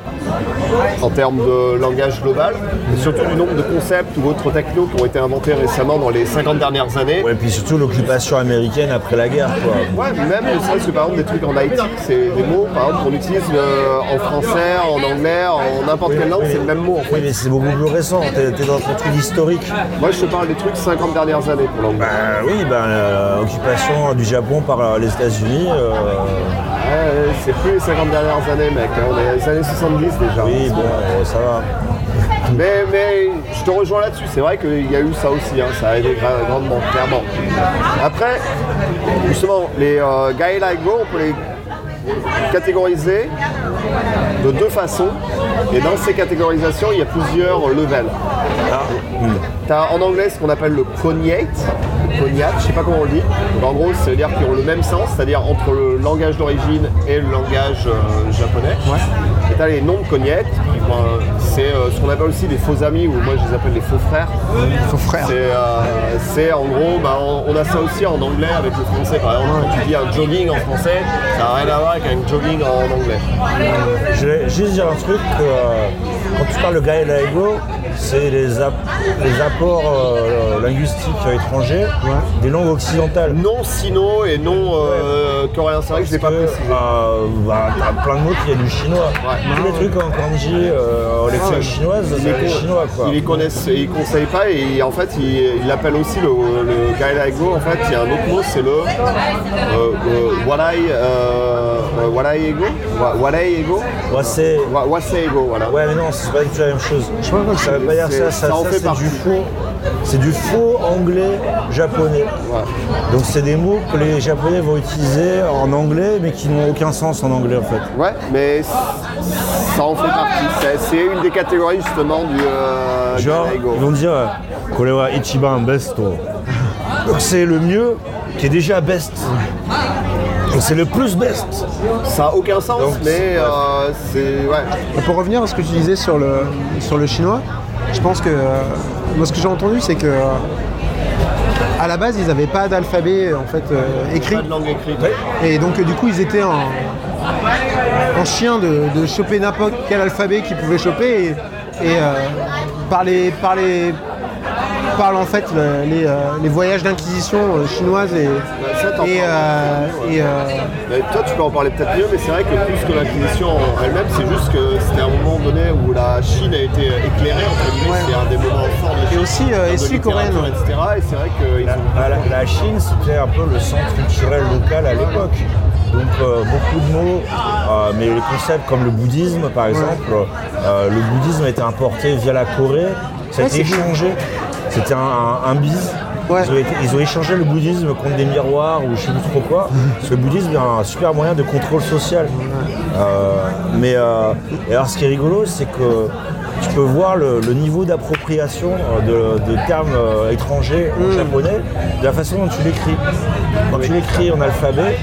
S2: en termes de langage global, et surtout du nombre de concepts ou autres technos qui ont été inventés récemment dans les 50 dernières années.
S1: Ouais, et puis surtout l'occupation américaine après la guerre quoi.
S2: Ouais, même ne serait-ce que par exemple des trucs en Haïti, c'est des mots par exemple qu'on utilise euh, en français, en anglais, en n'importe quelle langue, c'est le même mot en fait.
S1: Oui, mais c'est beaucoup plus récent, t'es t'es dans un truc historique.
S2: Moi je te parle des trucs 50 dernières années pour l'anglais.
S1: Euh, oui, ben, euh, occupation du Japon par euh, les États-Unis. euh,
S2: Ouais, c'est plus les 50 dernières années mec, hein, on est dans les années 70 déjà.
S1: oui, bon, euh, ça va.
S2: Mais, mais je te rejoins là-dessus, c'est vrai qu'il y a eu ça aussi, hein, ça a aidé gra- grandement, clairement. Après, justement, les euh, Gaelaigo, on peut les catégorisés de deux façons. Et dans ces catégorisations, il y a plusieurs levels. T'as en anglais ce qu'on appelle le cognate, le cognate, je sais pas comment on le dit. Donc, en gros, c'est-à-dire qu'ils ont le même sens, c'est-à-dire entre le langage d'origine et le langage euh, japonais. Et t'as les noms de cognates, qui vont, euh, c'est euh, ce qu'on appelle aussi des faux amis, ou moi je les appelle les faux frères.
S3: Son frère.
S2: C'est, euh, c'est en gros, bah, on, on a ça aussi en anglais avec le français. Par exemple, quand tu dis un jogging en français, ça n'a rien à voir avec un jogging en anglais.
S1: Je vais juste dire un truc, que, euh, quand tu parles de Gaël Laigo, c'est les, ap- les apports euh, linguistiques étrangers des langues occidentales.
S2: Non sino et non euh, coréen, c'est vrai que je l'ai pas
S1: Parce que,
S2: précisé.
S1: euh, bah, t'as plein de mots qui viennent du chinois.
S2: Ouais.
S1: Tous les trucs en kanji, euh, en
S2: Ah,
S1: lecture chinoise,
S2: Ils
S1: c'est
S2: les
S1: les
S2: con-
S1: chinois quoi.
S2: Ils les connaissent, et ils conseillent pas et en fait ils ils l'appellent aussi le, le Gaelaigo. En fait, il y a un autre mot, c'est le euh, euh, Warai euh, Warai Ego, Wa- Warai Ego,
S1: Ouais, c'est...
S2: Wa- Wasei Ego, voilà.
S1: ouais mais non, c'est pas du tout la même chose. ça veut pas dire
S2: c'est-
S1: ça, ça,
S2: ça en
S1: ça,
S2: fait
S1: c'est
S2: partie.
S1: du faux. C'est du faux anglais japonais.
S2: Ouais.
S1: Donc c'est des mots que les japonais vont utiliser en anglais mais qui n'ont aucun sens en anglais en fait.
S2: Ouais, mais c- ça en fait partie. C'est- C'est une des catégories justement du euh,
S1: Genre,
S2: Galego.
S1: ils vont dire euh, Kore wa ichiban besto. Donc c'est le mieux qui est déjà best. Donc c'est le plus best.
S2: Ça n'a aucun sens,
S1: Donc,
S2: mais
S1: c'est-
S2: euh, c'est ouais.
S3: Et pour revenir à ce que tu disais sur le, sur le chinois, je pense que euh, moi ce que j'ai entendu c'est que euh, à la base ils n'avaient pas d'alphabet en fait euh, écrit
S2: Pas de langue écrite.
S3: et donc euh, du coup ils étaient en, en chien de, de choper n'importe quel alphabet qu'ils pouvaient choper et, et, euh, par les par les par en fait le- les, euh, les voyages d'inquisition euh, chinoise et
S2: ça, t'en parles.
S3: et, euh,
S2: Ouais.
S3: et, euh,
S2: Mais toi, tu peux en parler peut-être mieux, mais c'est vrai que plus que l'acquisition en elle-même, c'est juste que c'était un moment donné où la Chine a été éclairée, entre guillemets,
S3: Ouais.
S2: c'est un des moments forts de
S3: Et aussi, euh,
S2: et
S3: Essie coréenne.
S2: etc. Et c'est vrai qu'ils
S1: La,
S2: ont...
S1: à la- la Chine, c'était un peu le centre culturel local à l'époque. Donc euh, beaucoup de mots, euh, mais les concepts comme le bouddhisme par exemple, euh, le bouddhisme a été importé via la Corée, ça a
S3: Ouais,
S1: été
S3: c'est
S1: échangé. C'était un, un, un bise.
S3: Ouais.
S1: Ils, ont été- ils ont échangé le bouddhisme contre des miroirs ou je sais plus trop quoi. Parce que le bouddhisme est un super moyen de contrôle social. Euh, mais euh, et alors ce qui est rigolo, c'est que tu peux voir le, le niveau d'appropriation euh, de, de termes euh, étrangers en japonais de la façon dont tu l'écris. Quand tu l'écris en alphabet,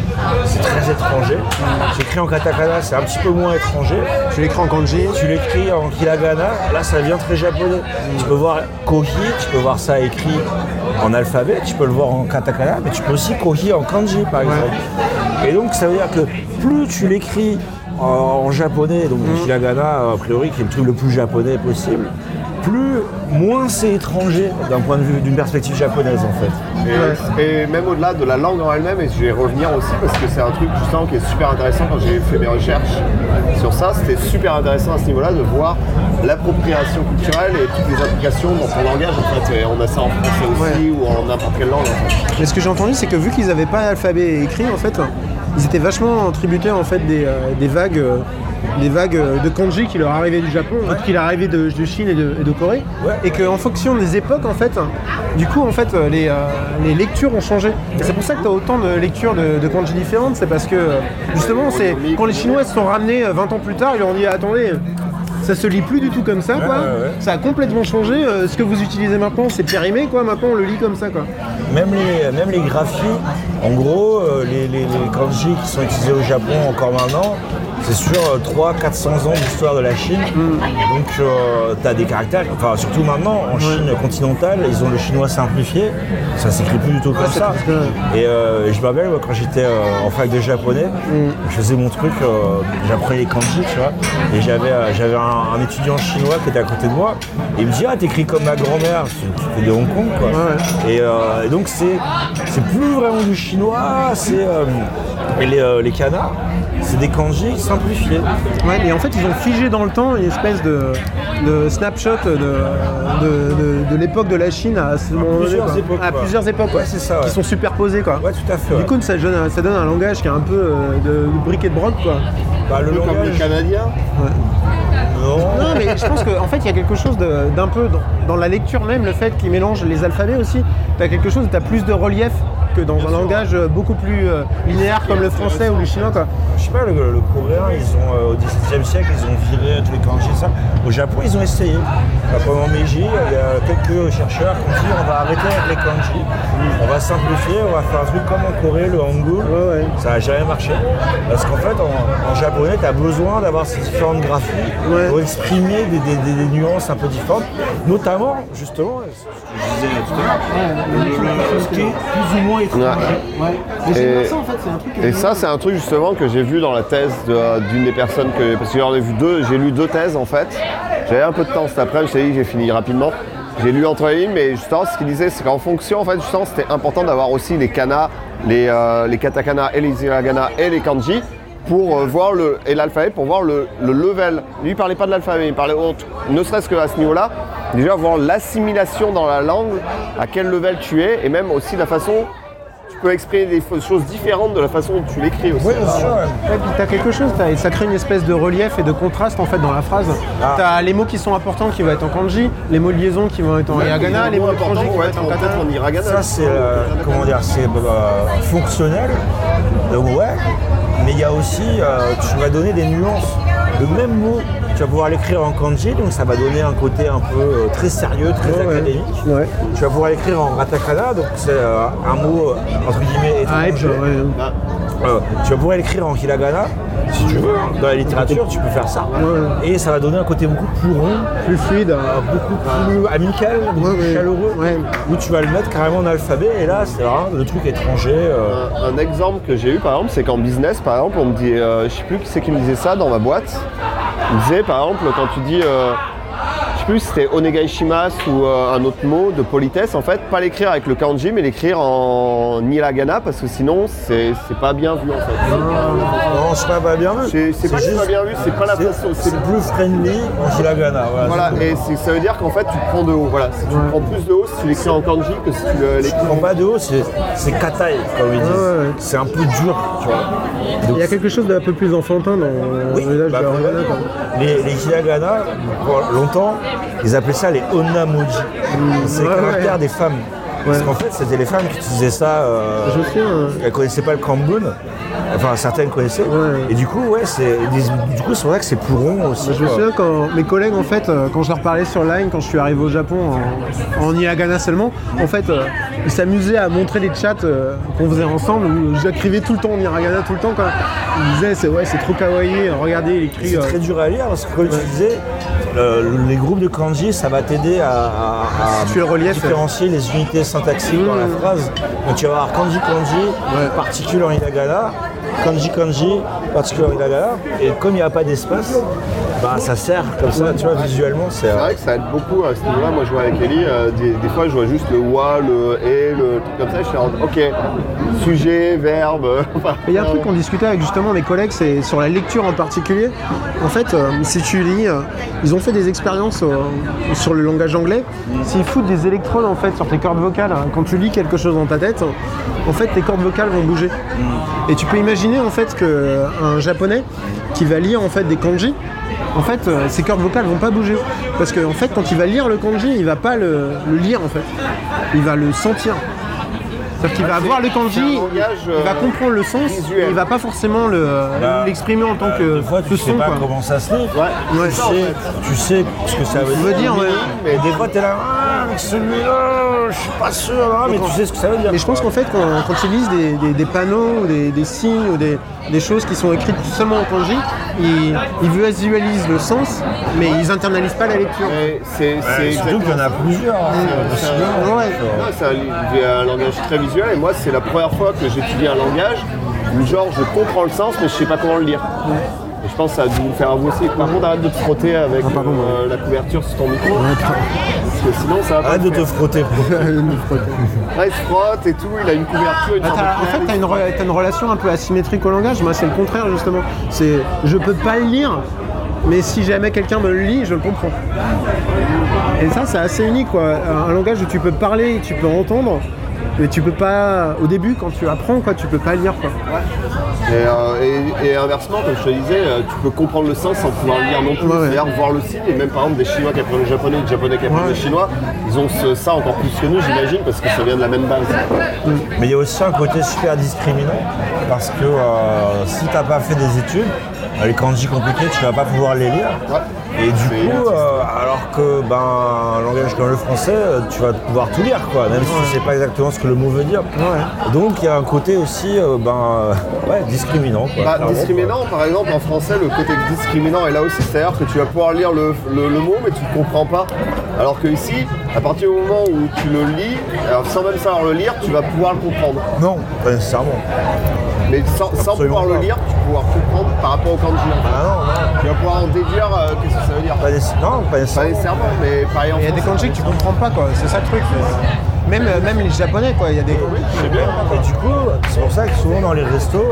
S1: c'est très étranger. Tu écris en katakana, c'est un petit peu moins étranger.
S3: tu l'écris en kanji
S1: Tu l'écris en hiragana, là ça devient très japonais. Tu peux voir kohi, tu peux voir ça écrit en alphabet, tu peux le voir en katakana, mais tu peux aussi kohi en kanji par exemple. Et donc ça veut dire que plus tu l'écris en, en japonais, donc le hiragana a priori qui est le truc le plus japonais possible, plus moins c'est étranger d'un point de vue d'une perspective japonaise en fait.
S2: Et, et même au-delà de la langue en elle-même, et je vais revenir aussi parce que c'est un truc justement qui est super intéressant quand j'ai fait mes recherches sur ça, c'était super intéressant à ce niveau-là de voir l'appropriation culturelle et toutes les applications dans son langage en fait. Et on a ça en français aussi ou en n'importe quelle langue en fait.
S3: Mais ce que j'ai entendu, c'est que vu qu'ils n'avaient pas l'alphabet écrit, en fait, ils étaient vachement tributaires en fait des, euh, des vagues, euh, des vagues euh, de kanji qui leur arrivaient du Japon, d'autres qui leur arrivaient de, de Chine et de, et de Corée,
S1: Ouais.
S3: et qu'en fonction des époques, en fait, du coup, en fait, euh, les, euh, les lectures ont changé. Et c'est pour ça que tu as autant de lectures de, de kanji différentes, c'est parce que euh, justement, c'est quand les Chinois se sont ramenés euh, 20 ans plus tard, ils leur ont dit attendez. Ça se lit plus du tout comme ça, quoi.
S1: ouais, ouais.
S3: Ça a complètement changé. Euh, ce que vous utilisez maintenant, c'est périmé, quoi. Maintenant, on le lit comme ça, quoi.
S1: Même les, même les graphies, en gros, euh, les, les- les kanji qui sont utilisés au Japon encore maintenant, c'est sur euh, 300-400 ans d'histoire de la Chine. Donc, tu as des caractères, enfin, surtout maintenant, en Chine continentale, ils ont le chinois simplifié. Ça s'écrit plus du tout comme ça. Et euh, je me rappelle, moi, quand j'étais euh, en fac de japonais, je faisais mon truc, euh, j'apprenais les kanji, tu vois. Et j'avais euh, j'avais un, un étudiant chinois qui était à côté de moi. Et il me dit Ah, t'écris comme ma grand-mère. Tu- tu fais de Hong Kong, quoi. Et, euh, et donc c'est c'est plus vraiment du chinois, c'est euh, et les, euh, les canards, c'est des kanji simplifiés.
S3: Ouais, mais en fait, ils ont figé dans le temps une espèce de, de snapshot de, de, de- de l'époque de la Chine à ce moment
S1: plusieurs
S3: donné, quoi.
S1: époques,
S3: À
S1: quoi.
S3: plusieurs époques,
S1: Ouais, c'est ça, ouais.
S3: Qui sont superposés, quoi.
S1: Ouais, tout à fait,
S3: Du
S1: ouais.
S3: coup, ça donne, ça donne un langage qui est un peu euh, de, de briquet de broc, quoi.
S1: Bah, le
S2: Comme les
S1: langage,
S2: Canadiens,
S1: non,
S3: Non, mais je pense qu'en fait, il y a quelque chose de- d'un peu dans, dans la lecture même, le fait qu'il mélange les alphabets aussi. Tu as quelque chose, tu as plus de relief que dans un langage euh, beaucoup plus euh, linéaire comme le français ou le chinois. Quoi.
S1: Je sais pas, le, le coréen, ils ont, euh, au 17 e siècle, ils ont viré tous les kanji, ça. Au Japon, ils ont essayé. Euh, Pendant Meiji, il y a quelques chercheurs qui ont dit on va arrêter avec les kanji, on va simplifier, on va faire un truc comme en Corée, le hangul.
S3: ouais.
S1: Ça n'a jamais marché. Parce qu'en fait, en, en japonais, tu as besoin d'avoir ces différentes graphies pour exprimer des, des- des- des nuances un peu différentes, notamment, justement, ce que je disais tout à l'heure, le- ce qui est plus ou moins étranger.
S3: Mais
S2: Et-
S3: j'aime bien ça en fait, c'est un truc. que
S2: Et
S3: j'aime
S2: ça, c'est un truc justement que j'ai vu dans la thèse de- d'une des personnes que. Parce que j'en ai vu deux, j'ai lu deux thèses en fait. J'avais un peu de temps cet après, je t'ai dit que j'ai fini rapidement. J'ai lu entre les lignes, mais justement, ce qu'il disait, c'est qu'en fonction, en fait, justement, c'était important d'avoir aussi les kanas, les, euh, les katakana et les hiragana et les kanji pour euh, voir le et l'alphabet pour voir le, le level. Lui, il parlait pas de l'alphabet, il parlait autre. Ne serait-ce que à ce niveau-là, déjà voir l'assimilation dans la langue, à quel level tu es, et même aussi la façon tu peux exprimer des fo- choses différentes de la façon dont tu l'écris aussi.
S1: Oui, bien sûr. ouais.
S3: Ouais, puis t'as quelque chose, t'as- et ça crée une espèce de relief et de contraste en fait dans la phrase.
S1: Ah.
S3: T'as les mots qui sont importants qui vont être en kanji, les mots de liaison qui vont être en hiragana, les mots étrangers qui vont être en
S2: peut-être
S3: katakana.
S2: en hiragana.
S1: Ça, c'est euh, comment dire, c'est euh, fonctionnel, donc ouais, mais il y a aussi, euh, tu vas donner des nuances. Le même mot, tu vas pouvoir l'écrire en kanji, donc ça va donner un côté un peu euh, très sérieux, très académique.
S3: Ouais.
S1: Tu vas pouvoir l'écrire en katakana, donc c'est euh, un mot euh, entre guillemets
S3: Ah, et puis,
S1: étranger.
S3: ouais, ouais.
S1: Euh, tu vas pouvoir l'écrire en hiragana, si tu veux, dans la littérature, tu peux faire ça.
S3: Ouais.
S1: Et ça va donner un côté beaucoup plus rond,
S3: plus fluide.
S1: euh, beaucoup plus amical, beaucoup
S3: Ouais,
S1: plus
S3: ouais.
S1: chaleureux,
S3: Ouais.
S1: où tu vas le mettre carrément en alphabet, et là, c'est vraiment le truc étranger. euh,
S2: Un, un exemple que j'ai eu par exemple, c'est qu'en business, par exemple, on me dit, euh, je sais plus qui c'est qui me disait ça dans ma boîte. Il me disait par exemple, quand tu dis, euh, je sais plus si c'était onegaishimasu ou euh, un autre mot de politesse, en fait, pas l'écrire avec le kanji, mais l'écrire en hiragana parce que sinon, c'est c'est pas bien vu en fait.
S1: Non, c'est pas, pas bien vu.
S2: C'est- c'est pas que c'est pas bien vu, c'est pas la façon, c'est-
S1: C'est plus friendly en hiragana. Voilà.
S2: Voilà, et c'est- ça veut dire qu'en fait, tu le prends de haut. Voilà, si tu le prends plus de haut, si tu l'écris en kanji que si tu le-
S1: Je
S2: l'écris
S1: prends pas de haut, c'est c'est katai, comme ils disent.
S3: Ouais, ouais.
S1: C'est un peu dur, tu vois. Donc,
S3: Il y a quelque chose d'un peu plus enfantin dans
S1: Oui,
S3: le visage
S1: bah,
S3: de la
S1: après,
S3: hiragana, quoi.
S1: les, les hiragana, pour longtemps, ils appelaient ça les onamoji. C'est les
S3: Hmm, ouais,
S1: caractères
S3: ouais.
S1: des femmes. Parce qu'en fait, c'était les femmes qui utilisaient ça. euh,
S3: Je me souviens, hein.
S1: Elles connaissaient pas le Kambun. Enfin, certaines connaissaient.
S3: Ouais.
S1: Et du coup, ouais, c'est du coup, c'est vrai que c'est plus rond aussi.
S3: Je me
S1: quoi.
S3: souviens quand mes collègues, en fait, euh, quand je leur parlais sur Line, quand je suis arrivé au Japon en, en hiragana seulement, en fait, euh, ils s'amusaient à montrer les chats euh, qu'on faisait ensemble où j'écrivais tout le temps en hiragana, tout le temps. Quoi. Ils disaient, c'est ouais, c'est trop kawaii, regardez, il écrit.
S1: C'est
S3: euh,
S1: très dur à lire parce que comme tu disais, le- les groupes de kanji, ça va t'aider à, à- à
S3: Si tu le reliefs,
S1: différencier les unités syntaxiques dans la
S3: Mmh.
S1: phrase. Donc tu vas avoir kanji kanji, particule en hiragana, kanji kanji, particule en hiragana. Et comme il n'y a pas d'espace, bah, ça sert comme ça, tu vois, visuellement, c'est... euh,
S2: C'est vrai que ça aide beaucoup à ce niveau-là. Moi, je vois avec Ellie, euh, des, des fois, je vois juste le wa, le et, le truc comme ça. Je suis en ok, sujet, verbe. enfin,
S3: Mais Il y a un truc qu'on discutait avec justement mes collègues, c'est sur la lecture en particulier. En fait, euh, si tu lis, euh, ils ont fait des expériences euh, sur le langage anglais. S'ils foutent des électrodes en fait sur tes cordes vocales, hein, quand tu lis quelque chose dans ta tête, en fait tes cordes vocales vont bouger. Et tu peux imaginer en fait qu'un japonais qui va lire en fait des kanji, en fait euh, ses cordes vocales vont pas bouger. Parce que en fait quand il va lire le kanji, il va pas le, le lire en fait. Il va le sentir. C'est-à-dire qu'il va avoir le
S2: Ah, c'est
S3: kanji,
S2: un langage,
S3: il va
S2: euh,
S3: comprendre le sens,
S2: visuel.
S3: il va pas forcément le-
S1: Bah,
S3: l'exprimer en tant que,
S1: Des fois, tu
S3: que
S1: sais
S3: euh, son,
S1: pas
S3: quoi.
S1: comment ça se lit.
S2: Ouais.
S1: tu, sais, tu sais ce que ça veut
S3: veut
S1: dire.
S3: dire, euh, ouais.
S1: Mais des fois, t'es là, Ah, avec celui-là, je suis pas sûr, hein, mais tu sais ce que ça veut dire.
S3: Mais je pense qu'en fait, quand, quand ils lisent des, des- des panneaux ou des, des signes ou des, des choses qui sont écrites seulement en kanji, ils, ils visualisent le sens, mais ils internalisent pas la lecture.
S2: Mais C'est c'est
S1: Et surtout qu'il y en a plusieurs. hein, de ce genre.
S3: Ouais.
S2: Non, C'est un, li- j'ai un langage très visuel et moi c'est la première fois que j'étudie un langage où genre je comprends le sens mais je sais pas comment le lire. Et je pense que ça a dû vous faire à vous aussi. Par contre arrête de te frotter avec
S3: Ah,
S2: euh, la couverture sur ton micro. parce que sinon ça va pas
S1: Arrête de
S2: le
S1: te
S2: faire.
S1: frotter.
S2: Ouais, il se frotte et tout, il a une couverture, une
S3: Bah,
S2: sorte de
S3: t'as- en fait,
S2: couverture.
S3: t'as une, re- t'as une relation un peu asymétrique au langage. Moi, c'est le contraire, justement. C'est je peux pas le lire, mais si jamais quelqu'un me le lit, je le comprends. Et ça, c'est assez unique, quoi. Un un langage où tu peux parler et tu peux entendre, mais tu peux pas, au début, quand tu apprends, quoi, tu peux pas lire. Quoi.
S2: Et, euh, et- et inversement, comme je te disais, euh, tu peux comprendre le sens sans pouvoir le lire non plus.
S3: Ouais, ouais.
S2: C'est-à-dire voir le signe, et même par exemple des Chinois qui apprennent le japonais, des Japonais qui apprennent
S3: Ouais.
S2: le chinois, ils ont ce- ça encore plus que nous, j'imagine, parce que ça vient de la même base.
S1: Mais il y a aussi un côté super discriminant parce que euh, si t'as pas fait des études, euh, les kanji compliqués, tu vas pas pouvoir les lire.
S2: Ouais.
S1: Et du
S2: C'est
S1: coup, euh, alors que ben, un langage comme le français, euh, tu vas pouvoir tout lire, quoi, même si tu sais pas exactement ce que le mot veut dire. Donc il y a un côté aussi euh, ben, euh, ouais, discriminant. Quoi,
S2: Bah,
S1: clairement,
S2: discriminant, par exemple, en français, le côté discriminant est là aussi, c'est-à-dire que tu vas pouvoir lire le, le- le mot, mais tu ne comprends pas. Alors que ici, à partir du moment où tu le lis, alors, sans même savoir le lire, tu vas pouvoir le comprendre.
S1: quoi. Non, pas nécessairement.
S2: Mais sans, sans
S1: Absolument
S2: pouvoir le
S1: pas.
S2: lire, tu vas pouvoir comprendre par rapport au kanji. en fait.
S1: Ah non, non,
S2: Tu vas pouvoir en déduire euh, qu'est-ce que ça veut dire.
S1: pas nécessairement. Non, pas
S2: Pas
S1: nécessairement.
S2: nécessairement, mais par exemple.
S3: Il y a des kanji que tu comprends pas, quoi. C'est ça le truc. c'est- Même, euh, même les japonais, quoi. Il y a des.
S1: Et du coup, c'est pour ça que souvent dans les restos,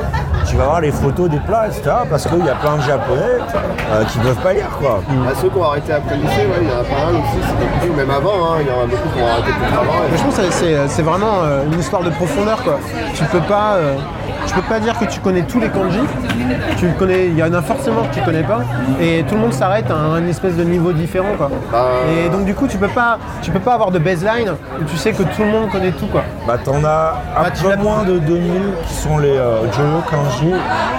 S1: tu vas voir les photos des plats, etc. Parce qu'il y a plein de japonais euh, qui peuvent pas lire, quoi.
S2: Bah, ceux qui ont arrêté après le lycée, ouais, il y en a pas mal aussi, c'est compliqué, même avant, hein, il y en a beaucoup qui ont arrêté plus avant.
S3: Mais je pense que c'est, c'est vraiment euh, une histoire de profondeur, quoi. Tu peux pas, euh, tu peux pas dire que tu connais tous les kanji. Tu connais, il y en a forcément que tu connais pas. Et tout le monde s'arrête à un, une espèce de niveau différent, quoi. Et donc du coup, tu peux pas, tu peux pas avoir de baseline où tu sais que tout le monde connaît tout, quoi.
S1: Bah t'en as un
S3: Bah, tu
S1: peu
S3: l'as-
S1: moins de 2000 qui sont les euh, Joyo Kanji,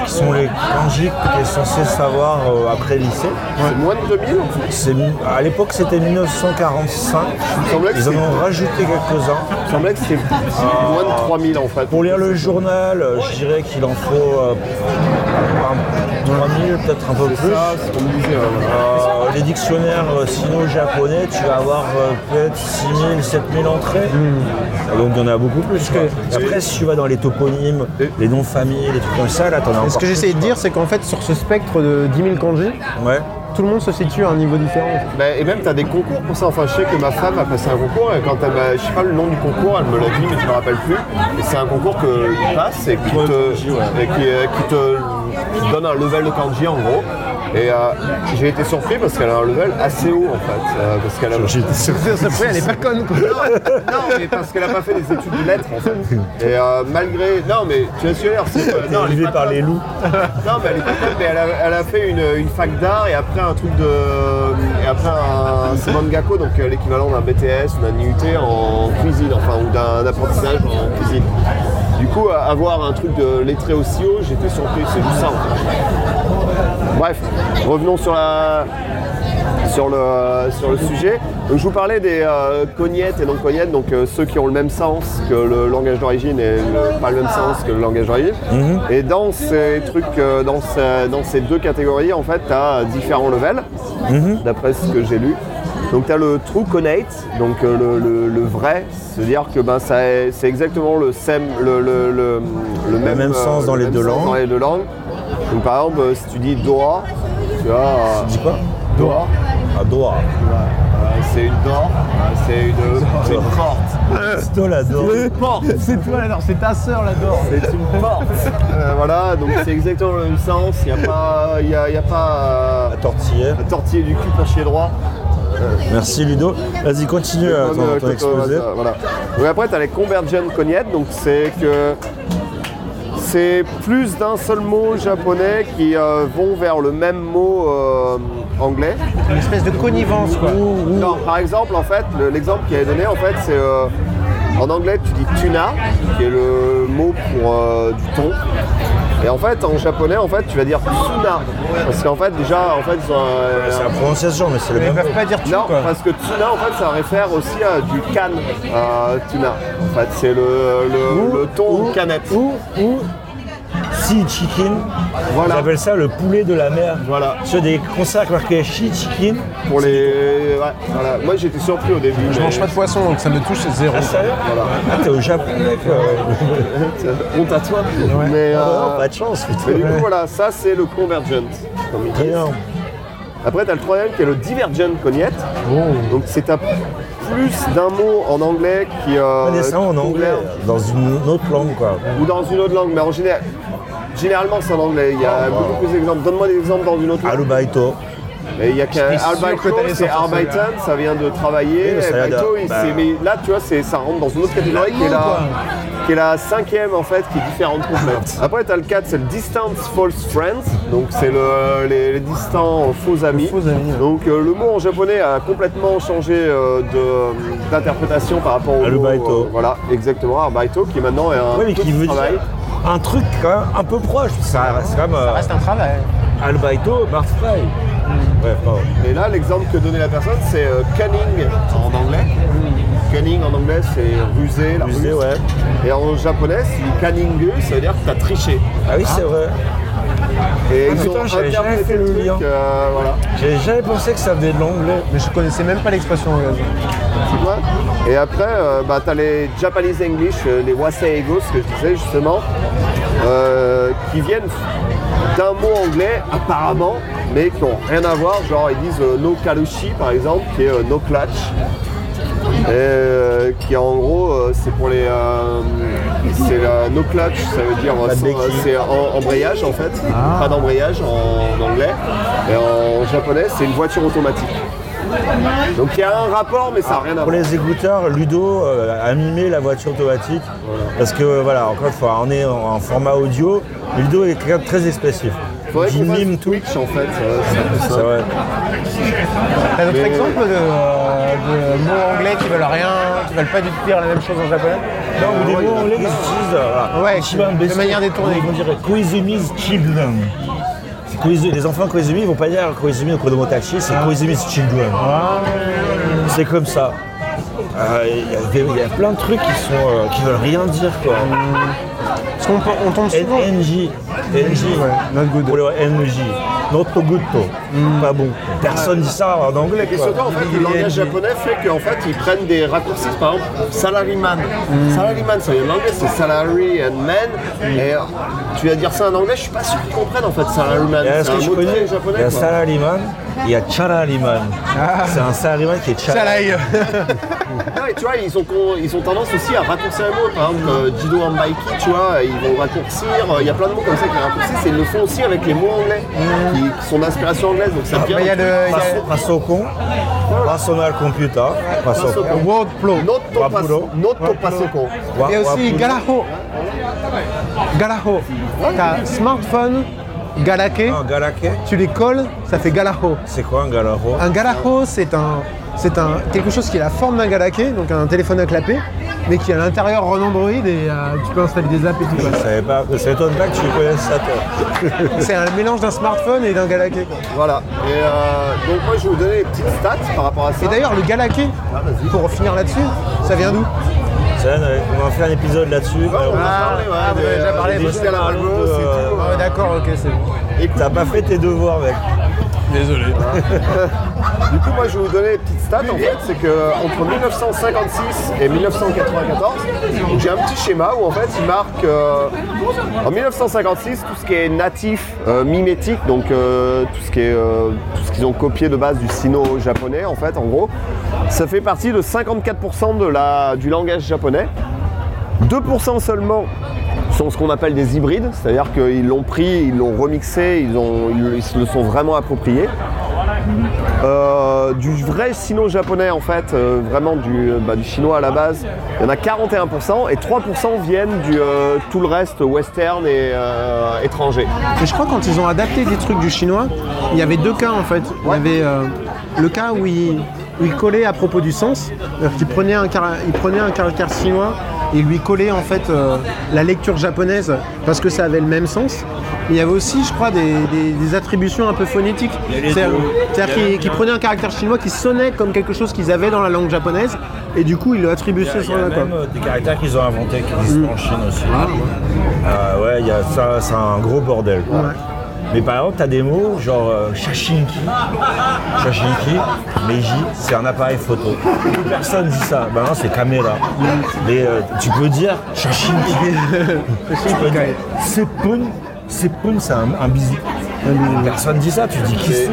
S1: qui sont les kanji que t'es censé savoir euh, après le lycée.
S2: C'est moins de 2000 en fait.
S1: C'est mi- À l'époque c'était 1945,
S2: me semblait que
S1: ils en
S2: c'était-
S1: ont rajouté quelques-uns.
S2: Il semblait que c'était moins de 3000 en fait.
S1: Pour lire le journal, euh, je dirais qu'il en faut euh, un- 3000, peut-être un peu plus.
S2: Ça, c'est comme disait. euh,
S1: Euh, les dictionnaires euh, sino-japonais, tu vas avoir euh, peut-être 6000, 7000 entrées. Ah, Donc il y en a beaucoup plus. quoi. Après, si tu vas dans les toponymes, les noms de famille, les trucs comme ça, là, t'en as
S3: Et
S1: encore.
S3: ce que j'essayais de dire, c'est qu'en fait, sur ce spectre de 10 000 kanji,
S1: Ouais.
S3: tout le monde se situe à un niveau différent.
S2: Bah, et même, t'as des concours pour ça. Enfin, je sais que ma femme a passé un concours et quand elle m'a. Je sais pas le nom du concours, elle me l'a dit, mais je me rappelle plus. Et c'est un concours qui passe et qui te, et qui, euh, qui te- qui te donne un level de kanji en gros. Et euh, j'ai été surpris parce qu'elle a un level assez haut en fait. euh, parce qu'elle a.
S3: Après, elle est pas conne, quoi.
S2: Non, mais parce qu'elle a pas fait des études de lettres en fait. Et euh, malgré. Non, mais tu as su l'air, c'est. euh, non, elle est
S1: élevé
S2: pas
S1: par
S2: conne.
S1: les loups.
S2: Non, mais elle est pas conne, mais elle a, elle a fait une, une fac d'art et après un truc de. Et après un. C'est Mangako, donc euh, l'équivalent d'un BTS ou d'un IUT en cuisine, enfin, ou d'un apprentissage en cuisine. Du coup, euh, avoir un truc de lettré aussi haut, j'étais surpris, c'est juste ça en fait. Bref, revenons sur la. Sur le, sur le sujet. Donc, je vous parlais des euh, cognettes et non cognettes, donc euh, ceux qui ont le même sens que le langage d'origine et le- pas le même sens que le langage d'origine.
S1: Mhm.
S2: Et dans ces trucs, euh, dans, ce- dans ces deux catégories, en fait, tu as différents levels,
S1: Mhm.
S2: d'après ce que j'ai lu. Donc tu as le true connate, donc euh, le, le- le vrai, c'est-à-dire que ben, ça est- c'est exactement le, sem, le, le, le- le même,
S1: même sens dans les deux
S2: sens
S1: langues.
S2: dans les deux langues. Donc par exemple, euh, si tu dis Doha, tu as... euh,
S1: Dis quoi
S2: Doha.
S1: À Doha.
S2: Euh, c'est une dent, euh, c'est une, c'est une porte.
S1: Stol à Doha.
S2: porte.
S3: C'est toi, alors, c'est ta sœur, la dehors
S2: C'est une porte. Euh, voilà, donc c'est exactement le même sens. Il n'y a pas, il y a, il y a pas
S1: La tortillère.
S2: euh, tortiller du cul pour chier droit.
S1: Merci Ludo. Vas-y, continue euh,
S2: Comme,
S1: ton,
S2: euh,
S1: ton
S2: quand,
S1: exposé.
S2: euh, voilà. Donc après, tu as les convergent cognettes, donc c'est que c'est plus d'un seul mot japonais qui euh, vont vers le même mot euh, anglais.
S3: Une espèce de connivence, quoi.
S2: Non, par exemple, en fait, le- l'exemple qui est donné, en fait, c'est euh, en anglais, tu dis tuna, qui est le mot pour euh, du thon. Et en fait, en japonais, en fait, tu vas dire tsuna, parce qu'en fait, déjà, en fait, ils ont, euh,
S1: C'est la prononciation, mais c'est le
S3: Ils
S1: même.
S3: peuvent pas dire tout,
S2: non,
S3: quoi.
S2: parce que tuna, en fait, ça réfère aussi à du can, euh, tuna. En fait, c'est le, le, le thon en canette.
S1: Ou, ou sea chicken.
S2: Voilà.
S1: Ils appellent ça le poulet de la mer.
S2: Voilà.
S1: Sur des concerts marqués sea chicken.
S2: Pour les, ouais, voilà. Moi, j'étais surpris au début.
S3: Je
S2: mais-
S3: mange pas de poisson, donc ça me touche zéro.
S1: Ah, sérieux Ah, t'es au Japon, mec. euh,
S2: Honte à toi. Mais, euh,
S3: Oh,
S1: non, Oh, pas de chance,
S2: mais du
S1: putain.
S2: coup, voilà, ça, c'est le convergent. comme ils
S1: Très
S2: disent.
S1: bien.
S2: Après, tu as le troisième qui est le divergent cognette.
S1: Oh.
S2: Donc, c'est à plus d'un mot en anglais qui. euh,
S1: On ça en
S2: qui
S1: anglais, euh.
S2: converge.
S1: dans une autre langue, quoi.
S2: Ou dans une autre langue, mais en
S1: Oh. Ah,
S2: général. Généralement, c'est en anglais. Il y a beaucoup plus d'exemples. Donne-moi des exemples dans une autre langue.
S1: Alubaito.
S2: Mais il y a qu'un
S3: J'étais sûr que
S2: Albaito,
S3: t'allais
S2: c'est
S3: sortir
S2: Arbeiten, ça vient de travailler.
S1: Oui, mais ça vient de-
S2: Albaito, il
S1: bah.
S2: s'est mis- là, tu vois, c'est- ça rentre dans une autre catégorie qui est, la, qui est la cinquième en fait, qui est différente complètement. Après, tu as le 4, c'est le Distance False Friends, donc c'est le, les, les distants faux amis.
S3: faux amis, ouais.
S2: Donc euh, le mot en japonais a complètement changé euh, de- d'interprétation par rapport au mot.
S1: Albaito.
S2: euh, voilà, exactement, Albaito, qui maintenant est un
S1: Oui, mais
S2: peu
S1: qui
S2: de
S1: veut
S2: travail.
S1: dire un truc quand même un peu proche. Ça reste quand même euh,
S3: Reste un travail.
S1: Albaito, Barfly.
S2: Hmm.
S1: Ouais, pardon.
S2: Et là, l'exemple que donnait la personne, c'est euh, cunning en anglais. Cunning en anglais, c'est rusé, la
S1: Rusé,
S2: ruse. Et en japonais, c'est cunning, ça veut dire que t'as triché.
S1: Ah oui, c'est vrai.
S2: Et
S1: Ah,
S2: ils
S1: putain,
S2: ont
S1: j'avais jamais
S2: interprété
S1: fait le
S2: truc,
S1: lien.
S2: euh, voilà.
S1: J'avais jamais pensé que ça venait de l'anglais.
S3: Mais je connaissais même pas l'expression anglaise.
S2: Tu vois Et après, euh, bah, t'as les Japanese English, euh, les waseigos, ce que je disais justement, euh, qui viennent d'un mot anglais apparemment, mais qui ont rien à voir. Genre, ils disent euh, no kalushi par exemple, qui est euh, no clutch. Et, euh, qui en gros, euh, c'est pour les. euh, c'est la no clutch, ça veut dire. euh,
S1: Pas de
S2: sans-
S1: béquille. Ah.
S2: c'est en- embrayage en fait, pas d'embrayage en anglais. Et en japonais, c'est une voiture automatique. Donc il y a un rapport, mais ça n'a rien à voir.
S1: Pour les écouteurs, Ludo euh, a mimé la voiture automatique. Parce que voilà, encore une fois, on est en, en format audio. Ludo est quelqu'un de très expressif.
S2: Faudrait
S1: Il
S2: qu'on fasse
S1: mime tout.
S2: Twitch en fait. euh, c'est un peu ça.
S1: C'est vrai.
S3: T'as d'autres
S2: Mais-
S3: exemples de, euh, de mots anglais qui veulent rien, qui veulent pas du tout dire la même chose en japonais
S1: Non, ou des mots anglais qui s'utilisent. euh, voilà.
S3: Ouais,
S1: Ichiban
S3: de
S1: Best-
S3: manière détournée.
S1: On dirait Koizumi's Children. C'est Koizu- Les enfants Koizumi, ils vont pas dire Koizumi au Kodomotachi,
S3: Ah.
S1: c'est Koizumi's Children. C'est comme ça. Euh, Il y a- il y, a plein de trucs qui sont euh, qui veulent rien dire quoi.
S3: Mm. Parce qu'on peut- on tombe souvent.
S1: NJ. NJ,
S3: ouais. Not good. Mm.
S1: Pour le NJ. Not good. Pas bon. Personne dit ça en anglais.
S2: Et
S1: quoi.
S2: surtout, en fait, le langage japonais fait qu'en fait, ils prennent des raccourcis. Par exemple, salaryman.
S3: Mm.
S2: Salaryman, ça vient de l'anglais, c'est salary and man. Et euh, tu vas dire ça en anglais, je suis pas sûr qu'ils comprennent en fait salaryman.
S1: Et Est-ce
S2: C'est
S1: que
S2: un
S1: je
S2: mot
S1: connais
S2: très
S1: Il y
S2: japonais.
S1: a
S2: quoi.
S1: Salariman, il y a Charariman.
S3: Ah.
S1: C'est un Salariman qui est Charariman.
S3: Salaï.
S2: Non, Ah, et tu vois, ils ont, con- ils ont tendance aussi à raccourcir les mots. Par exemple, euh, Jido Ambaiki, tu vois, ils vont raccourcir. Euh, Il y a plein de mots comme ça qui raccourcissent et ils le font aussi avec les mots anglais, qui, qui sont d'inspiration anglaise. Donc ça
S3: bah, Mm. il y a
S2: devient.
S3: le- il y a-
S1: Pasokon, Personal Computer, Pasokon.
S3: Wordplo.
S2: Notre
S1: Wapuro.
S2: Pasoko.
S1: Wa-
S3: Il y a aussi
S1: Wapuro.
S3: Galaho. Galaho. T'as smartphone, galaké,
S1: Un Galake.
S3: tu les colles, ça fait Galaho.
S1: C'est quoi un Galaro
S3: Un Galaho, c'est un, c'est un, quelque chose qui a la forme d'un galaké, donc un téléphone à clapet, mais qui à l'intérieur en Android et euh, tu peux installer des apps et tout.
S1: Je
S3: quoi.
S1: savais pas. Ça m'étonne pas que tu connaisses ça, toi.
S3: C'est un mélange d'un smartphone et d'un galaké. quoi.
S2: Voilà. Et euh, donc moi je vais vous donner les petites stats par rapport à ça.
S3: Et d'ailleurs, le galaké,
S2: vas-y.
S3: pour finir là-dessus, ça vient d'où
S1: Ça, on va faire un épisode là-dessus.
S2: Ouais, on en a
S3: Ah,
S2: parlé, ouais,
S3: ah, vous en avez
S2: mais,
S3: déjà
S2: euh,
S3: parlé,
S2: des
S3: bon.
S2: jusqu'à la radio,
S1: Euh,
S2: c'est tout.
S3: Ah ouais, D'accord, ok, c'est bon.
S2: Écoute,
S1: T'as pas fait tes devoirs, mec.
S2: du coup, moi, je vais vous donner des petites stats. En fait, c'est que entre 1956 et 1994, donc j'ai un petit schéma où en fait, il marque euh, en 1956 tout ce qui est natif, euh, mimétique, donc euh, tout ce qui est euh, tout ce qu'ils ont copié de base du sino-japonais. En fait, en gros, ça fait partie de 54% de la du langage japonais. 2% seulement sont ce qu'on appelle des hybrides, c'est-à-dire qu'ils l'ont pris, ils l'ont remixé, ils, ont, ils- ils se le sont vraiment approprié. Euh, du vrai sino-japonais en fait, euh, vraiment du, bah, du chinois à la base, il y en a 41% et 3% viennent du euh, tout le reste western et euh, étranger.
S3: Mais je crois quand ils ont adapté des trucs du chinois, il y avait deux cas en fait. Il y avait euh, le cas où ils, où ils collaient à propos du sens, c'est-à-dire qu'ils prenaient un, cara- ils prenaient un caractère chinois et lui collaient en fait euh, la lecture japonaise parce que ça avait le même sens. Mais il y avait aussi, je crois, des, des- des attributions un peu phonétiques. C'est-à-dire c'est-à-dire qu'ils qu'ils prenaient un caractère chinois qui sonnait comme quelque chose qu'ils avaient dans la langue japonaise et du coup ils
S1: Il
S3: le
S1: y a,
S3: attribuaient
S1: il y
S3: sur
S1: a
S3: la
S1: même euh, des caractères qu'ils ont inventés qui existent en Chine aussi. Ah ouais, il y a ça, c'est un gros bordel. quoi. Mais par exemple, t'as des mots genre euh, shashinki, shashinki, meiji, c'est un appareil photo. Plus personne dit ça. Maintenant, c'est caméra. Mais euh, tu peux dire shashinki. tu peux dire seppun, seppun, c'est un, un bisou. Personne dit ça. Tu dis qui c'est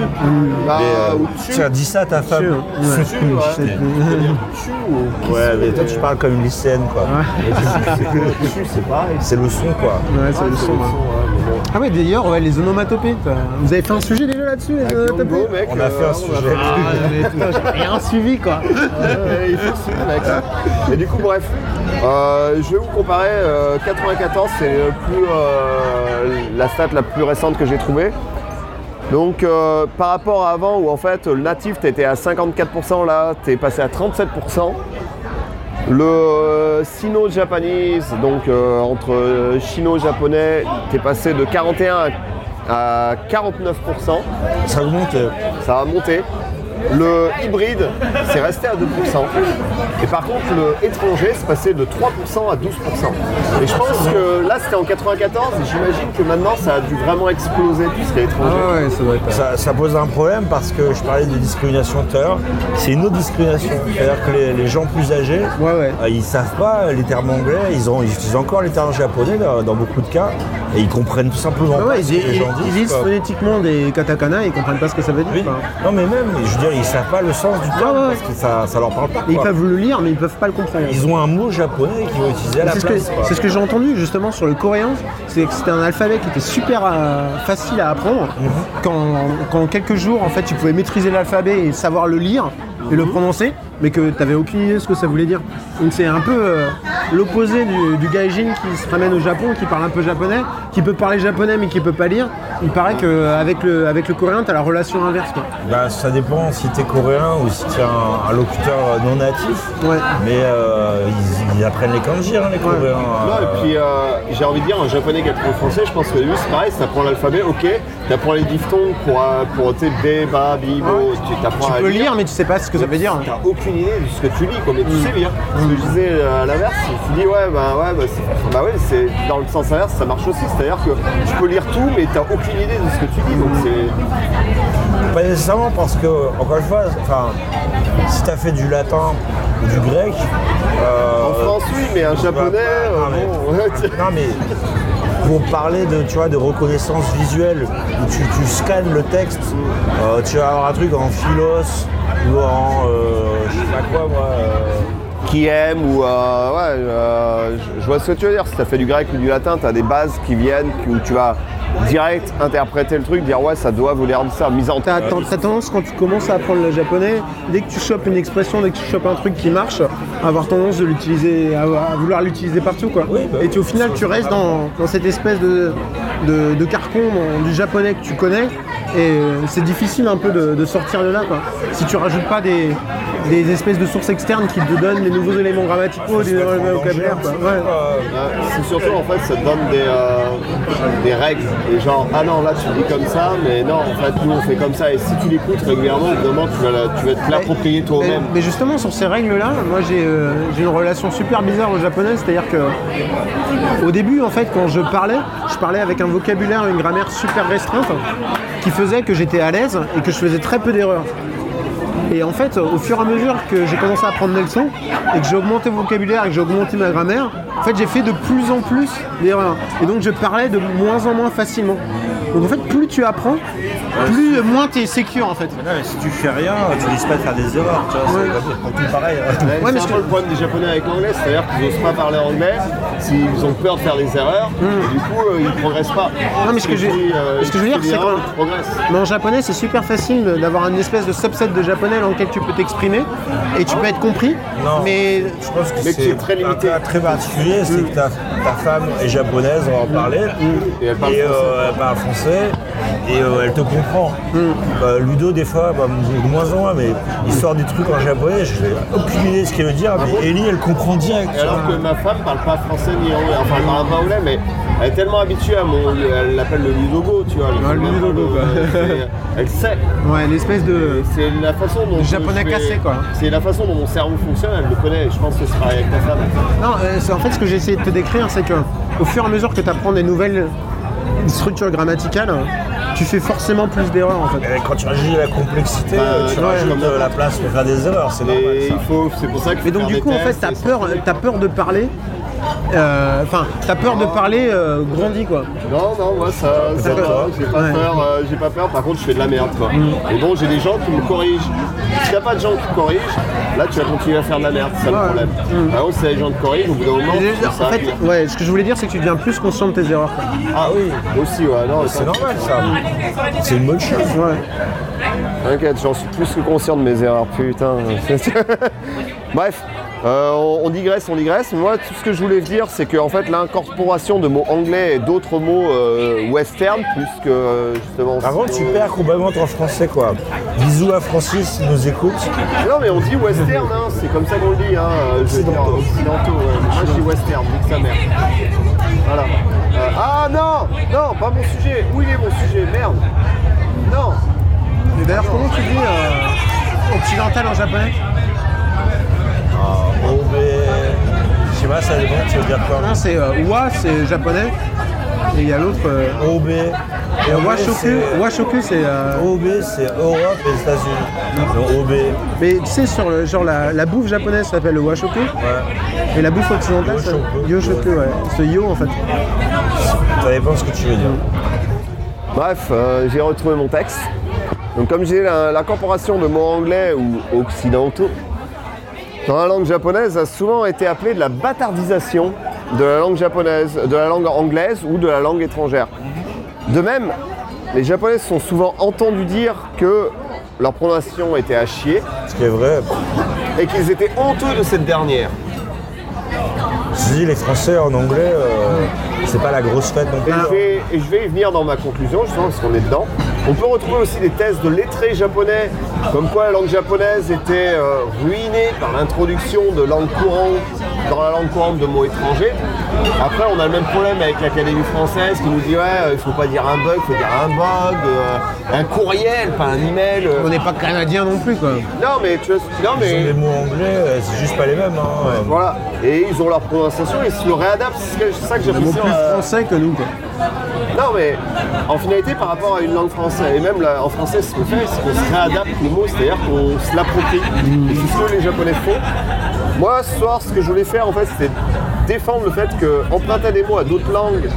S2: Bah,
S1: Mais,
S3: Ah,
S1: euh,
S2: ou tu-
S1: Tiens, dis ça à ta femme.
S3: hein. ouais.
S1: Seppun,
S2: Ouais.
S1: je t'ai-
S2: tu ou-
S1: Ouais, mais toi tu parles comme une lycéenne quoi.
S2: tu, c'est pareil.
S1: C'est euh, le son quoi.
S3: hein. Ouais, c'est le son, ouais. Ah ouais, d'ailleurs, ouais, les onomatopées. t'as- Vous avez fait un sujet déjà là-dessus. les
S2: Avec
S3: euh, tapés.
S2: Yongo, mec,
S1: On a fait un
S2: euh,
S1: sujet.
S2: fait-
S3: Ah, mais putain, j'ai rien suivi quoi.
S2: Ouais, il faut suivre avec ça. Et du coup, bref, euh, je vais vous comparer. euh, 94, c'est le plus, euh, la stat la plus récente que j'ai trouvée. Donc, euh, par rapport à avant, où en fait, le natif, t'étais à 54%, là, t'es passé à 37%. Le euh, sino-japanese, donc euh, entre euh, chino-japonais, t'es passé de 41 à, à 49%.
S1: Ça augmente. euh,
S2: Ça a monté. Le hybride, c'est resté à 2%. Et par contre, le étranger, c'est passé de 3% à 12%. Et je pense que là, c'était en 94. et J'imagine que maintenant, ça a dû vraiment exploser tout ce qui est étranger.
S3: Ah ouais, ça doit être. euh,
S1: Ça, ça pose un problème parce que je parlais de discrimination tout à l'heure. C'est une autre discrimination. C'est-à-dire que les, les gens plus âgés,
S3: Ouais, ouais.
S1: euh, ils savent pas les termes anglais, ils, ont, ils utilisent encore les termes japonais dans, dans beaucoup de cas et ils comprennent tout simplement
S3: Ah
S1: pas
S3: ouais,
S1: ce
S3: ils,
S1: que les
S3: ils-
S1: gens
S3: ils
S1: disent,
S3: lisent
S1: quoi.
S3: phonétiquement des katakana et ils comprennent pas ce que ça veut dire.
S1: Oui.
S3: quoi.
S1: Non mais même, je veux dire, ils savent pas le sens du terme
S3: ouais,
S1: parce que ça, ça leur parle pas.
S3: Et Ils
S1: quoi.
S3: peuvent le lire, mais ils peuvent pas le comprendre.
S1: Ils ont un mot japonais qu'ils vont utiliser à la
S3: C'est ce que,
S1: place. quoi.
S3: c'est ce que j'ai entendu justement sur le coréen, c'est que c'était un alphabet qui était super euh, facile à apprendre.
S1: Mhm.
S3: Quand, quand en quelques jours en fait tu pouvais maîtriser l'alphabet et savoir le lire et
S1: Mhm.
S3: le prononcer, mais que tu avais aucune idée de ce que ça voulait dire. Donc c'est un peu euh, l'opposé du, du gaijin qui se ramène au Japon, qui parle un peu japonais, qui peut parler japonais mais qui peut pas lire. Il paraît qu'avec le, avec le coréen, tu as la relation inverse. Quoi.
S1: Bah, ça dépend si t'es coréen ou si t'es un, un locuteur non natif.
S3: Ouais.
S1: Mais euh, ils, ils apprennent les kanji, hein, les coréens.
S3: Ah
S2: Non,
S1: euh,
S2: et puis euh, j'ai envie de dire, un japonais qui apprend le français, je pense que lui, c'est pareil, ça prend l'alphabet, ok, t'apprends les diphtongues pour, euh, pour tu sais, B, ba, bi, bo, tu t'apprends
S3: Ah
S2: à
S3: Tu peux lire mais tu sais pas ce que ça veut dire. hein.
S2: T'as aucune idée de ce que tu lis, quoi, mais tu sais lire. Ce que je disais euh, à l'inverse, tu dis ouais, bah ouais, bah, c'est- bah ouais, c'est dans le sens inverse, ça marche aussi. C'est-à-dire que tu peux lire tout, mais t'as aucune idée de ce que tu lis. Donc c'est.
S1: Pas nécessairement parce que, encore une fois, enfin, si t'as fait du latin ou du grec. euh,
S2: En France, oui, mais un
S1: tu
S2: japonais.
S1: vas-
S2: euh,
S1: non, mais-
S2: bon, ouais, tu-
S1: non, mais pour parler de, tu vois, de reconnaissance visuelle, où tu, tu scannes le texte, euh, tu vas avoir un truc en philos ou en. euh, je sais pas quoi, moi. euh,
S2: qui aime ou euh, ouais, euh, je- je vois ce que tu veux dire. Si t'as fait du grec ou du latin, t'as des bases qui viennent qui- où tu vas direct interpréter le truc, dire ouais, ça doit vouloir dire ça, mise en
S1: Ah,
S3: T'as
S2: tête.
S3: t'as- t'as tendance quand tu commences à apprendre le japonais, dès que tu chopes une expression, dès que tu chopes un truc qui marche, à avoir tendance de l'utiliser, à, à vouloir l'utiliser partout quoi.
S1: Oui, bah
S3: et tu, au
S1: oui,
S3: final
S1: c'est
S3: tu restes dans, dans cette espèce de, de, de carcon bon, du japonais que tu connais et euh, c'est difficile un peu de, de sortir de là quoi. Si tu rajoutes pas des, des espèces de sources externes qui te donnent des nouveaux éléments
S1: Ah,
S3: grammaticaux, des nouveaux éléments vocabulaires quoi. Ouais.
S1: euh,
S2: Ouais, C'est surtout en fait ça te donne des, euh, des règles et genre ah non là tu dis comme ça mais non en fait nous on fait comme ça et si tu l'écoutes régulièrement évidemment tu vas, la- tu vas te l'approprier
S3: Mais,
S2: toi-même.
S3: mais justement, sur ces règles-là, moi j'ai euh, j'ai une relation super bizarre au japonais, c'est-à-dire que au début, en fait, quand je parlais, je parlais avec un vocabulaire, une grammaire super restreinte qui faisait que j'étais à l'aise et que je faisais très peu d'erreurs. Et en fait, au fur et à mesure que j'ai commencé à prendre des leçons et que j'ai augmenté mon vocabulaire et que j'ai augmenté ma grammaire, en fait, j'ai fait de plus en plus d'erreurs. Et donc, je parlais de moins en moins facilement. Donc, en fait, plus tu apprends, plus moins tu es sécure, en fait.
S1: non, mais si tu fais rien, tu risques pas de faire des erreurs, tu vois, c'est pas- pas tout pareil. hein.
S2: Ouais,
S3: Ouais, mais
S2: c'est un
S3: ce
S2: peu
S3: que-
S2: le problème des japonais avec l'anglais, c'est-à-dire qu'ils n'osent pas parler anglais, s'ils ont peur de faire des erreurs, et du coup euh, ils ne progressent pas.
S3: Hmm. Non, mais ce que
S2: Et
S3: j'ai-
S2: puis, euh,
S3: ce que je veux
S2: ils
S3: dire,
S2: font des
S3: c'est
S2: erreurs,
S3: quand-
S2: Ils progressent.
S3: Mais en japonais, c'est super facile de- d'avoir une espèce de subset de japonais dans lequel tu peux t'exprimer et tu peux être compris.
S1: Non.
S3: Mais
S1: Je pense que
S2: Mais tu
S1: c'est
S2: es très limité.
S1: un cas très particulier, c'est que ta, ta femme est japonaise, on va en parler,
S2: Et elle parle
S1: euh, elle parle français, et euh, elle te comprend.
S2: Hmm.
S1: Euh, Ludo, des fois, bah, de moins en moins, mais il sort des trucs en japonais, je n'ai aucune idée de ce qu'il veut dire, mais Ellie, elle comprend direct.
S2: Ah Et alors que ma femme parle pas français ni anglais, enfin elle parle pas anglais, mais elle est tellement habituée à mon. Elle l'appelle le ludogo, tu vois. Euh,
S3: Ouais, le ludogo, quoi.
S2: C'est- Elle sait.
S3: ouais, l'espèce de.
S2: C'est la façon dont.
S3: Le japonais
S2: je fais-
S3: cassé, quoi. hein.
S2: C'est la façon dont mon cerveau fonctionne, elle le connaît, et je pense que ce sera avec ta femme.
S3: Non, euh, c'est- en fait, ce que j'ai essayé de te décrire, c'est que au fur et à mesure que tu apprends des nouvelles structures grammaticales, tu fais forcément plus d'erreurs en fait.
S1: Et quand tu rajoutes la complexité,
S2: Bah,
S1: tu
S2: ouais,
S1: rajoutes euh,
S2: comme
S1: la
S2: n'importe.
S1: place pour faire des erreurs, c'est normal
S2: Et
S1: ça.
S2: il faut. C'est pour ça que.
S3: Mais donc du coup, en fait, t'as peur, t'as peur de parler euh, enfin, t'as peur de parler euh, grandi quoi.
S2: Non, non, moi ça, ça va, j'ai pas
S3: Ouais. Mm.
S2: peur, euh, j'ai pas peur, par contre je fais de la merde quoi. Et bon, j'ai des gens qui me corrigent. Si t'as pas de gens qui te corrigent, là tu vas continuer à faire de la merde, c'est ça
S3: Ouais.
S2: le problème. Par contre, si t'as des gens qui te corrigent, au bout d'un moment,
S3: Mais
S2: tu-
S3: je-
S2: ça
S3: en fait, euh,
S2: arrive.
S3: ouais, ce que je voulais dire, c'est que tu deviens plus conscient de tes erreurs. quoi.
S2: Ah oui, aussi, ouais, non,
S1: C'est normal ça. C'est une bonne chose.
S3: Ouais.
S2: T'inquiète, j'en suis plus que conscient de mes erreurs, putain. Bref, euh, on, on digresse, on digresse. Moi, tout ce que je voulais dire, c'est qu'en fait, l'incorporation de mots anglais et d'autres mots euh, western, plus que euh, justement.
S1: Par contre, tu perds complètement ton français quoi. Bisous à Francis, il nous écoute.
S2: Non, mais on dit western, hein, c'est comme ça qu'on le dit. Hein, euh, je veux dire,
S1: Occidentaux.
S2: occidentaux, ouais. Moi, je dis western, nique sa mère. Voilà. Euh, ah non, non, pas mon sujet. Où il est mon sujet Merde. Non.
S3: Mais d'ailleurs, comment tu dis euh, occidental en japonais
S1: Bon, mais- Je sais pas, ça dépend, tu veux dire quoi
S3: Non, c'est euh, wa, c'est japonais. Et il y a l'autre. euh,
S1: OB. Et OB,
S3: washoku,
S1: c'est-
S3: washoku, c'est. euh,
S1: OB, c'est Europe et États-Unis. Donc, OB.
S3: Mais tu sais, sur le, genre la, la bouffe japonaise s'appelle le washoku. Et la bouffe occidentale, ça-
S1: Yoshoku.
S3: Yoshoku, ouais. Ce yo en fait.
S1: Ça dépend ce que tu veux dire.
S2: Bref, euh, j'ai retrouvé mon texte. Donc comme j'ai la- l'incorporation de mots anglais ou occidentaux, dans la langue japonaise a souvent été appelée de la bâtardisation de la langue japonaise, de la langue anglaise ou de la langue étrangère. De même, les japonais se sont souvent entendus dire que leur prononciation était à chier
S1: Ce qui est vrai,
S2: et qu'ils étaient honteux de cette dernière.
S1: je dis les Français en anglais, euh, c'est pas la grosse fête non
S2: Et
S1: plus.
S2: je, vais, et je vais y venir dans ma conclusion, justement, parce qu'on est dedans. On peut retrouver aussi des thèses de lettrés japonais, comme quoi la langue japonaise était euh, ruinée par l'introduction de langues courantes dans la langue courante de mots étrangers. Après, on a le même problème avec l'Académie française qui nous dit ouais, euh, il faut pas dire un bug, il faut dire un bug, euh, un courriel, pas un email. euh.
S3: On n'est pas canadien non plus, quoi.
S2: Non, mais tu vois, ce- non,
S1: Sur
S2: mais
S1: Les mots anglais, euh, c'est juste pas les mêmes. hein.
S2: voilà. Et ils ont leur prononciation, ils se le réadaptent. C'est ce que- c'est ça que j'ai
S3: Ils sont plus français que nous, quoi.
S2: Non mais en finalité par rapport à une langue française et même là, en français ce qu'on fait c'est qu'on se réadapte les mots, c'est-à-dire qu'on se l'approprie. Et c'est ce que les japonais font. Moi ce soir ce que je voulais faire en fait c'était défendre le fait que emprunter des mots à d'autres langues,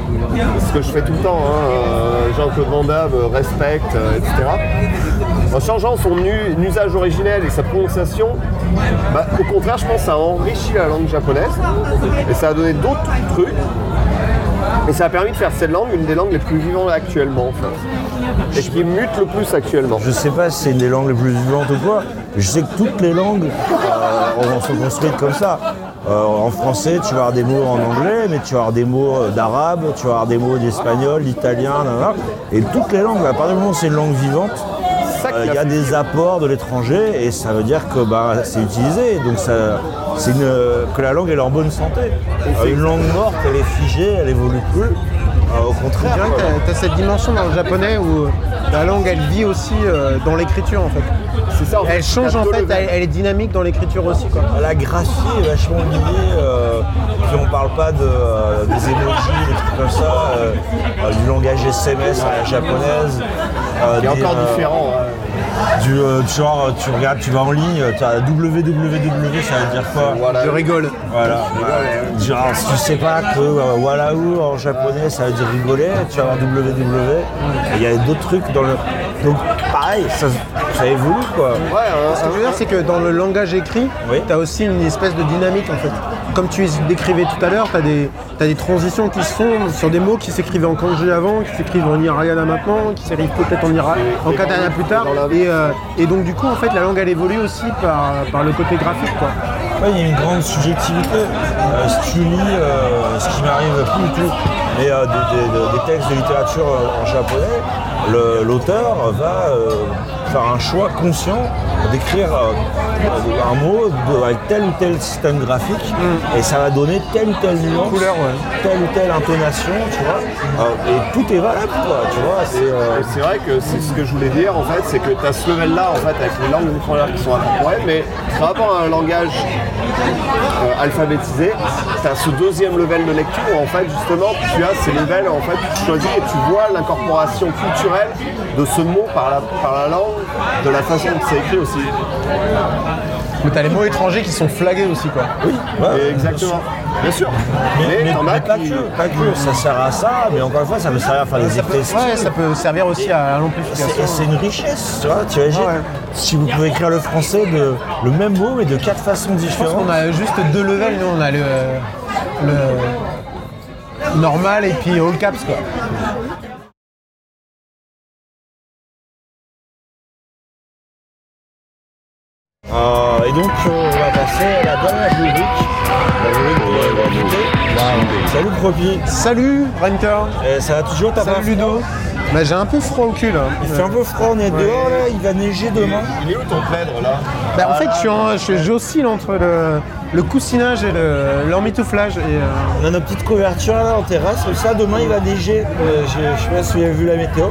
S2: ce que je fais tout le temps, hein, euh, Jean-Claude Van Damme, euh, respecte, euh, etc. En changeant son u- usage originel et sa prononciation, bah, au contraire je pense que ça a enrichi la langue japonaise et ça a donné d'autres trucs. Et ça a permis de faire cette langue une des langues les plus vivantes actuellement, en fait. Et qui mute le plus actuellement.
S1: Je sais pas si c'est une des langues les plus vivantes ou quoi. mais Je sais que toutes les langues euh, en sont construites comme ça. Euh, en français, tu vas avoir des mots en anglais, mais tu vas avoir des mots euh, d'arabe, tu vas avoir des mots d'espagnol, d'italien, nanana. et toutes les langues. À partir du moment où c'est une langue vivante,
S2: Ça
S1: euh,
S2: qui
S1: il y a des apports de l'étranger et ça veut dire que bah, c'est utilisé. Donc ça, c'est une, euh, que la langue elle est en bonne santé. Euh, une langue morte, elle est figée, elle évolue plus. Euh, au
S3: Je
S1: contraire.
S3: dirais
S1: quoi.
S3: que t'as- t'as cette dimension dans le japonais où euh, la langue elle vit aussi euh, dans l'écriture en fait.
S2: C'est ça, en fait,
S3: Elle change
S2: t'as
S3: en
S2: deux
S3: fait,
S2: levels.
S3: elle, elle est dynamique dans l'écriture aussi quoi.
S1: La graphie est vachement liée, euh, puis on parle pas de, euh, des emojis, des trucs comme ça, euh, euh, du langage SMS à la japonaise. euh,
S2: Il est
S1: des,
S2: encore
S1: euh,
S2: différent. hein.
S1: Du euh, du genre, tu regardes, tu vas en ligne, tu as www, ça veut dire quoi
S2: Voilà.
S3: Je rigole. hein.
S1: Voilà. Genre, si tu sais pas que euh, walahu en japonais ça veut dire rigoler, tu vas avoir ww. Et Il y a d'autres trucs dans le. Donc, pareil, ça, ça évolue quoi.
S2: Ouais, hein,
S3: Ce que je veux dire c'est que dans le langage écrit,
S1: Oui.
S3: t'as aussi une espèce de dynamique en fait. Comme tu décrivais tout à l'heure, t'as des, t'as des transitions qui se font sur des mots qui s'écrivaient en kanji avant, qui s'écrivent en hiragana maintenant, qui s'écrivent peut-être en, hira- en katana plus tard. Et, euh, et donc du coup en fait la langue elle évolue aussi par, par le côté graphique quoi.
S1: Ouais, il y a une grande subjectivité. Euh, si tu lis euh, ce qui m'arrive plus du tout, mais euh, des, des- des- des textes de littérature euh, en japonais, le- l'auteur va euh, faire un choix conscient d'écrire euh, un mot de- avec tel ou tel système graphique et ça va donner telle ou telle nuance,
S3: Mm. Couleur, ouais.
S1: telle ou telle intonation, tu vois. Euh, et tout est valable, quoi, tu vois. c'est, euh,
S2: Et C'est vrai que c'est ce que je voulais dire en fait, c'est que tu as ce level là en fait avec les langues étrangères qui sont incorporées, mais par rapport à un langage euh, alphabétisé, tu as ce deuxième level de lecture où en fait justement tu as ces levels en fait tu choisis et tu vois l'incorporation culturelle de ce mot par la, par la langue de la façon dont c'est écrit aussi.
S3: Mais t'as les mots étrangers qui sont flagués aussi, quoi.
S1: Oui,
S2: Et Euh, exactement. Bien sûr.
S1: Mais, mais-
S2: Mais t'en
S1: mais
S2: as
S1: pas
S2: qui-
S1: que, pas que, ça sert à ça, mais encore une fois, ça peut servir à faire des effets
S3: Ouais, ça peut servir aussi à
S1: C'est
S3: l'amplification.
S1: c'est une richesse, tu vois, tu imagines
S3: Ah ouais.
S1: Si vous pouvez écrire le français de le même mot mais de quatre façons
S3: Je pense
S1: différentes.
S3: qu'on a juste deux levels, nous on a le, le normal et puis all caps quoi.
S1: Euh, et donc euh, on va passer à la dernière rubrique. La rubrique de l'invité. Salut Propi.
S3: Salut Renter
S1: Euh, ça va toujours t'as pas
S3: Salut Ludo Bah j'ai un peu froid au cul là.
S1: Il fait un peu froid, on est dehors là, il va neiger demain.
S2: Il est où ton plaidre là
S3: Bah, en fait je suis en- je- j'oscille entre le, le coussinage et le- l'emmitouflage et euh,
S1: On a nos petites couvertures là en terrasse, comme ça demain il va neiger. Euh, je, je sais pas si vous avez vu la météo.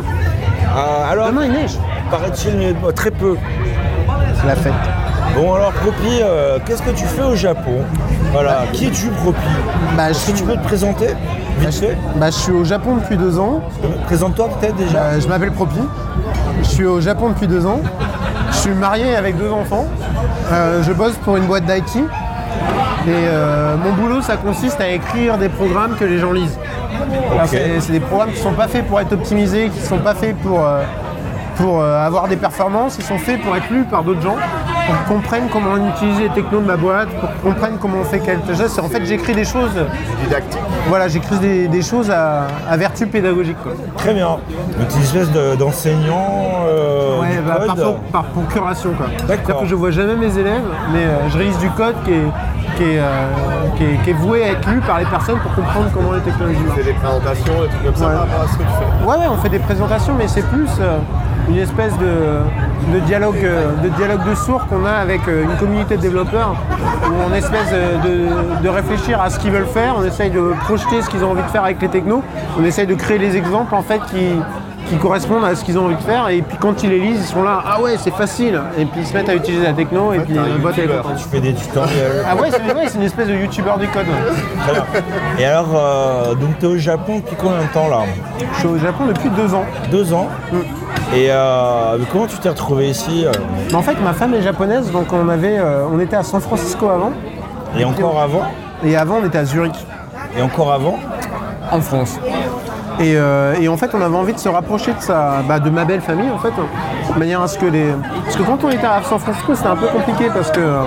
S1: Euh, alors,
S3: demain il neige.
S1: paraît-il, mais, euh, très peu.
S3: C'est la fête.
S1: Bon alors Propi, euh, qu'est-ce que tu fais au Japon Voilà, qui es-tu Propi
S3: Bah,
S1: Est-ce que
S3: je-
S1: tu peux te présenter
S3: Bah,
S1: vite
S3: je,
S1: fait Euh,
S3: bah, je suis au Japon depuis deux ans.
S1: Présente-toi peut-être déjà.
S3: Euh, je m'appelle Propi. Je suis au Japon depuis deux ans. Je suis marié avec deux enfants. Euh, je bosse pour une boîte d'IT. Et euh, mon boulot, ça consiste à écrire des programmes que les gens lisent. Alors, C'est c'est des programmes qui ne sont pas faits pour être optimisés, qui ne sont pas faits pour, euh, pour euh, avoir des performances. Ils sont faits pour être lus par d'autres gens, pour qu'ils comprennent comment on utilise les technos de ma boîte, pour qu'ils comprennent comment on fait quelque chose. En fait, j'écris des choses.
S2: Didactique.
S3: Voilà, j'écris des, des choses à, à vertu pédagogique. quoi.
S1: Très bien. Donc une espèce de- d'enseignant euh,
S3: Ouais,
S1: du
S3: bah, par,
S1: code.
S3: pro- par procuration quoi.
S1: D'accord.
S3: C'est-à-dire que je vois jamais mes élèves, mais euh, je réalise du code qui est, qui, est, euh, qui, est, qui est voué à être lu par les personnes pour comprendre comment les technologies
S2: Tu fais
S3: marchent.
S2: des présentations, des trucs comme ça
S3: Ouais.
S2: par rapport à ce que tu fais.
S3: Ouais, ouais, on fait des présentations, mais c'est plus euh, une espèce de, de dialogue, euh, de dialogue de sourds qu'on a avec euh, une communauté de développeurs où on espèce euh, de, de réfléchir à ce qu'ils veulent faire, on essaye de projeter ce qu'ils ont envie de faire avec les technos, on essaye de créer les exemples en fait qui, qui correspondent à ce qu'ils ont envie de faire et puis quand ils les lisent, ils sont là, ah ouais, c'est facile, et puis ils se mettent à utiliser la techno et puis
S2: t'es un
S3: le bot est
S2: youtubeur.
S3: content.
S1: Tu fais des tutoriels.
S3: Ah ouais, c'est ouais, c'est une espèce de youtubeur du code. ouais.
S1: Très bien. Et alors, euh, donc tu es au Japon depuis combien de temps là
S3: Je suis au Japon depuis deux ans.
S1: Deux ans.
S3: Mm.
S1: Et euh, mais comment tu t'es retrouvé ici euh,
S3: Mais en fait, ma femme est japonaise, donc on, avait, euh, on était à San Francisco avant.
S1: Et encore avant
S3: Et avant, on était à Zurich.
S1: Et encore avant
S3: En France. Et, euh, et en fait, on avait envie de se rapprocher de, sa, bah, de ma belle famille, en fait, hein, de manière à ce que les. Parce que quand on était à San Francisco, c'était un peu compliqué parce que, euh,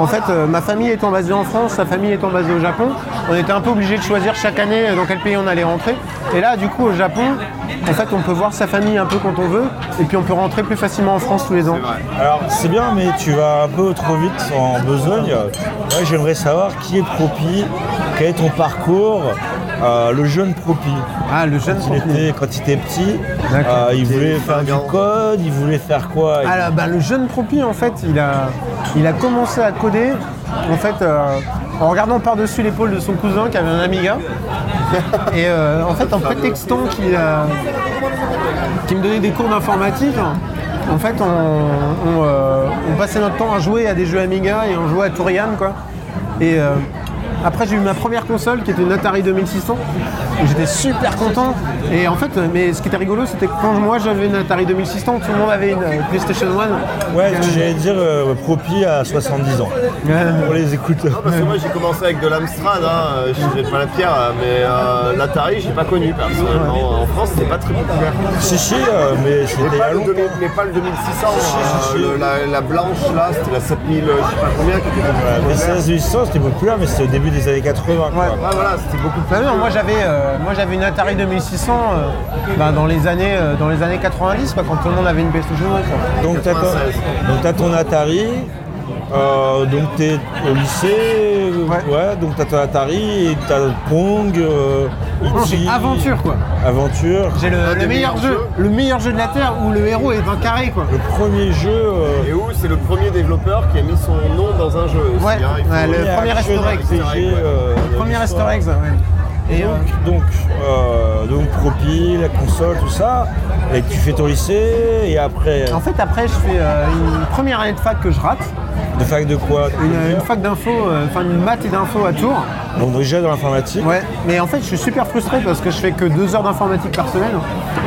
S3: en fait, euh, ma famille étant basée en France, sa famille étant basée au Japon, on était un peu obligé de choisir chaque année dans quel pays on allait rentrer. Et là, du coup, au Japon, en fait, on peut voir sa famille un peu quand on veut, et puis on peut rentrer plus facilement en France tous les ans.
S1: Alors c'est bien, mais tu vas un peu trop vite en besogne. Moi j'aimerais savoir qui est Propi, quel est ton parcours, euh, le jeune Propi.
S3: Ah, le jeune
S1: Quand il
S3: contenu.
S1: était, quand il était petit,
S3: D'accord.
S1: euh, il voulait
S2: était
S1: faire du
S2: fringant.
S1: code, il voulait faire quoi Il-
S3: Alors, bah, le jeune Propi, en fait, il a, il a commencé à coder en, fait, euh, en regardant par-dessus l'épaule de son cousin qui avait un Amiga. Et euh, en fait, en prétextant qu'il a- qu'il me donnait des cours d'informatique, hein. en fait, on, on, euh, on passait notre temps à jouer à des jeux Amiga et on jouait à Tourian, quoi. Et euh, après, j'ai eu ma première console qui était une Atari 2600. Et J'étais super content. Et en fait, mais ce qui était rigolo, c'était que quand moi j'avais une Atari 2600, tout le monde avait une euh, PlayStation 1.
S1: Ouais, j'allais dire euh, Propi à 70 ans.
S3: Euh,
S1: Pour les
S2: Non,
S1: écouteurs.
S2: parce que moi j'ai commencé avec de l'Amstrad, hein, euh, je vais pas la pierre, euh, mais euh, l'Atari j'ai pas connu personnellement. En France c'était pas très populaire.
S1: Si, si, euh, mais c'était il
S2: Mais
S1: y
S2: pas,
S1: a
S2: le
S1: longtemps.
S2: 2000 mais pas le 2600,
S1: Si, si,
S2: euh,
S1: si.
S2: le- la, la blanche là, c'était la 7000, euh, je sais pas combien qui était
S1: Voilà,
S2: populaire.
S1: Les 16 800 c'était populaire, mais c'était au début des années 80. quoi.
S2: Ouais, Ah, voilà, c'était beaucoup plus.
S3: Bah non, moi j'avais euh, moi j'avais une Atari 2600 euh, bah, dans les années euh, dans les années 90 quoi, quand tout le monde avait une PlayStation 1. quoi.
S1: Donc t'as ton,
S2: 96.
S1: donc, t'as ton Atari, euh, donc t'es au lycée, euh, ouais,
S3: Ouais.
S1: donc t'as ton Atari, et t'as Pong, euh,
S3: Non,
S1: E.T.,
S3: j'ai Aventure quoi.
S1: Aventure.
S3: J'ai le, le
S2: des
S3: meilleur
S2: meilleurs
S3: jeu,
S2: jeux.
S3: le meilleur jeu de la terre où le héros est un carré quoi.
S1: Le premier jeu, euh,
S2: Et où c'est le premier développeur qui a mis son nom dans un jeu aussi.
S3: Ouais,
S2: hein, il faut-
S3: ouais, le-
S1: premier
S3: premier
S1: action
S3: restaurant,
S1: RPG,
S2: ouais.
S1: euh, de
S3: Premier
S1: l'histoire.
S3: Easter egg, ça, ouais. Et,
S1: Et
S3: euh,
S1: donc, donc, euh, donc Propi, la console, tout ça, et tu fais ton lycée, et après...
S3: euh, En fait, après, je fais euh, une première année de fac que je rate.
S1: De fac de quoi
S3: Une, une fac d'info, euh, enfin une maths et d'info à Tours.
S1: Donc déjà dans l'informatique.
S3: Ouais, mais en fait, je suis super frustré parce que je fais que deux heures d'informatique par semaine.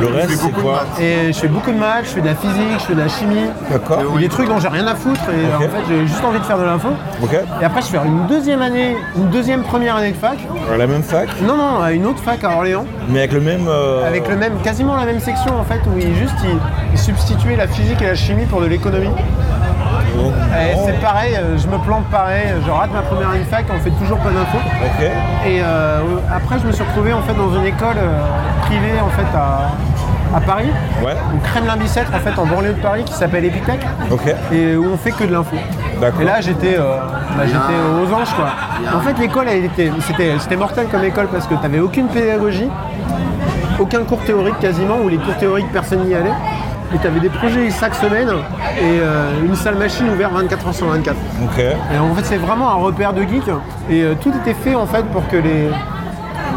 S1: Le reste, c'est quoi
S3: Et je fais beaucoup de maths, je fais de la physique, je fais de la chimie.
S1: D'accord.
S3: Des trucs dont j'ai rien à foutre et
S1: Ok.
S3: en fait, j'ai juste envie de faire de l'info.
S1: Ok.
S3: Et après, je fais une deuxième année, une deuxième première année de fac.
S1: Alors, la même fac,
S3: Non, non, à une autre fac à Orléans.
S1: mais avec le même. euh,
S3: Avec le même, quasiment la même section en fait, où il juste il, il substituait la physique et la chimie pour de l'économie.
S1: donc,
S3: Et
S1: bon,
S3: C'est pareil, euh, je me plante pareil, je rate ma première année de fac, on fait toujours pas d'infos.
S1: Ok.
S3: Et euh, après, je me suis retrouvé en fait dans une école euh, privée en fait à, à Paris,
S1: Ouais.
S3: au Kremlin-Bicêtre en fait en banlieue de Paris qui s'appelle Epitech.
S1: Ok.
S3: Et où on fait que de l'info.
S1: D'accord.
S3: Et là j'étais euh, bah, j'étais aux anges quoi. En fait l'école elle était c'était c'était mortel comme école parce que t'avais aucune pédagogie, aucun cours théorique quasiment où les cours théoriques personne n'y allait. Et t'avais des projets chaque semaine et euh, une salle machine ouverte 24 h sur 24.
S1: Ok.
S3: Et en fait, c'est vraiment un repère de geek. Et euh, tout était fait en fait pour que les,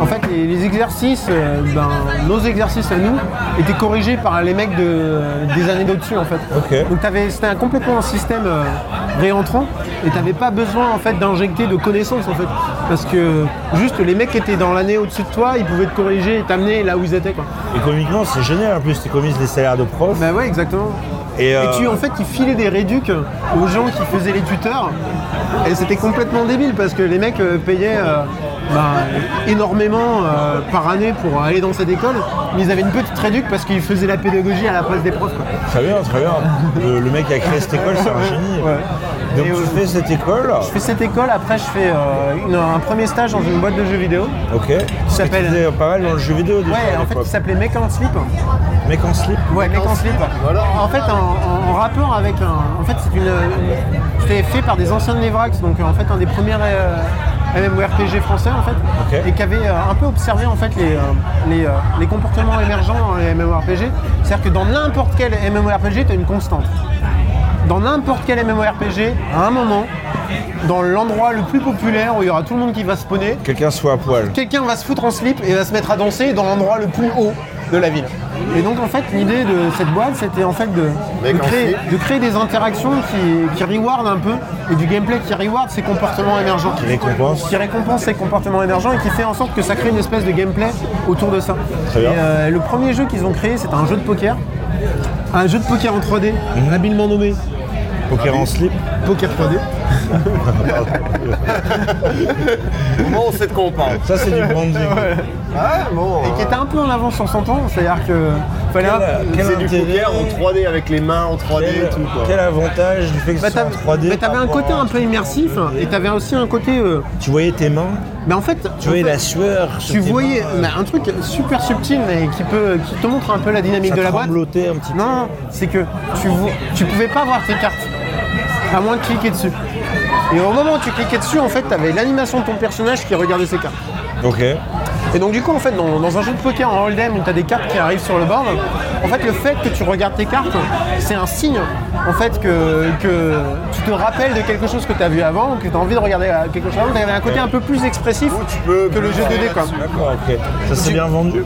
S3: en fait, les, les exercices, euh, ben, nos exercices à nous, étaient corrigés par les mecs de, des années d'au-dessus en fait.
S1: Ok.
S3: Donc t'avais- c'était un- complètement un système euh, réentrant et t'avais pas besoin en fait d'injecter de connaissances en fait. Parce que juste les mecs qui étaient dans l'année au-dessus de toi, ils pouvaient te corriger et t'amener là où ils étaient quoi.
S1: Économiquement, c'est génial en plus, tu économises les salaires de prof.
S3: Bah ouais, exactement.
S1: Et,
S3: Et
S1: euh,
S3: tu, en fait, ils filaient des réducs aux gens qui faisaient les tuteurs. Et c'était complètement débile parce que les mecs euh, payaient euh, bah, énormément euh, par année pour aller dans cette école. Mais ils avaient une petite réduc parce qu'ils faisaient la pédagogie à la place des profs. quoi.
S1: Très bien, très bien. Le, le mec qui a créé cette école, c'est un génie.
S3: Ouais.
S1: Donc
S3: Et
S1: tu
S3: au-
S1: fais cette école.
S3: Je fais cette école, après je fais euh, une- un premier stage dans une boîte de jeux vidéo.
S1: Ok.
S3: Qui s'appelle-
S1: C'était pas mal dans le jeu vidéo déjà.
S3: Ouais,
S1: à
S3: en fait,
S1: l'époque.
S3: qui s'appelait Mec en Slip.
S1: Mec en slip.
S3: Ouais, mec en slip. En fait, en, en- en rapport avec un. En fait, c'est une. C'était fait par des anciens de Nevrax, donc euh, en fait, un des premiers euh, MMORPG français, en fait.
S1: Ok.
S3: Et qui avait euh, un peu observé, en fait, les, euh, les, euh, les comportements émergents dans les MMORPG. C'est-à-dire que dans n'importe quel MMORPG, t'as une constante. Dans n'importe quel MMORPG, à un moment, dans l'endroit le plus populaire où il y aura tout le monde qui va spawner,
S1: Quelqu'un soit à poil.
S3: quelqu'un va se foutre en slip et va se mettre à danser dans l'endroit le plus haut de la ville. Et donc en fait l'idée de cette boîte c'était en fait de,
S2: Mec
S3: de
S2: en
S3: créer,
S2: slip.
S3: de créer des interactions qui, qui reward un peu et du gameplay qui reward ces comportements émergents. Qui
S1: récompense.
S3: Qui récompense ces comportements émergents et qui fait en sorte que ça crée une espèce de gameplay autour de ça.
S1: bien.
S3: Et, euh, le premier jeu qu'ils ont créé c'était un jeu de poker. Un jeu de poker en 3D, habilement nommé
S1: Poker en slip.
S3: Poker 3D.
S2: Comment on sait de quoi on parle
S1: Ça c'est du branding.
S2: Ah bon.
S3: Et qui était un peu en avance sur son temps, c'est-à-dire que fallait un peu-
S1: Quel
S2: C'est du
S1: intérêt-
S2: poker en 3D avec les mains en 3D et
S1: Quel,
S2: tout quoi.
S1: quel avantage du fait que
S3: Bah,
S1: ce soit en
S3: t'avais
S1: 3D.
S3: bah, t'avais
S1: par
S3: un
S1: rapport
S3: côté
S1: à-
S3: un peu immersif et t'avais aussi un côté. euh,
S1: Tu voyais tes mains,
S3: Mais en fait,
S1: tu voyais
S3: en fait,
S1: la sueur. sur
S3: tu
S1: tes
S3: voyais
S1: mains.
S3: mais un truc super subtil mais qui peut, qui te montre un peu la dynamique
S1: Ça
S3: de la boîte.
S1: tremblotait un petit peu.
S3: Non, c'est que tu, vo- tu pouvais pas voir tes cartes à moins de cliquer dessus. Et au moment où tu cliquais dessus, en fait, t'avais l'animation de ton personnage qui regardait ses cartes.
S1: Ok.
S3: Et donc du coup en fait dans, dans un jeu de poker en hold'em où t'as des cartes qui arrivent sur le board, en fait le fait que tu regardes tes cartes, c'est un signe en fait que, que tu te rappelles de quelque chose que t'as vu avant, que t'as envie de regarder euh, quelque chose avant, t'avais un côté un peu plus expressif
S2: peux
S3: que le jeu 2D quoi.
S1: D'accord, ok. Ça s'est
S3: Tu-
S1: bien vendu.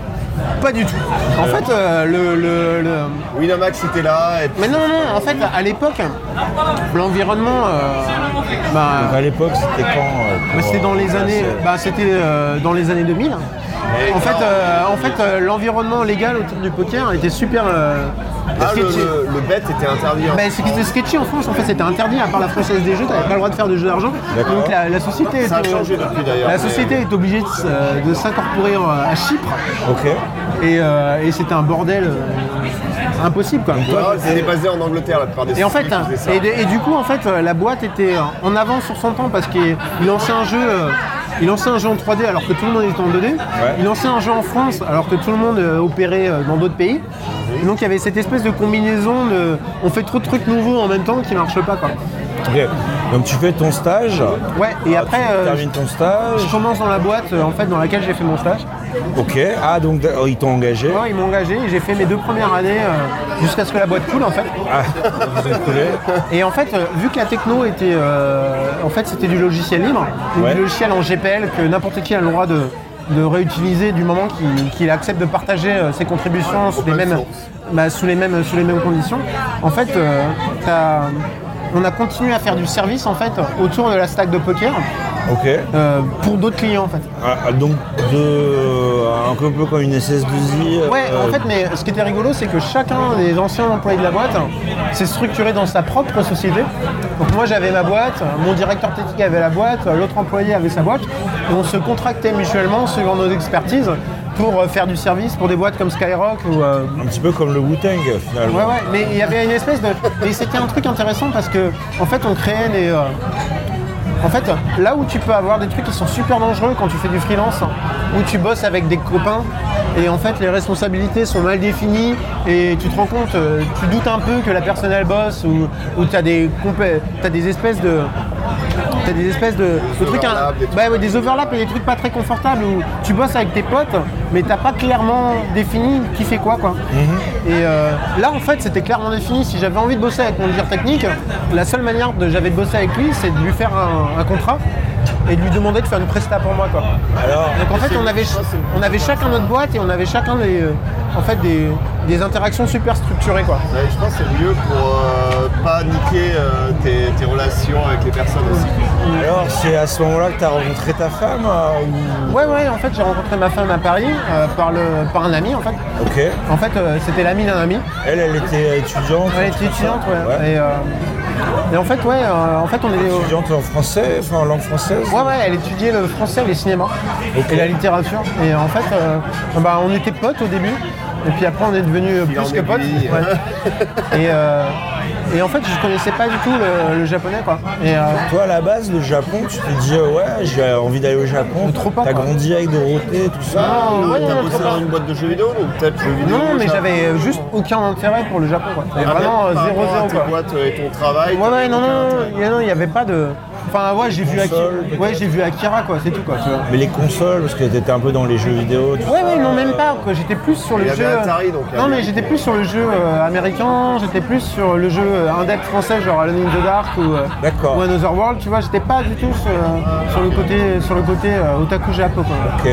S3: Pas du tout. En fait euh, le- le- le,
S2: Winamax était là et
S3: Mais non, non, non, en fait, à l'époque, l'environnement, euh, bah,
S1: À l'époque, c'était quand euh, pour,
S3: bah, c'était dans les
S1: euh,
S3: années,
S1: c'est-
S3: bah, c'était euh, dans les années 2000. En fait, euh, en fait, euh, l'environnement légal autour du poker était super euh,
S2: Ah, le,
S3: sketchy.
S2: le, le bet était interdit. hein.
S3: Bah, c'était sketchy en France, en fait c'était interdit, à part la française des jeux, t'avais pas le droit de faire de jeux d'argent.
S1: D'accord.
S3: Donc la, la société
S2: Ça a
S3: était-
S2: changé depuis, d'ailleurs,
S3: La
S2: mais-
S3: société est obligée de, s- euh, de s'incorporer en- à Chypre
S1: Ok.
S3: et, euh, et c'était un bordel euh, impossible quoi.
S2: Ah, c'était basé en Angleterre la plupart des
S3: Et en fait,
S2: sociétés faisaient ça.
S3: et, de- et du coup, en fait, euh, la boîte était euh, en avance sur son temps parce qu'il il lançait un jeu. euh, Il lançait un jeu en 3D alors que tout le monde était en 2D. Il lançait un jeu en France alors que tout le monde euh, opérait euh, dans d'autres pays. Et donc il y avait cette espèce de combinaison de on fait trop de trucs nouveaux en même temps qui marchent pas quoi.
S1: Ok. Donc tu fais ton stage.
S3: Ouais, et
S1: Ah,
S3: après
S1: tu
S3: euh,
S1: termines ton stage.
S3: je commence dans la boîte euh, en fait dans laquelle j'ai fait mon stage.
S1: Ok. Ah donc d- oh, ils t'ont engagé.
S3: Ouais, ils m'ont engagé et j'ai fait mes deux premières années euh, jusqu'à ce que la boîte coule en fait.
S1: Ah, vous êtes collés.
S3: Et en fait, euh, vu que la techno était, euh, en fait, c'était du logiciel libre, donc
S1: Ouais.
S3: du logiciel en GPL que n'importe qui a le droit de, de réutiliser du moment qu'il qu'il accepte de partager euh, ses contributions sous les, mêmes,
S2: source.
S3: bah, sous, les mêmes, sous les mêmes conditions. En fait, euh, t'as- on a continué à faire du service en fait autour de la stack de poker
S1: Ok.
S3: euh, pour d'autres clients en fait.
S1: Ah, donc, de, un peu peu comme une SS2I.
S3: Ouais,
S1: euh,
S3: en fait, mais ce qui était rigolo, c'est que chacun des anciens employés de la boîte hein, s'est structuré dans sa propre société. Donc moi, j'avais ma boîte, mon directeur technique avait la boîte, l'autre employé avait sa boîte. Et on se contractait mutuellement selon nos expertises pour euh, faire du service pour des boîtes comme Skyrock ou... euh,
S1: Un petit peu comme le Wu-Tang, finalement.
S3: Ouais, ouais, mais il y avait une espèce de... Et c'était un truc intéressant parce que, en fait, on créait des... euh, En fait, là où tu peux avoir des trucs qui sont super dangereux quand tu fais du freelance, hein, où tu bosses avec des copains et en fait les responsabilités sont mal définies et tu te rends compte, euh, tu doutes un peu que la personne elle bosse ou, ou tu as, des compé- t'as des espèces de. T'as des espèces de, de trucs, hein,
S2: overlaps, des trucs.
S3: bah ouais, des overlaps et des trucs pas très confortables où tu bosses avec tes potes mais t'as pas clairement défini qui fait quoi quoi.
S2: Mhm.
S3: Et euh, là en fait c'était clairement défini. Si j'avais envie de bosser avec mon leader technique, la seule manière de j'avais de bosser avec lui c'est de lui faire un, un contrat et de lui demander de faire une presta pour moi quoi.
S1: Alors,
S3: Donc en fait on avait, ch- on avait chacun notre boîte et on avait chacun des, euh, en fait, des, des interactions super structurées quoi.
S2: Ouais, je pense que c'est mieux pour euh, pas niquer euh, tes, tes relations avec les personnes aussi.
S1: alors c'est à ce moment-là que tu as rencontré ta femme euh, ou-
S3: Ouais ouais en fait j'ai rencontré ma femme à Paris euh, par, le, par un ami en fait.
S1: Ok.
S3: En fait euh, c'était l'ami d'un ami.
S1: Elle, elle était étudiante.
S3: Elle était
S1: tout ça.
S3: étudiante, ouais.
S1: Ouais.
S3: Et, euh, et en fait, ouais, euh, en fait, on est. au-
S1: Étudiante en français, enfin en langue française.
S3: Ouais, ouais, elle étudiait le français, les cinémas
S1: Ok.
S3: et la littérature. Et en fait, euh, bah, on était potes au début. Et puis après, on est devenu
S2: en
S3: plus que potes.
S2: aiguille.
S3: Ouais. et, euh, et en fait, je connaissais pas du tout le, le japonais, quoi. Et, euh,
S1: Toi, à la base, le Japon, tu t'es dit, euh, ouais, j'ai envie d'aller au Japon.
S3: Trop pas,
S1: T'as
S3: quoi.
S1: grandi avec Dorothée, tout ça.
S3: non, ouais,
S2: Ah, T'as
S3: non,
S2: bossé
S3: trop
S2: dans
S3: pas.
S2: une boîte de jeux vidéo, donc peut-être jeux vidéo.
S3: Non, mais
S2: ça-
S3: j'avais euh, juste aucun intérêt pour le Japon, quoi.
S2: Ah, mais
S3: Vraiment euh,
S2: par
S3: zéro
S2: rapport à
S3: zéro,
S2: tes
S3: quoi.
S2: boîtes et ton travail.
S3: Ouais, ouais,
S2: t'avais
S3: non, non,
S2: aucun
S3: non,
S2: intérêt.
S3: il non, il y avait pas de. Enfin, ouais, j'ai vu,
S1: Console,
S3: Akira, ouais, j'ai vu Akira, quoi, c'est tout, quoi, tu vois.
S1: Mais les consoles, parce que t'étais un peu dans les jeux vidéo, tout
S3: Ouais,
S1: ça.
S3: ouais, non, même pas. quoi. J'étais plus sur le
S2: Il y avait
S3: jeu. euh,
S2: Atari, donc, il y
S3: non,
S2: avait-
S3: mais j'étais plus sur le jeu euh, américain, j'étais plus sur le jeu euh, indep français, genre Alone in the Dark ou, euh,
S1: D'accord.
S3: ou Another World, tu vois. J'étais pas du tout sur, euh, sur le côté, sur le côté euh, otaku japo, quoi.
S1: Ok.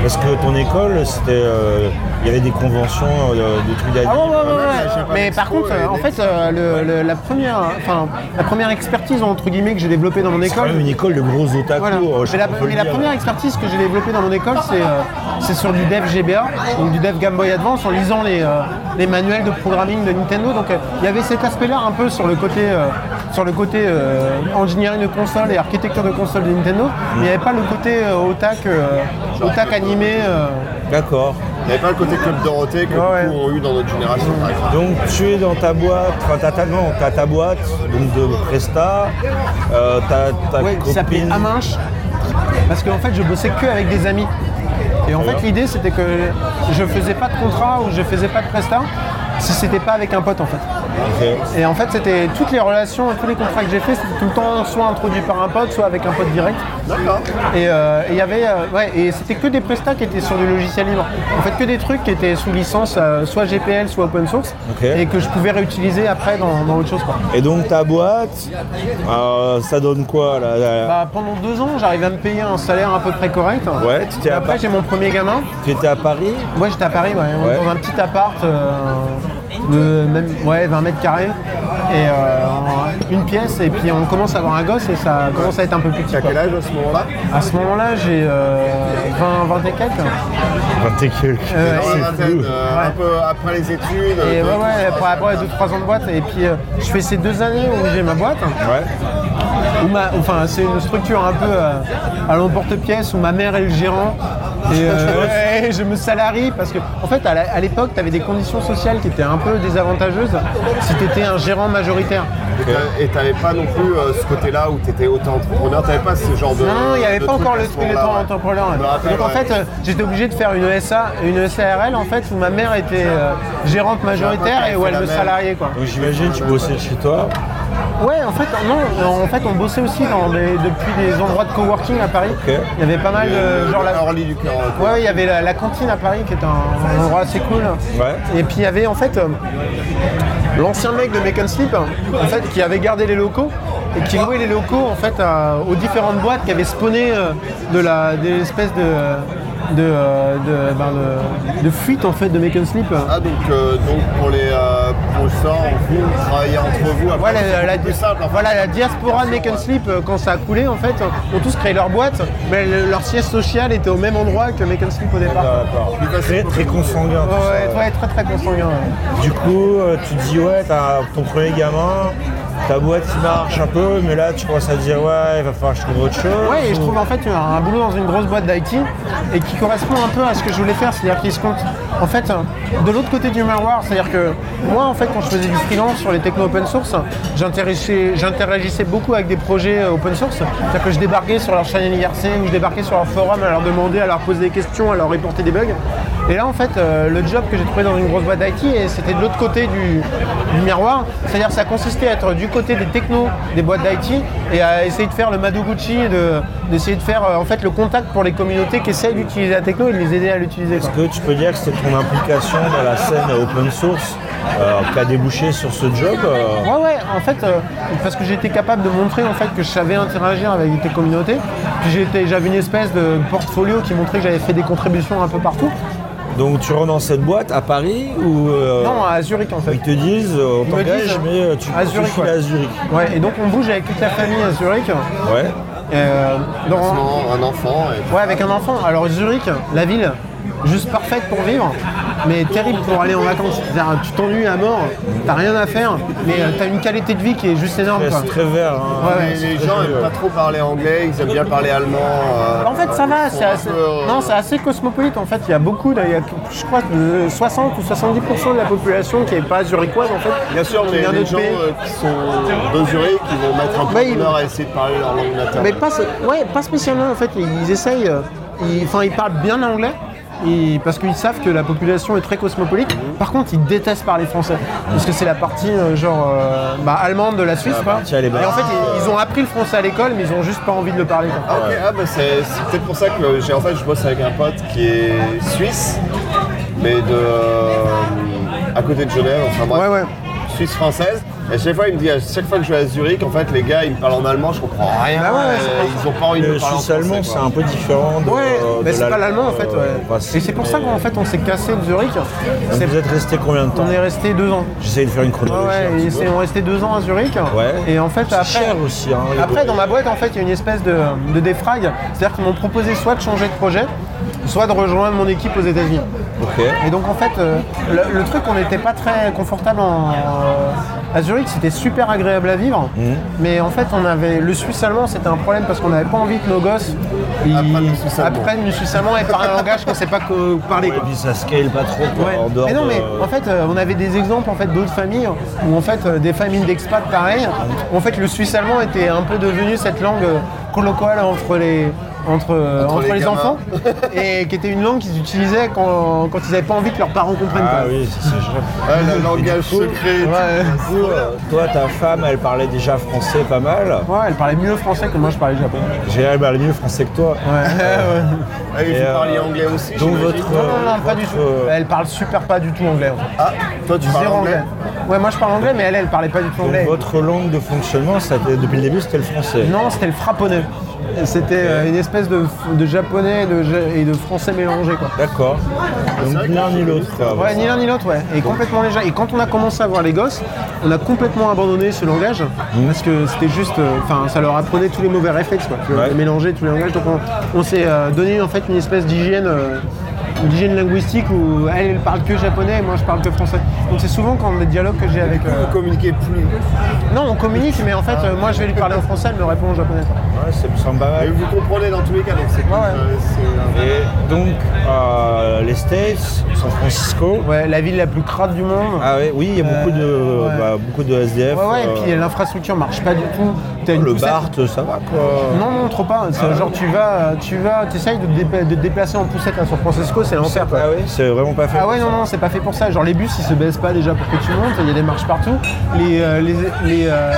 S1: Parce que ton école, c'était. euh, Il y avait des conventions euh, de trucs d'anime.
S3: Ah ouais, ouais, ouais, ouais.
S2: la Japan
S3: Mais par
S2: Expo,
S3: contre, euh,
S2: elle
S3: en
S2: est-
S3: fait, euh, le- le- la, première, enfin, la première expertise, entre guillemets, que j'ai développée dans mon
S1: C'est quand
S3: école,
S1: même une école de gros otaku.
S3: Voilà.
S1: euh, je
S3: Mais, la,
S1: peux le
S3: mais la
S1: dire.
S3: première expertise que j'ai développée dans mon école, c'est euh, c'est sur du dev GBA ou du dev Game Boy Advance en lisant les, euh, les manuels de programming de Nintendo. Donc euh, il y avait cet aspect-là un peu sur le côté, euh, sur le côté euh, engineering de console et architecture de console de Nintendo. Mais il n'y avait pas le côté euh, otak, euh, otak animé. euh.
S1: D'accord.
S2: Il n'y avait pas le côté Club Dorothée que
S3: Ouais, ouais.
S2: beaucoup ont eu dans notre génération, par exemple.
S1: Donc tu es dans ta boîte, enfin t'as ta, non, t'as ta boîte donc de Presta, euh, t'as ta
S3: Ouais, qui s'appelait
S1: copine.
S3: Aminche. Parce qu'en fait, je bossais que avec des amis. Et en fait, l'idée, c'était que je faisais pas de contrat ou je faisais pas de prestat si c'était pas avec un pote, en fait.
S1: Ok.
S3: Et en fait, c'était toutes les relations, tous les contrats que j'ai fait, c'était tout le temps soit introduit par un pote, soit avec un pote direct.
S2: D'accord.
S3: Et euh, et il y avait, euh, ouais, et c'était que des prestats qui étaient sur du logiciel libre. En fait, que des trucs qui étaient sous licence, euh, soit GPL, soit open source,
S1: Ok.
S3: et que je pouvais réutiliser après dans, dans autre chose. quoi.
S1: Et donc ta boîte, euh, ça donne quoi là, là
S3: Bah, pendant deux ans, j'arrivais à me payer un salaire à peu près correct.
S1: Ouais, tu t'es
S3: Et
S1: à
S3: après,
S1: Paris.
S3: j'ai mon premier gamin.
S1: Tu étais à Paris
S3: Moi, j'étais à Paris, ouais,
S1: Ouais.
S3: dans un petit appart euh, de même, ouais, 20 mètres carrés. Et euh, une pièce, et puis on commence à avoir un gosse, et ça commence à être un peu plus petit.
S2: T'as
S3: quoi.
S2: quel âge à ce moment-là
S3: À ce moment-là, j'ai euh, 20, 20 et quelques.
S1: Enfin, t'es que-
S3: Euh,
S2: Dans
S1: c'est
S2: la vingtaine,
S1: fou.
S2: euh, un peu après les études. euh,
S3: Et ouais,
S2: deux,
S3: ouais,
S2: trois,
S3: pour après 2-3 ans de boîte. Et puis, euh, je fais ces deux années où j'ai ma boîte.
S1: Ouais.
S3: Où ma- enfin, c'est une structure un peu euh, à l'emporte-pièce où ma mère est le gérant. Et euh, ouais, je me salarie parce que, en fait, à la- à l'époque, tu avais des conditions sociales qui étaient un peu désavantageuses si tu étais un gérant majoritaire.
S2: Et t'as- Et t'avais pas non plus euh, ce côté-là où t'étais autant entrepreneur, t'avais pas ce genre de.
S3: Non, non, il n'y avait
S2: de
S3: pas
S2: truc
S3: encore
S2: à
S3: le
S2: ce
S3: truc de
S2: moment-là,
S3: temps
S2: ouais.
S3: entrepreneur.
S2: Je me rappelle,
S3: Donc en
S2: ouais.
S3: fait, euh, j'étais obligé de faire une SA, une E SARL en fait, où ma mère était euh, gérante majoritaire et où
S2: fait
S3: elle
S2: la
S3: me
S2: même.
S3: salariait quoi.
S1: Donc j'imagine tu bossais de chez toi.
S3: Ouais, en fait, non, en fait, on bossait aussi dans des- depuis des endroits de coworking à Paris.
S1: Ok.
S3: Il y avait pas mal de euh, genre la,
S2: Orly du cœur.
S3: Ouais, ouais, il y avait la, la cantine à Paris qui était un, un endroit assez cool.
S1: Ouais.
S3: Et puis il y avait en fait euh, l'ancien mec de Make and Sleep hein, en fait, qui avait gardé les locaux et qui louait les locaux en fait à- aux différentes boîtes qui avaient spawné euh, de la des espèces de de, euh, de, ben, de- de fuite en fait de Make and Sleep.
S2: Ah donc, euh, donc pour les euh, on sort, on fume, travaillez entre vous. Après,
S3: Ouais, la-
S2: c'est
S3: euh, la-
S2: beaucoup plus simple. en fait.
S3: voilà, la diaspora de Make and Sleep, euh, quand ça a coulé, en fait, hein, ont tous créé leur boîte, mais le- leur siège sociale était au même endroit que Make and Sleep au départ.
S1: D'accord. Très, très consanguin. tout
S3: Ouais,
S1: ça.
S3: ouais, ouais, très très consanguin. ouais.
S1: Du coup, euh, tu te dis, ouais, t'as ton premier gamin, ta boîte qui marche un peu, mais là, tu commences à te dire, ouais, il va falloir que je trouve autre chose.
S3: Ouais, et je
S1: ou-
S3: trouve en fait un, un boulot dans une grosse boîte d'IT et qui correspond un peu à ce que je voulais faire, c'est-à-dire qu'il se compte en fait hein, de l'autre côté du miroir, c'est-à-dire que moi en fait quand je faisais du freelance sur les techno open source, j'intéressais- j'interagissais beaucoup avec des projets euh, open source, c'est-à-dire que je débarquais sur leur chaîne anniversaire ou je débarquais sur leur forum à leur demander, à leur poser des questions, à leur reporter des bugs. Et là en fait euh, le job que j'ai trouvé dans une grosse boîte d'IT et c'était de l'autre côté du, du miroir, c'est-à-dire que ça consistait à être du côté des technos des boîtes d'IT et à essayer de faire le Madoguchi, et de- d'essayer de, faire euh, en fait le contact pour les communautés qui essayent d'utiliser la techno et de les aider à l'utiliser. quoi.
S1: Est-ce que tu peux dire que c'est ton implication dans la scène open source euh, qui a débouché sur ce job euh,
S3: Ouais ouais, en fait, euh, parce que j'étais capable de montrer en fait que je savais interagir avec des communautés. Puis j'étais- j'avais une espèce de portfolio qui montrait que j'avais fait des contributions un peu partout.
S1: Donc, tu rentres dans cette boîte à Paris ou euh,
S3: Non, à Zurich en fait.
S1: ils te disent, euh, on
S3: Ils me disent,
S1: t'engage, mais euh, tu
S3: à Zurich,
S1: tu files
S3: ouais.
S1: à Zurich.
S3: Ouais, et donc on bouge avec toute la famille à Zurich.
S1: Ouais.
S3: Euh, dans-
S2: Sinon, un enfant. et-
S3: Ouais, avec un enfant. Alors Zurich, la ville, juste parfaite pour vivre, mais terrible pour aller en vacances. C'est-à-dire, tu t'ennuies à mort, t'as rien à faire, mais euh, t'as une qualité de vie qui est juste énorme.
S1: Ouais,
S3: quoi.
S1: C'est très vert. hein.
S3: Ouais, ouais.
S2: Mais les gens n'aiment pas trop parler anglais, ils aiment bien parler allemand. euh,
S3: En fait, ça va,
S2: ils sont
S3: c'est
S2: un
S3: assez,
S2: peu, euh,
S3: non, c'est assez cosmopolite. En fait, il y a beaucoup, de- il y a, je crois, de 60 ou 70% de la population qui n'est pas zurichoise, en fait.
S2: Bien sûr,
S3: qui
S2: mais
S3: vient
S2: les
S3: d'autres
S2: gens
S3: pays.
S2: euh, qui sont mesurés, qui vont mettre un peu
S3: Bah, ils-
S2: d'honneur à essayer de parler leur langue maternelle.
S3: Mais pas, ouais, pas spécialement en fait, ils essayent, euh, ils, enfin ils parlent bien anglais. ils- parce qu'ils savent que la population est très cosmopolite. Par contre, ils détestent parler français. Parce que c'est la partie euh, genre euh, bah, allemande de la Suisse. quoi.
S1: partie, elle est
S3: Et en fait, ils, ils ont appris le français à l'école, mais ils ont juste pas envie de le parler. quoi.
S2: Ah, ok, ah, bah, c'est c'est peut-être pour ça que j'ai en fait je bosse avec un pote qui est suisse, mais de euh, à côté de Genève, enfin bref,
S3: Ouais, ouais.
S2: Suisse française. Et à chaque fois, il me dit, à chaque fois que je vais à Zurich, en fait, les gars, ils me parlent en allemand, je comprends rien.
S3: Bah ouais,
S2: euh,
S3: c'est pour
S2: ils ont pas envie de
S1: Le
S2: me parler en
S1: suisse
S2: français.
S1: allemand,
S2: quoi.
S1: c'est un peu différent. De,
S3: Ouais,
S1: euh,
S3: mais
S1: de
S3: c'est pas l'allemand en fait. ouais.
S1: euh, bah,
S3: Et c'est pour ça qu'en fait, on s'est cassé de Zurich.
S1: Donc,
S3: C'est-
S1: Vous êtes resté combien de temps
S3: On est resté deux ans.
S1: J'essaie de faire une chronologie.
S3: Ouais,
S1: un
S3: ils
S1: petit peu.
S3: sont restés deux ans à Zurich.
S1: Ouais.
S3: Et en fait,
S1: C'est
S3: après.
S1: cher aussi, hein, les
S3: après,
S1: boîtes.
S3: dans ma boîte, en fait, il y a une espèce de, de défrag. C'est-à-dire qu'ils m'ont proposé soit de changer de projet, soit de rejoindre mon équipe aux États-Unis.
S1: Ok.
S3: Et donc, en fait, euh, le, le truc, on n'était pas très confortable en, euh, à Zurich. C'était super agréable à vivre.
S2: Mhm.
S3: Mais en fait, on avait. Le suisse allemand, c'était un problème parce qu'on n'avait pas envie que nos gosses. ils
S2: Apprennent le suisse allemand.
S3: apprennent le suisse allemand et parlent un langage qu'on ne sait pas co- parler.
S1: Et
S3: quoi.
S1: puis ça scale pas trop quoi,
S3: Ouais.
S1: en dehors
S3: Mais non,
S1: de-
S3: mais en fait, euh, on avait des exemples en fait d'autres familles où en fait euh, des familles d'expats pareil. où, en fait, le suisse allemand était un peu devenu cette langue euh, colloquiale entre les entre, euh,
S2: Entre
S3: entre
S2: les
S3: les,
S2: gamins.
S3: enfants et qui était une langue qu'ils utilisaient quand, quand ils n'avaient pas envie que leurs parents comprennent.
S1: Ah
S3: quoi.
S1: oui, c'est ça.
S2: Ouais, le langage secret.
S3: Ouais.
S1: euh, Toi, ta femme, elle parlait déjà français pas mal.
S3: Ouais, elle parlait mieux français que moi je parlais japonais.
S1: J'ai elle parlait mieux français que toi.
S2: Ah, et
S1: Et,
S2: vous
S1: euh,
S2: parliez anglais aussi
S1: donc
S2: j'imagine
S1: votre-
S3: Non, non, non, pas
S1: votre-
S3: du tout. Elle parle super pas du tout anglais. en fait.
S2: Ah, toi, tu parles
S3: Zéro
S2: anglais
S3: anglais. Ouais, moi je parle anglais, mais elle, elle parlait pas du tout
S1: Donc,
S3: anglais.
S1: votre langue de fonctionnement, ça, depuis le début, c'était le français.
S3: Non, c'était le frapponnet. C'était euh, une espèce de, de japonais et de, ja- et de français mélangé quoi.
S1: D'accord. Donc, ni l'un ni l'autre. quoi.
S3: Ouais, ni l'un ni l'autre, ouais. Et complètement léger. Et quand on a commencé à voir les gosses, on a complètement abandonné ce langage
S2: Mhm.
S3: parce que c'était juste, euh, enfin, ça leur apprenait tous les mauvais réflexes, quoi. Tu vois,
S1: Ouais.
S3: de mélanger tous les langages. Donc on, on s'est euh, donné en fait une espèce d'hygiène. euh, d'hygiène linguistique où elle, elle parle que japonais et moi je parle que français. Donc c'est souvent quand les dialogues que j'ai avec... euh,
S2: Vous communiquez plus.
S3: Non, on communique mais en fait euh, moi je vais lui parler en français, elle me répond en japonais.
S1: Ouais, ça me semble pas
S2: Et
S1: mal.
S2: vous comprenez dans tous les cas, donc c'est
S3: ouais.
S2: euh, c'est, euh,
S1: Et donc, euh, les States, San Francisco.
S3: Ouais, la ville la plus crade du monde.
S1: Ah ouais, oui, il y a beaucoup de,
S3: Euh, ouais.
S1: bah, beaucoup de SDF.
S3: Ouais, ouais, et
S1: euh,
S3: puis l'infrastructure marche pas du tout. T'as une
S1: le Ah.
S3: poussette-
S1: BART, ça va quoi.
S3: Non, non, trop pas. C'est genre, tu vas, tu vas, t'essayes de, te dépa- de te déplacer en poussette à San Francisco, c'est l'enfer. quoi.
S1: Ah ouais, c'est vraiment pas fait.
S3: Ah ouais,
S1: pour
S3: non,
S1: ça.
S3: non, c'est pas fait pour ça. Genre, les bus, ils se baissent pas déjà pour que tu montes, il y a des marches partout. Les, euh, les, les, euh,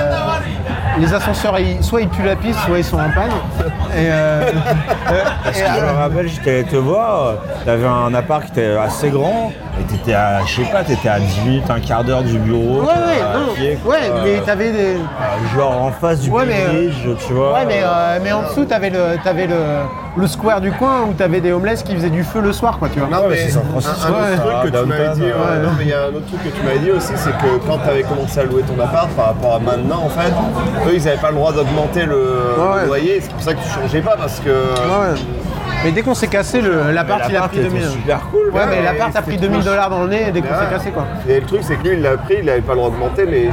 S3: les ascenseurs, ils- soit ils puent la piste, soit ils sont en panne. Et, euh,
S1: Parce que je me rappelle, j'étais allé te voir, euh, t'avais un appart qui était assez grand, et t'étais à, je sais pas, t'étais à 10 minutes, un quart d'heure du bureau.
S3: ouais,
S1: t'étais
S3: ouais,
S1: à
S3: non.
S1: pied, quoi.
S3: Ouais, mais t'avais des.
S1: Euh, Genre en face du
S3: Ouais, mais, euh,
S1: bridge, tu vois.
S3: Ouais, mais, euh, mais en dessous, t'avais le, t'avais le, le square du coin où t'avais des homeless qui faisaient du feu le soir, quoi, tu vois.
S2: Non,
S1: mais c'est San Francisco,
S2: Un, un autre
S1: ça,
S2: truc que tu
S3: Ah,
S1: downtown,
S2: m'avais dit,
S1: ouais,
S2: ouais, non, mais il y a un autre truc que tu m'avais dit aussi, c'est que quand tu avais commencé à louer ton appart par rapport à maintenant, en fait, eux ils n'avaient pas le droit d'augmenter le,
S3: Ouais.
S2: le loyer, c'est pour ça que tu changeais pas parce que.
S3: Ouais. Mais dès qu'on s'est cassé, le- l'appart, il a pris 2000.
S1: super cool.
S3: Ouais, mais l'appart a
S2: c'était
S3: pris 2000 dollars dans le nez dès qu'on
S2: Ouais.
S3: s'est cassé, quoi.
S2: Et le truc, c'est que lui il l'a pris, il n'avait pas le droit d'augmenter, mais.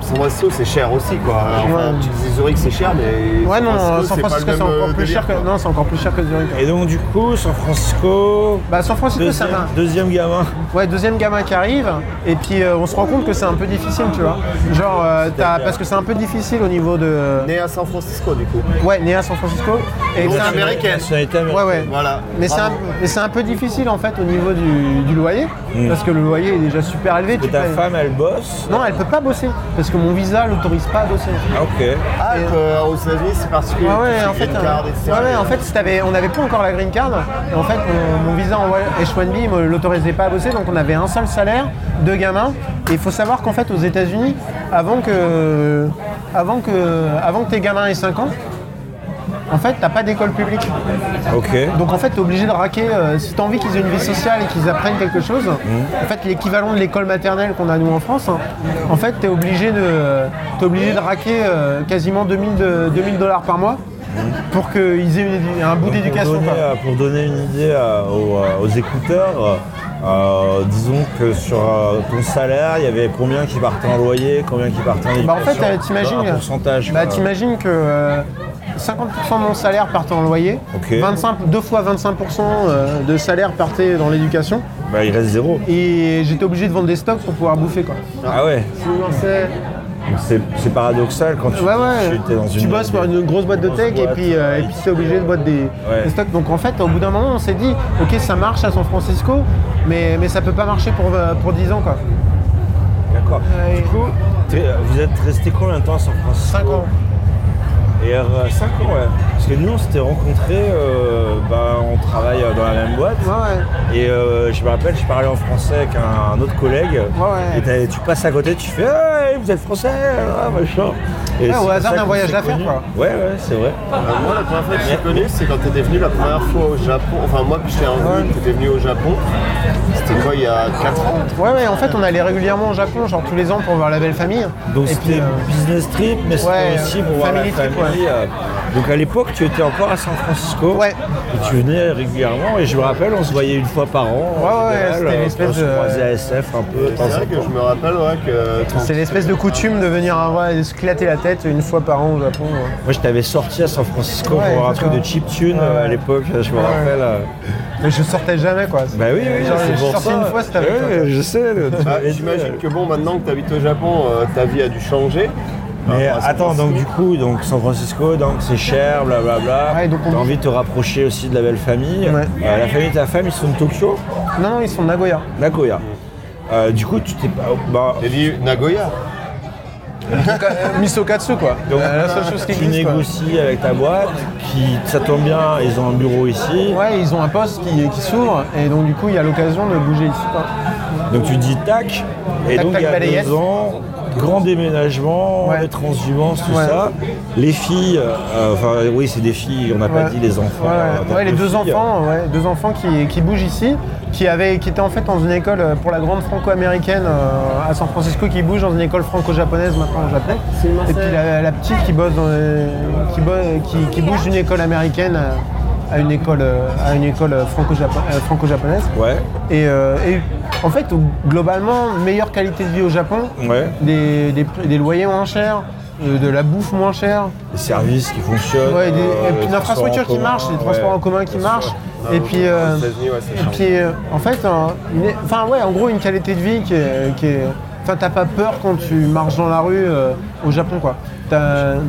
S2: San Francisco c'est cher aussi quoi. Enfin,
S3: Ouais.
S2: Tu disais Zurich c'est cher mais.
S3: Ouais, non,
S2: San
S3: San
S2: pas
S3: Francisco,
S2: le
S3: c'est
S2: même,
S3: encore
S2: euh,
S3: plus cher que.
S2: délire, quoi.
S3: Non, c'est encore plus cher que Zurich.
S1: Et donc du coup, San Francisco,
S3: Bah, San Francisco, ça va.
S1: deuxième, deuxième gamin.
S3: Ouais, deuxième gamin qui arrive, et puis euh, on se rend compte que c'est un peu difficile, tu vois. Genre, euh, t'as- parce que c'est un peu difficile au niveau de.
S2: Né à San Francisco du coup.
S3: Ouais, né à San Francisco. Et
S2: Donc,
S3: c'est un-
S2: américaine.
S1: Nationalité américaine.
S3: Ouais, ouais.
S2: Voilà.
S3: Mais c'est un,
S2: Bravo.
S3: mais c'est un peu difficile en fait au niveau du, du loyer,
S2: Hmm.
S3: parce que le loyer est déjà super élevé.
S1: Et
S3: tu
S1: ta
S3: payes-
S1: femme, elle bosse.
S3: Non, elle peut pas bosser, parce que mon visa l'autorise pas à bosser.
S1: Ah, ok.
S2: Ah, que, aux États-Unis c'est particulier.
S3: Ah ouais,
S2: C'est
S3: en fait,
S2: green
S3: euh,
S2: card, etc.
S3: ouais, ouais, en fait si t'avais- on n'avait pas encore la green card. Et en fait, mon, mon visa en H1B ne l'autorisait pas à bosser, donc on avait un seul salaire, deux gamins. Et il faut savoir qu'en fait, aux États-Unis, avant que, avant, que, avant que tes gamins aient 5 ans, en fait, t'as pas d'école publique.
S1: Ok.
S3: Donc en fait, t'es obligé de raquer. euh, si t'as envie qu'ils aient une vie sociale et qu'ils apprennent quelque chose, en fait, l'équivalent de l'école maternelle qu'on a nous en France, hein, en fait, t'es obligé de, t'es obligé de raquer euh, quasiment 2000 de- 2000 dollars par mois pour qu'ils aient une édu- un bout
S1: Donc,
S3: d'éducation.
S1: Pour donner,
S3: quoi.
S1: euh, pour donner une idée euh, aux, euh, aux écouteurs, euh, euh, disons que sur euh, ton salaire, il y avait combien qui partait en loyer, combien qui partait en
S3: Bah en fait,
S1: éducation
S3: euh, t'imagines.
S1: Un pourcentage.
S3: Bah
S1: quoi.
S3: t'imagines que. euh, 50% de mon salaire partait en loyer,
S1: Ok.
S3: 25, deux fois 25% euh, de salaire partait dans l'éducation,
S1: Bah, il reste zéro.
S3: et j'étais obligé de vendre des stocks pour pouvoir bouffer quoi.
S1: Ah ouais. Donc, C'est c'est paradoxal quand tu,
S3: Ouais, ouais.
S1: tu, t'es dans
S3: tu
S1: une-
S3: bosses pour une grosse boîte de
S1: grosse
S3: tech et
S1: boîte,
S3: puis euh,
S1: euh,
S3: et puis t'es obligé de boîte des,
S1: Ouais.
S3: des stocks. Donc en fait, au bout d'un moment, on s'est dit, ok, ça marche à San Francisco, mais, mais ça peut pas marcher pour, euh, pour 10 ans quoi.
S1: D'accord. Du coup, t'es- euh, vous êtes resté combien de temps à San Francisco
S3: 5 ans.
S1: Et 5 ans, ouais. Parce que nous, on s'était rencontrés, euh, bah, on travaille euh, dans la même boîte.
S3: Ouais, ouais.
S1: Et euh, je me rappelle, je parlais en français avec un, un autre collègue.
S3: ouais.
S1: Et t'as- tu passes à côté, tu fais Hey, vous êtes français ah, machin. Et
S3: Ouais,
S1: c'est
S3: au
S1: comme
S3: hasard
S1: ça
S3: d'un
S1: qu'on
S3: voyage
S1: s'est
S3: d'affaires,
S1: connus.
S3: quoi.
S1: Ouais, ouais, c'est vrai.
S2: Euh, moi, la première fois que je t'ai connu, c'est quand t'étais venu la première fois au Japon. Enfin, moi, que je t'ai revu, t'étais venu au Japon. C'était quoi, il y a 4 ans
S3: Ouais, ouais, en fait, on allait régulièrement au Japon, genre tous les ans pour voir la belle famille.
S1: Donc
S3: Et puis,
S1: c'était
S3: euh,
S1: business trip, mais c'était
S3: ouais,
S1: aussi pour voir la
S3: family
S1: famille.
S3: trip, ouais.
S1: euh. Donc à l'époque, tu étais encore à San Francisco.
S3: Ouais.
S1: Et tu venais régulièrement. Et je me rappelle, on se voyait une fois par an. en
S3: Ouais, ouais,
S1: général.
S3: c'était une
S1: Euh,
S3: espèce
S1: on se
S3: de-
S1: croisait à SF un peu. de temps
S2: C'est vrai
S1: en
S2: que
S1: temps.
S2: je me rappelle, ouais, que.
S3: C'est l'espèce de coutume de venir euh, ouais, se clatter la tête une fois par an au Japon. ouais.
S1: Moi, je t'avais sorti à San Francisco
S3: Ouais,
S1: pour un
S3: d'accord.
S1: truc de chip tune à l'époque. Je me
S3: Ouais.
S1: rappelle. euh,
S3: Mais je sortais jamais quoi.
S1: Bah oui, oui,
S3: Genre,
S1: c'est
S3: je suis
S1: pour
S3: sorti
S1: ça.
S3: une fois, c'était avec
S1: Ouais,
S3: toi.
S1: je sais. le- tu
S2: Ah,
S1: m'avais dit,
S2: J'imagine
S1: euh,
S2: que bon, maintenant que t'habites au Japon, euh, ta vie a dû changer.
S1: Mais
S3: Ah,
S2: Par rapport à San
S1: attends, donc
S2: Francisco.
S1: du coup, donc San Francisco, donc c'est cher, blablabla.
S3: Ouais, donc on-
S1: T'as envie de te rapprocher aussi de la belle famille.
S3: Ouais.
S1: Euh, la famille de ta femme, ils sont de Tokyo,
S3: Non, non, ils sont de Nagoya.
S1: Nagoya. Euh, du coup, tu t'es pas. bah,
S2: T'as dit Nagoya
S3: Misokatsu quoi.
S1: donc,
S3: Euh, la seule chose qui
S1: tu
S3: existe, quoi.
S1: négocies avec ta boîte, qui ça tombe bien, ils ont un bureau ici.
S3: Ouais, ils ont un poste qui, qui s'ouvre et donc du coup il y a l'occasion de bouger ici. quoi.
S1: Donc tu dis tac, et
S3: Tac,
S1: donc
S3: tac,
S1: il y a
S3: balayette.
S1: deux ans, grand déménagement,
S3: Ouais.
S1: les transhumances, tout
S3: Ouais.
S1: ça. Les filles, euh, enfin oui c'est des filles, on n'a pas
S3: Ouais.
S1: dit les enfants.
S3: Ouais,
S1: euh,
S3: ouais.
S1: t'as
S3: Ouais, les deux
S1: filles.
S3: enfants, ouais, deux enfants qui, qui bougent ici, qui, avaient, qui étaient en fait dans une école euh, pour la grande franco-américaine euh, à San Francisco, qui bouge dans une école franco-japonaise maintenant au Japon. Et puis la, la petite qui bosse dans les- qui, bo- qui- qui bouge d'une école américaine à- à une école, euh, à une école euh, franco-japo- euh, franco-japonaise.
S1: Ouais,
S3: Et, euh, et en fait, globalement, meilleure qualité de vie au Japon,
S1: ouais.
S3: des, des- des loyers moins chers, euh, de la bouffe moins chère,
S1: Des services qui fonctionnent.
S3: ouais, des,
S1: euh,
S3: et puis
S1: les
S3: une infrastructure qui
S1: transports en
S3: marche, des
S1: commun,
S3: transports
S1: ouais.
S3: en commun qui
S1: Bien sûr.
S3: marchent, et puis, euh,
S2: Aux États-Unis, ouais, c'est
S3: et
S2: chargé.
S3: puis euh, en fait, un- une- enfin ouais, en gros une qualité de vie qui est, qui est- enfin t'as pas peur quand tu marches dans la rue euh, au Japon quoi. T'as-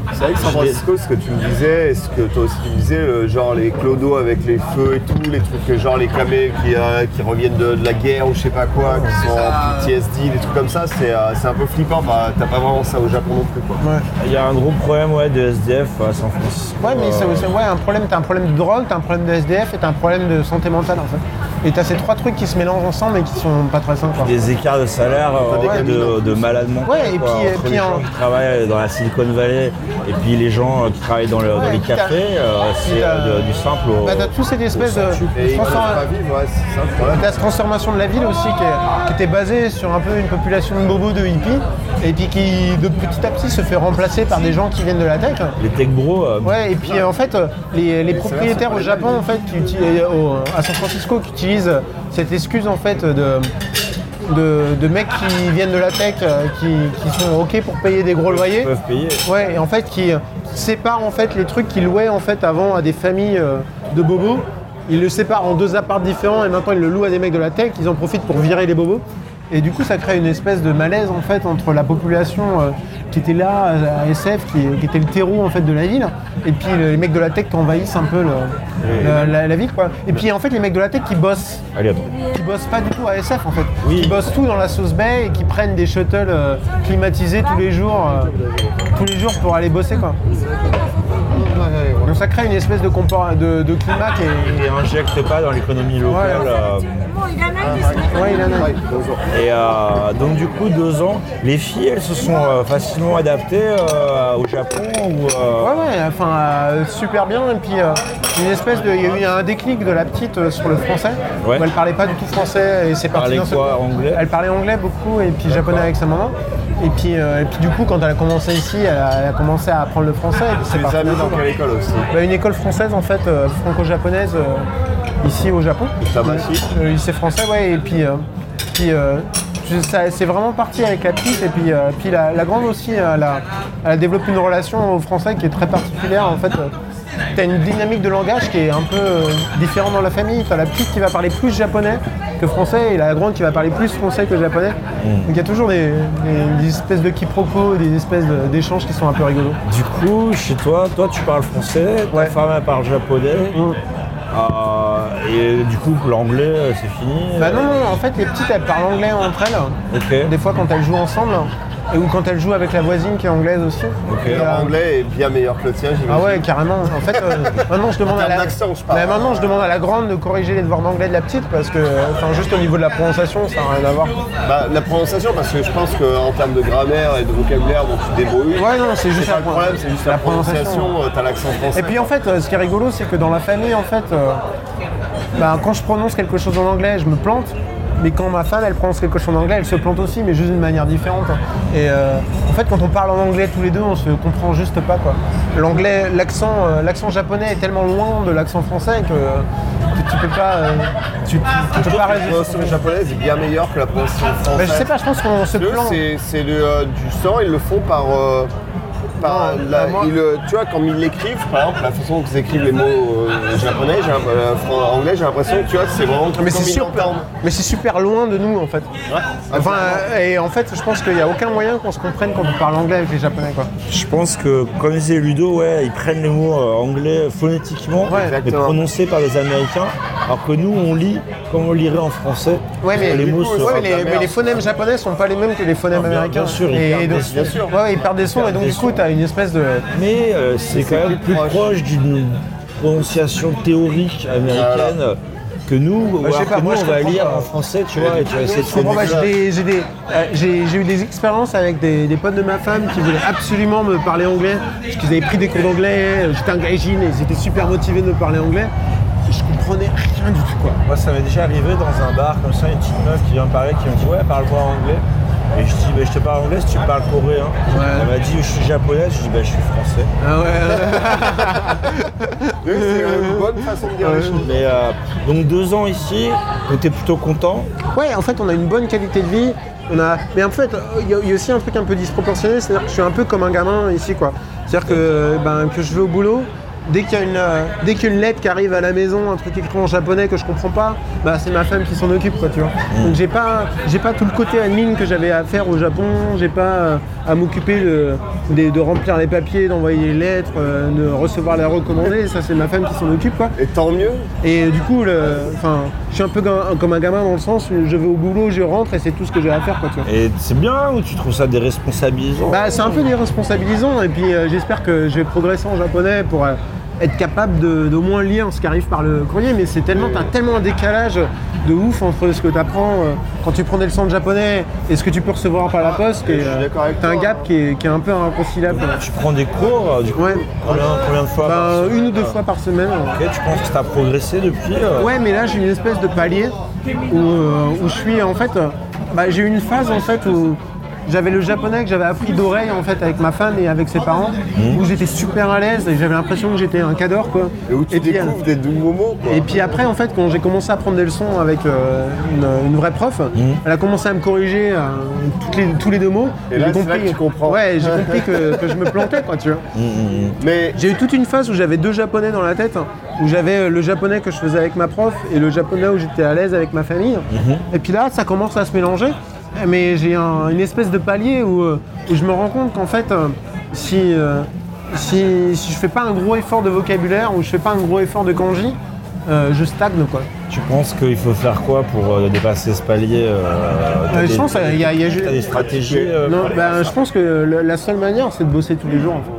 S3: t'as-
S2: C'est vrai que San Francisco, ce que tu me disais, et ce que toi aussi tu me disais, le- genre les clodos avec les feux et tout, les trucs genre les camés qui, euh, qui reviennent de, de la guerre ou je sais pas quoi, qui sont en PTSD, des trucs comme ça, c'est euh, c'est un peu flippant. Bah, T'as pas vraiment ça au Japon non plus. Quoi.
S3: Ouais.
S1: Il y a un gros problème ouais, de SDF à San Francisco.
S3: Ouais, mais c'est
S1: Euh,
S3: aussi- ouais, un problème, t'as un problème de drogue, t'as un problème de SDF et t'as un problème de santé mentale en fait. Et t'as ces trois trucs qui se mélangent ensemble et qui sont pas très sympas.
S1: des écarts de salaire euh,
S2: des
S1: ouais,
S2: camions, en
S1: de, de malade mental,
S3: Ouais, et
S1: quoi,
S3: puis- et
S1: entre
S3: puis
S1: les
S3: en-
S1: gens qui travaillent dans la Silicon Valley et puis les gens euh, qui travaillent dans, le- dans
S3: Ouais, et
S1: les
S3: puis t'as-
S1: cafés, euh, c'est
S3: t'as-
S1: euh, de- du simple au.
S3: Bah, t'as tous cette espèce de.
S2: Et ils peuvent
S3: transform-
S2: pas vivre, ouais, c'est ça le problème.
S3: T'as cette transformation de la ville aussi qui, est- qui était basée sur un peu une population de bobos de hippies et puis qui de petit à petit se fait remplacer par des gens qui viennent de la tech.
S1: Les tech bros. euh,
S3: Ouais, et puis euh, en fait, euh, les, les propriétaires au Japon, en fait, qui uti- euh, au- à San Francisco, qui utilisent euh, cette excuse en fait de, de, de mecs qui viennent de la tech, euh, qui, qui sont ok pour payer des gros loyers.
S1: peuvent payer.
S3: Ouais, et en fait, qui, euh, qui séparent en fait le truc qu'ils louaient en fait avant à des familles euh, de bobos. Ils le séparent en deux apparts différents et maintenant ils le louent à des mecs de la tech. Ils en profitent pour virer les bobos. Et du coup, ça crée une espèce de malaise en fait entre la population euh, qui était là euh, à SF, qui, qui était le terreau en fait de la ville, et puis le- les mecs de la tech qui envahissent un peu le- la, la- la ville quoi. Et puis en fait, les mecs de la tech qui bossent
S1: Allez, attends.
S3: qui bossent pas du tout à SF en fait,
S1: Oui.
S3: qui bossent tout dans la sauce baie et qui prennent des shuttles euh, climatisés tous les jours, euh, tous les jours pour aller bosser quoi. Donc ça crée une espèce de, compor- de, de climat qui est.
S1: Et injecte pas dans l'économie locale.
S3: Ouais.
S1: euh,
S3: Ouais, il en a.
S1: et euh, donc du coup deux ans, les filles elles se sont euh, facilement adaptées euh, au Japon ou euh,
S3: Ouais, ouais, enfin euh, super bien. Et puis euh, une espèce de, il y a eu un déclic de la petite euh, sur le français.
S1: Ouais.
S3: Où elle parlait pas du tout français et c'est parti.
S1: Parlait
S3: d'un seul
S1: quoi,
S3: coup.
S1: anglais
S3: Elle parlait anglais beaucoup et puis japonais avec sa maman. Et puis, euh, et puis du coup, quand elle a commencé ici, elle a, elle a commencé à apprendre le français. Et puis c'est
S2: Tu les
S3: parti
S2: as
S3: d'un
S2: mis
S3: seul
S2: dans
S3: coup.
S2: quelle école aussi
S3: Bah, une école française en fait, euh, franco-japonaise, euh, ici au Japon.
S2: Tabashi
S3: Le lycée français, ouais, et puis, euh, puis euh, je- ça- c'est vraiment parti avec la petite, et puis, euh, puis la, la grande aussi, euh, elle a, elle a développé une relation au français qui est très particulière en fait. euh, T'as une dynamique de langage qui est un peu euh, différente dans la famille. T'as la petite qui va parler plus japonais que français et la grande qui va parler plus français que japonais. Donc il y a toujours des, des- des espèces de quiproquos, des espèces de- d'échanges qui sont un peu rigolos.
S1: Du coup, chez toi, toi tu parles français, ta
S3: Ouais. Mm.
S1: femme elle parle japonais. Euh, et du coup, l'anglais, euh, c'est fini.
S3: Bah non, non, en fait, les petites, elles parlent anglais entre elles. hein.
S1: Ok.
S3: Des fois, quand elles jouent ensemble, hein. et ou quand elles jouent avec la voisine qui est anglaise aussi. Et,
S2: Leur
S3: euh,
S2: anglais est bien meilleur que le tien, j'imagine.
S3: Ah ouais, carrément. En fait, euh, maintenant, je demande
S2: En
S3: à la...
S2: termes d'accent, je parle.
S3: Bah, maintenant, je demande à la grande de corriger les devoirs d'anglais de la petite, parce que, euh, enfin, juste au niveau de la prononciation, ça n'a rien à voir.
S2: Bah, la prononciation, parce que je pense qu'en termes de grammaire et de vocabulaire, donc tu te débrouilles.
S3: Ouais, non, c'est juste
S2: pas
S3: la
S2: le problème, c'est juste la,
S3: la prononciation.
S2: prononciation, euh, t'as l'accent français.
S3: Et puis en fait, euh, ce qui est rigolo, c'est que dans la famille, en fait, euh, bah, quand je prononce quelque chose en anglais, je me plante. Mais quand ma femme, elle prononce quelque chose en anglais, elle se plante aussi, mais juste d'une manière différente. Et euh, en fait, quand on parle en anglais tous les deux, on se comprend juste pas quoi. L'anglais, l'accent, euh, l'accent japonais est tellement loin de l'accent français que, que tu peux pas, euh, tu, tu- tu peux pas
S2: la
S3: résister.
S2: prononciation japonaise est bien meilleure que la prononciation française.
S3: Bah, je sais pas, je pense qu'on se
S2: Eux,
S3: plante.
S2: c'est- C'est le, euh, du sang, ils le font par. euh, par
S3: Non,
S2: la-
S3: bah, moi-
S2: ils, euh, tu vois, quand ils l'écrivent, par exemple, la façon qu'ils écrivent les mots euh, japonais, j'ai l'imp- euh, fran- anglais, j'ai l'impression que tu vois, c'est vraiment.
S3: Mais
S2: comme
S3: c'est
S2: ils
S3: super,
S2: l'entendent.
S3: mais c'est super loin de nous en fait. Enfin, euh, et en fait, je pense qu'il n'y a aucun moyen qu'on se comprenne quand on parle anglais avec les japonais quoi.
S1: Je pense que, comme disait Ludo, ouais, ils prennent les mots euh, anglais phonétiquement,
S3: Ouais.
S1: mais
S2: Exactement.
S1: prononcés par les Américains, alors que nous, on lit comme on lirait en français.
S3: Ouais, mais,
S1: les
S3: du
S1: mots
S3: coup,
S1: se
S3: ouais, mais les,
S2: merde.
S3: mais les phonèmes japonais sont pas les mêmes que les phonèmes
S1: Ah, bien-
S3: américains.
S1: bien sûr, ils
S3: et
S1: perdent
S3: donc-
S1: des- bien sûr.
S3: Ouais, ouais, ils perdent des sons,
S1: Ils
S3: et donc
S1: perdent
S3: du
S1: des
S3: coup,
S1: sons.
S3: t'as une espèce de.
S1: Mais euh, c'est quand même
S2: plus
S1: plus
S2: proche.
S1: proche, d'une prononciation théorique américaine que nous,
S3: Ah, Bah, je sais
S1: alors
S3: pas,
S1: que
S3: moi,
S1: nous,
S3: je
S1: on va
S3: comprends
S1: lire
S3: pas.
S1: en français, tu vois, et tu vas essayer de
S3: Je comprends pas,
S1: connecter.
S3: j'ai des- j'ai des- euh, j'ai- j'ai eu des expériences avec des, des potes de ma femme qui voulaient absolument me parler anglais, parce qu'ils avaient pris des cours d'anglais, euh, j'étais un gaijin et ils étaient super motivés de me parler anglais. Je comprenais rien du tout quoi.
S1: Moi, ça m'est déjà arrivé dans un bar comme ça, une petite meuf qui vient me parler, qui me dit Ouais, parle-moi anglais. Et je dis bah, Je te parle anglais si tu parles coréen. Elle m'a dit Je suis japonaise. Je dis bah, Je suis français.
S3: Ah ouais,
S2: Oui, C'est une bonne façon de dire les choses.
S1: Mais, euh, donc, deux ans ici, t'étais plutôt content.
S3: Ouais, en fait, on a une bonne qualité de vie. On a... Mais en fait, il y, a- il y a aussi un truc un peu disproportionné, c'est-à-dire que je suis un peu comme un gamin ici, quoi. C'est-à-dire que, ben, que je vais au boulot, dès qu'il y a une, euh, dès qu'il y a une lettre qui arrive à la maison, un truc écrit en japonais que je comprends pas, bah c'est ma femme qui s'en occupe quoi, tu vois. Donc j'ai pas, j'ai pas tout le côté admin que j'avais à faire au Japon, j'ai pas euh, à m'occuper de, des- de remplir les papiers, d'envoyer les lettres, euh, de recevoir les recommandés, ça c'est ma femme qui s'en occupe quoi.
S2: Et tant mieux.
S3: Et du coup, le- enfin, je suis un peu ga- comme un gamin dans le sens où je vais au boulot, je rentre et c'est tout ce que j'ai à faire quoi, tu vois.
S1: Et c'est bien ou tu trouves ça déresponsabilisant
S3: Bah, c'est un peu déresponsabilisant et puis euh, j'espère que je vais progresser en japonais pour euh, être capable de- d'au moins lire ce qui arrive par le courrier mais c'est tellement t'as tellement un décalage de ouf entre ce que tu apprends quand tu prends des leçons de japonais et ce que tu peux recevoir par la poste et
S2: suis
S3: euh,
S2: d'accord avec
S3: t'as un
S2: toi, hein.
S3: gap qui est, qui est un peu inconciliable.
S1: Tu prends des cours euh, du coup,
S3: Ouais.
S1: combien, combien de fois par
S3: Bah,
S1: semaine,
S3: une ou deux
S1: euh,
S3: fois par semaine.
S1: Ok, tu penses que tu as progressé depuis euh,
S3: Ouais, mais là j'ai une espèce de palier où, euh, où je suis en fait. euh, bah, j'ai eu une phase en fait où j'avais le japonais que j'avais appris d'oreille en fait avec ma femme et avec ses parents, où j'étais super à l'aise et j'avais l'impression que j'étais un cador quoi.
S2: Mhm. Et où tu
S3: puis,
S2: découvres des
S3: euh,
S2: nouveaux mots. quoi.
S3: et puis après, en fait, quand j'ai commencé à prendre des leçons avec euh, une, une vraie prof,
S2: Mhm.
S3: elle a commencé à me corriger euh, toutes les- tous les deux mots.
S2: Et là,
S3: J'ai
S2: c'est là que tu comprends.
S3: Ouais, j'ai compris que, que je me plantais, quoi, tu vois.
S2: Mais
S3: J'ai eu toute une phase où j'avais deux japonais dans la tête, hein, où j'avais euh, le japonais que je faisais avec ma prof et le japonais où j'étais à l'aise avec ma famille.
S1: Mhm.
S3: Et puis là, ça commence à se mélanger, mais j'ai un- une espèce de palier où, euh, où je me rends compte qu'en fait, euh, si, euh, si, si je fais pas un gros effort de vocabulaire ou je fais pas un gros effort de kanji, euh, je stagne quoi.
S1: Tu penses qu'il faut faire quoi pour euh, dépasser ce palier euh, t'as
S3: Euh, je
S1: des-
S3: pense, euh, il y a- il y a ju-
S1: t'as des stratégies euh,
S3: Non,
S1: pour
S3: bah, je pense que le- la seule manière, c'est de bosser tous les jours en fait.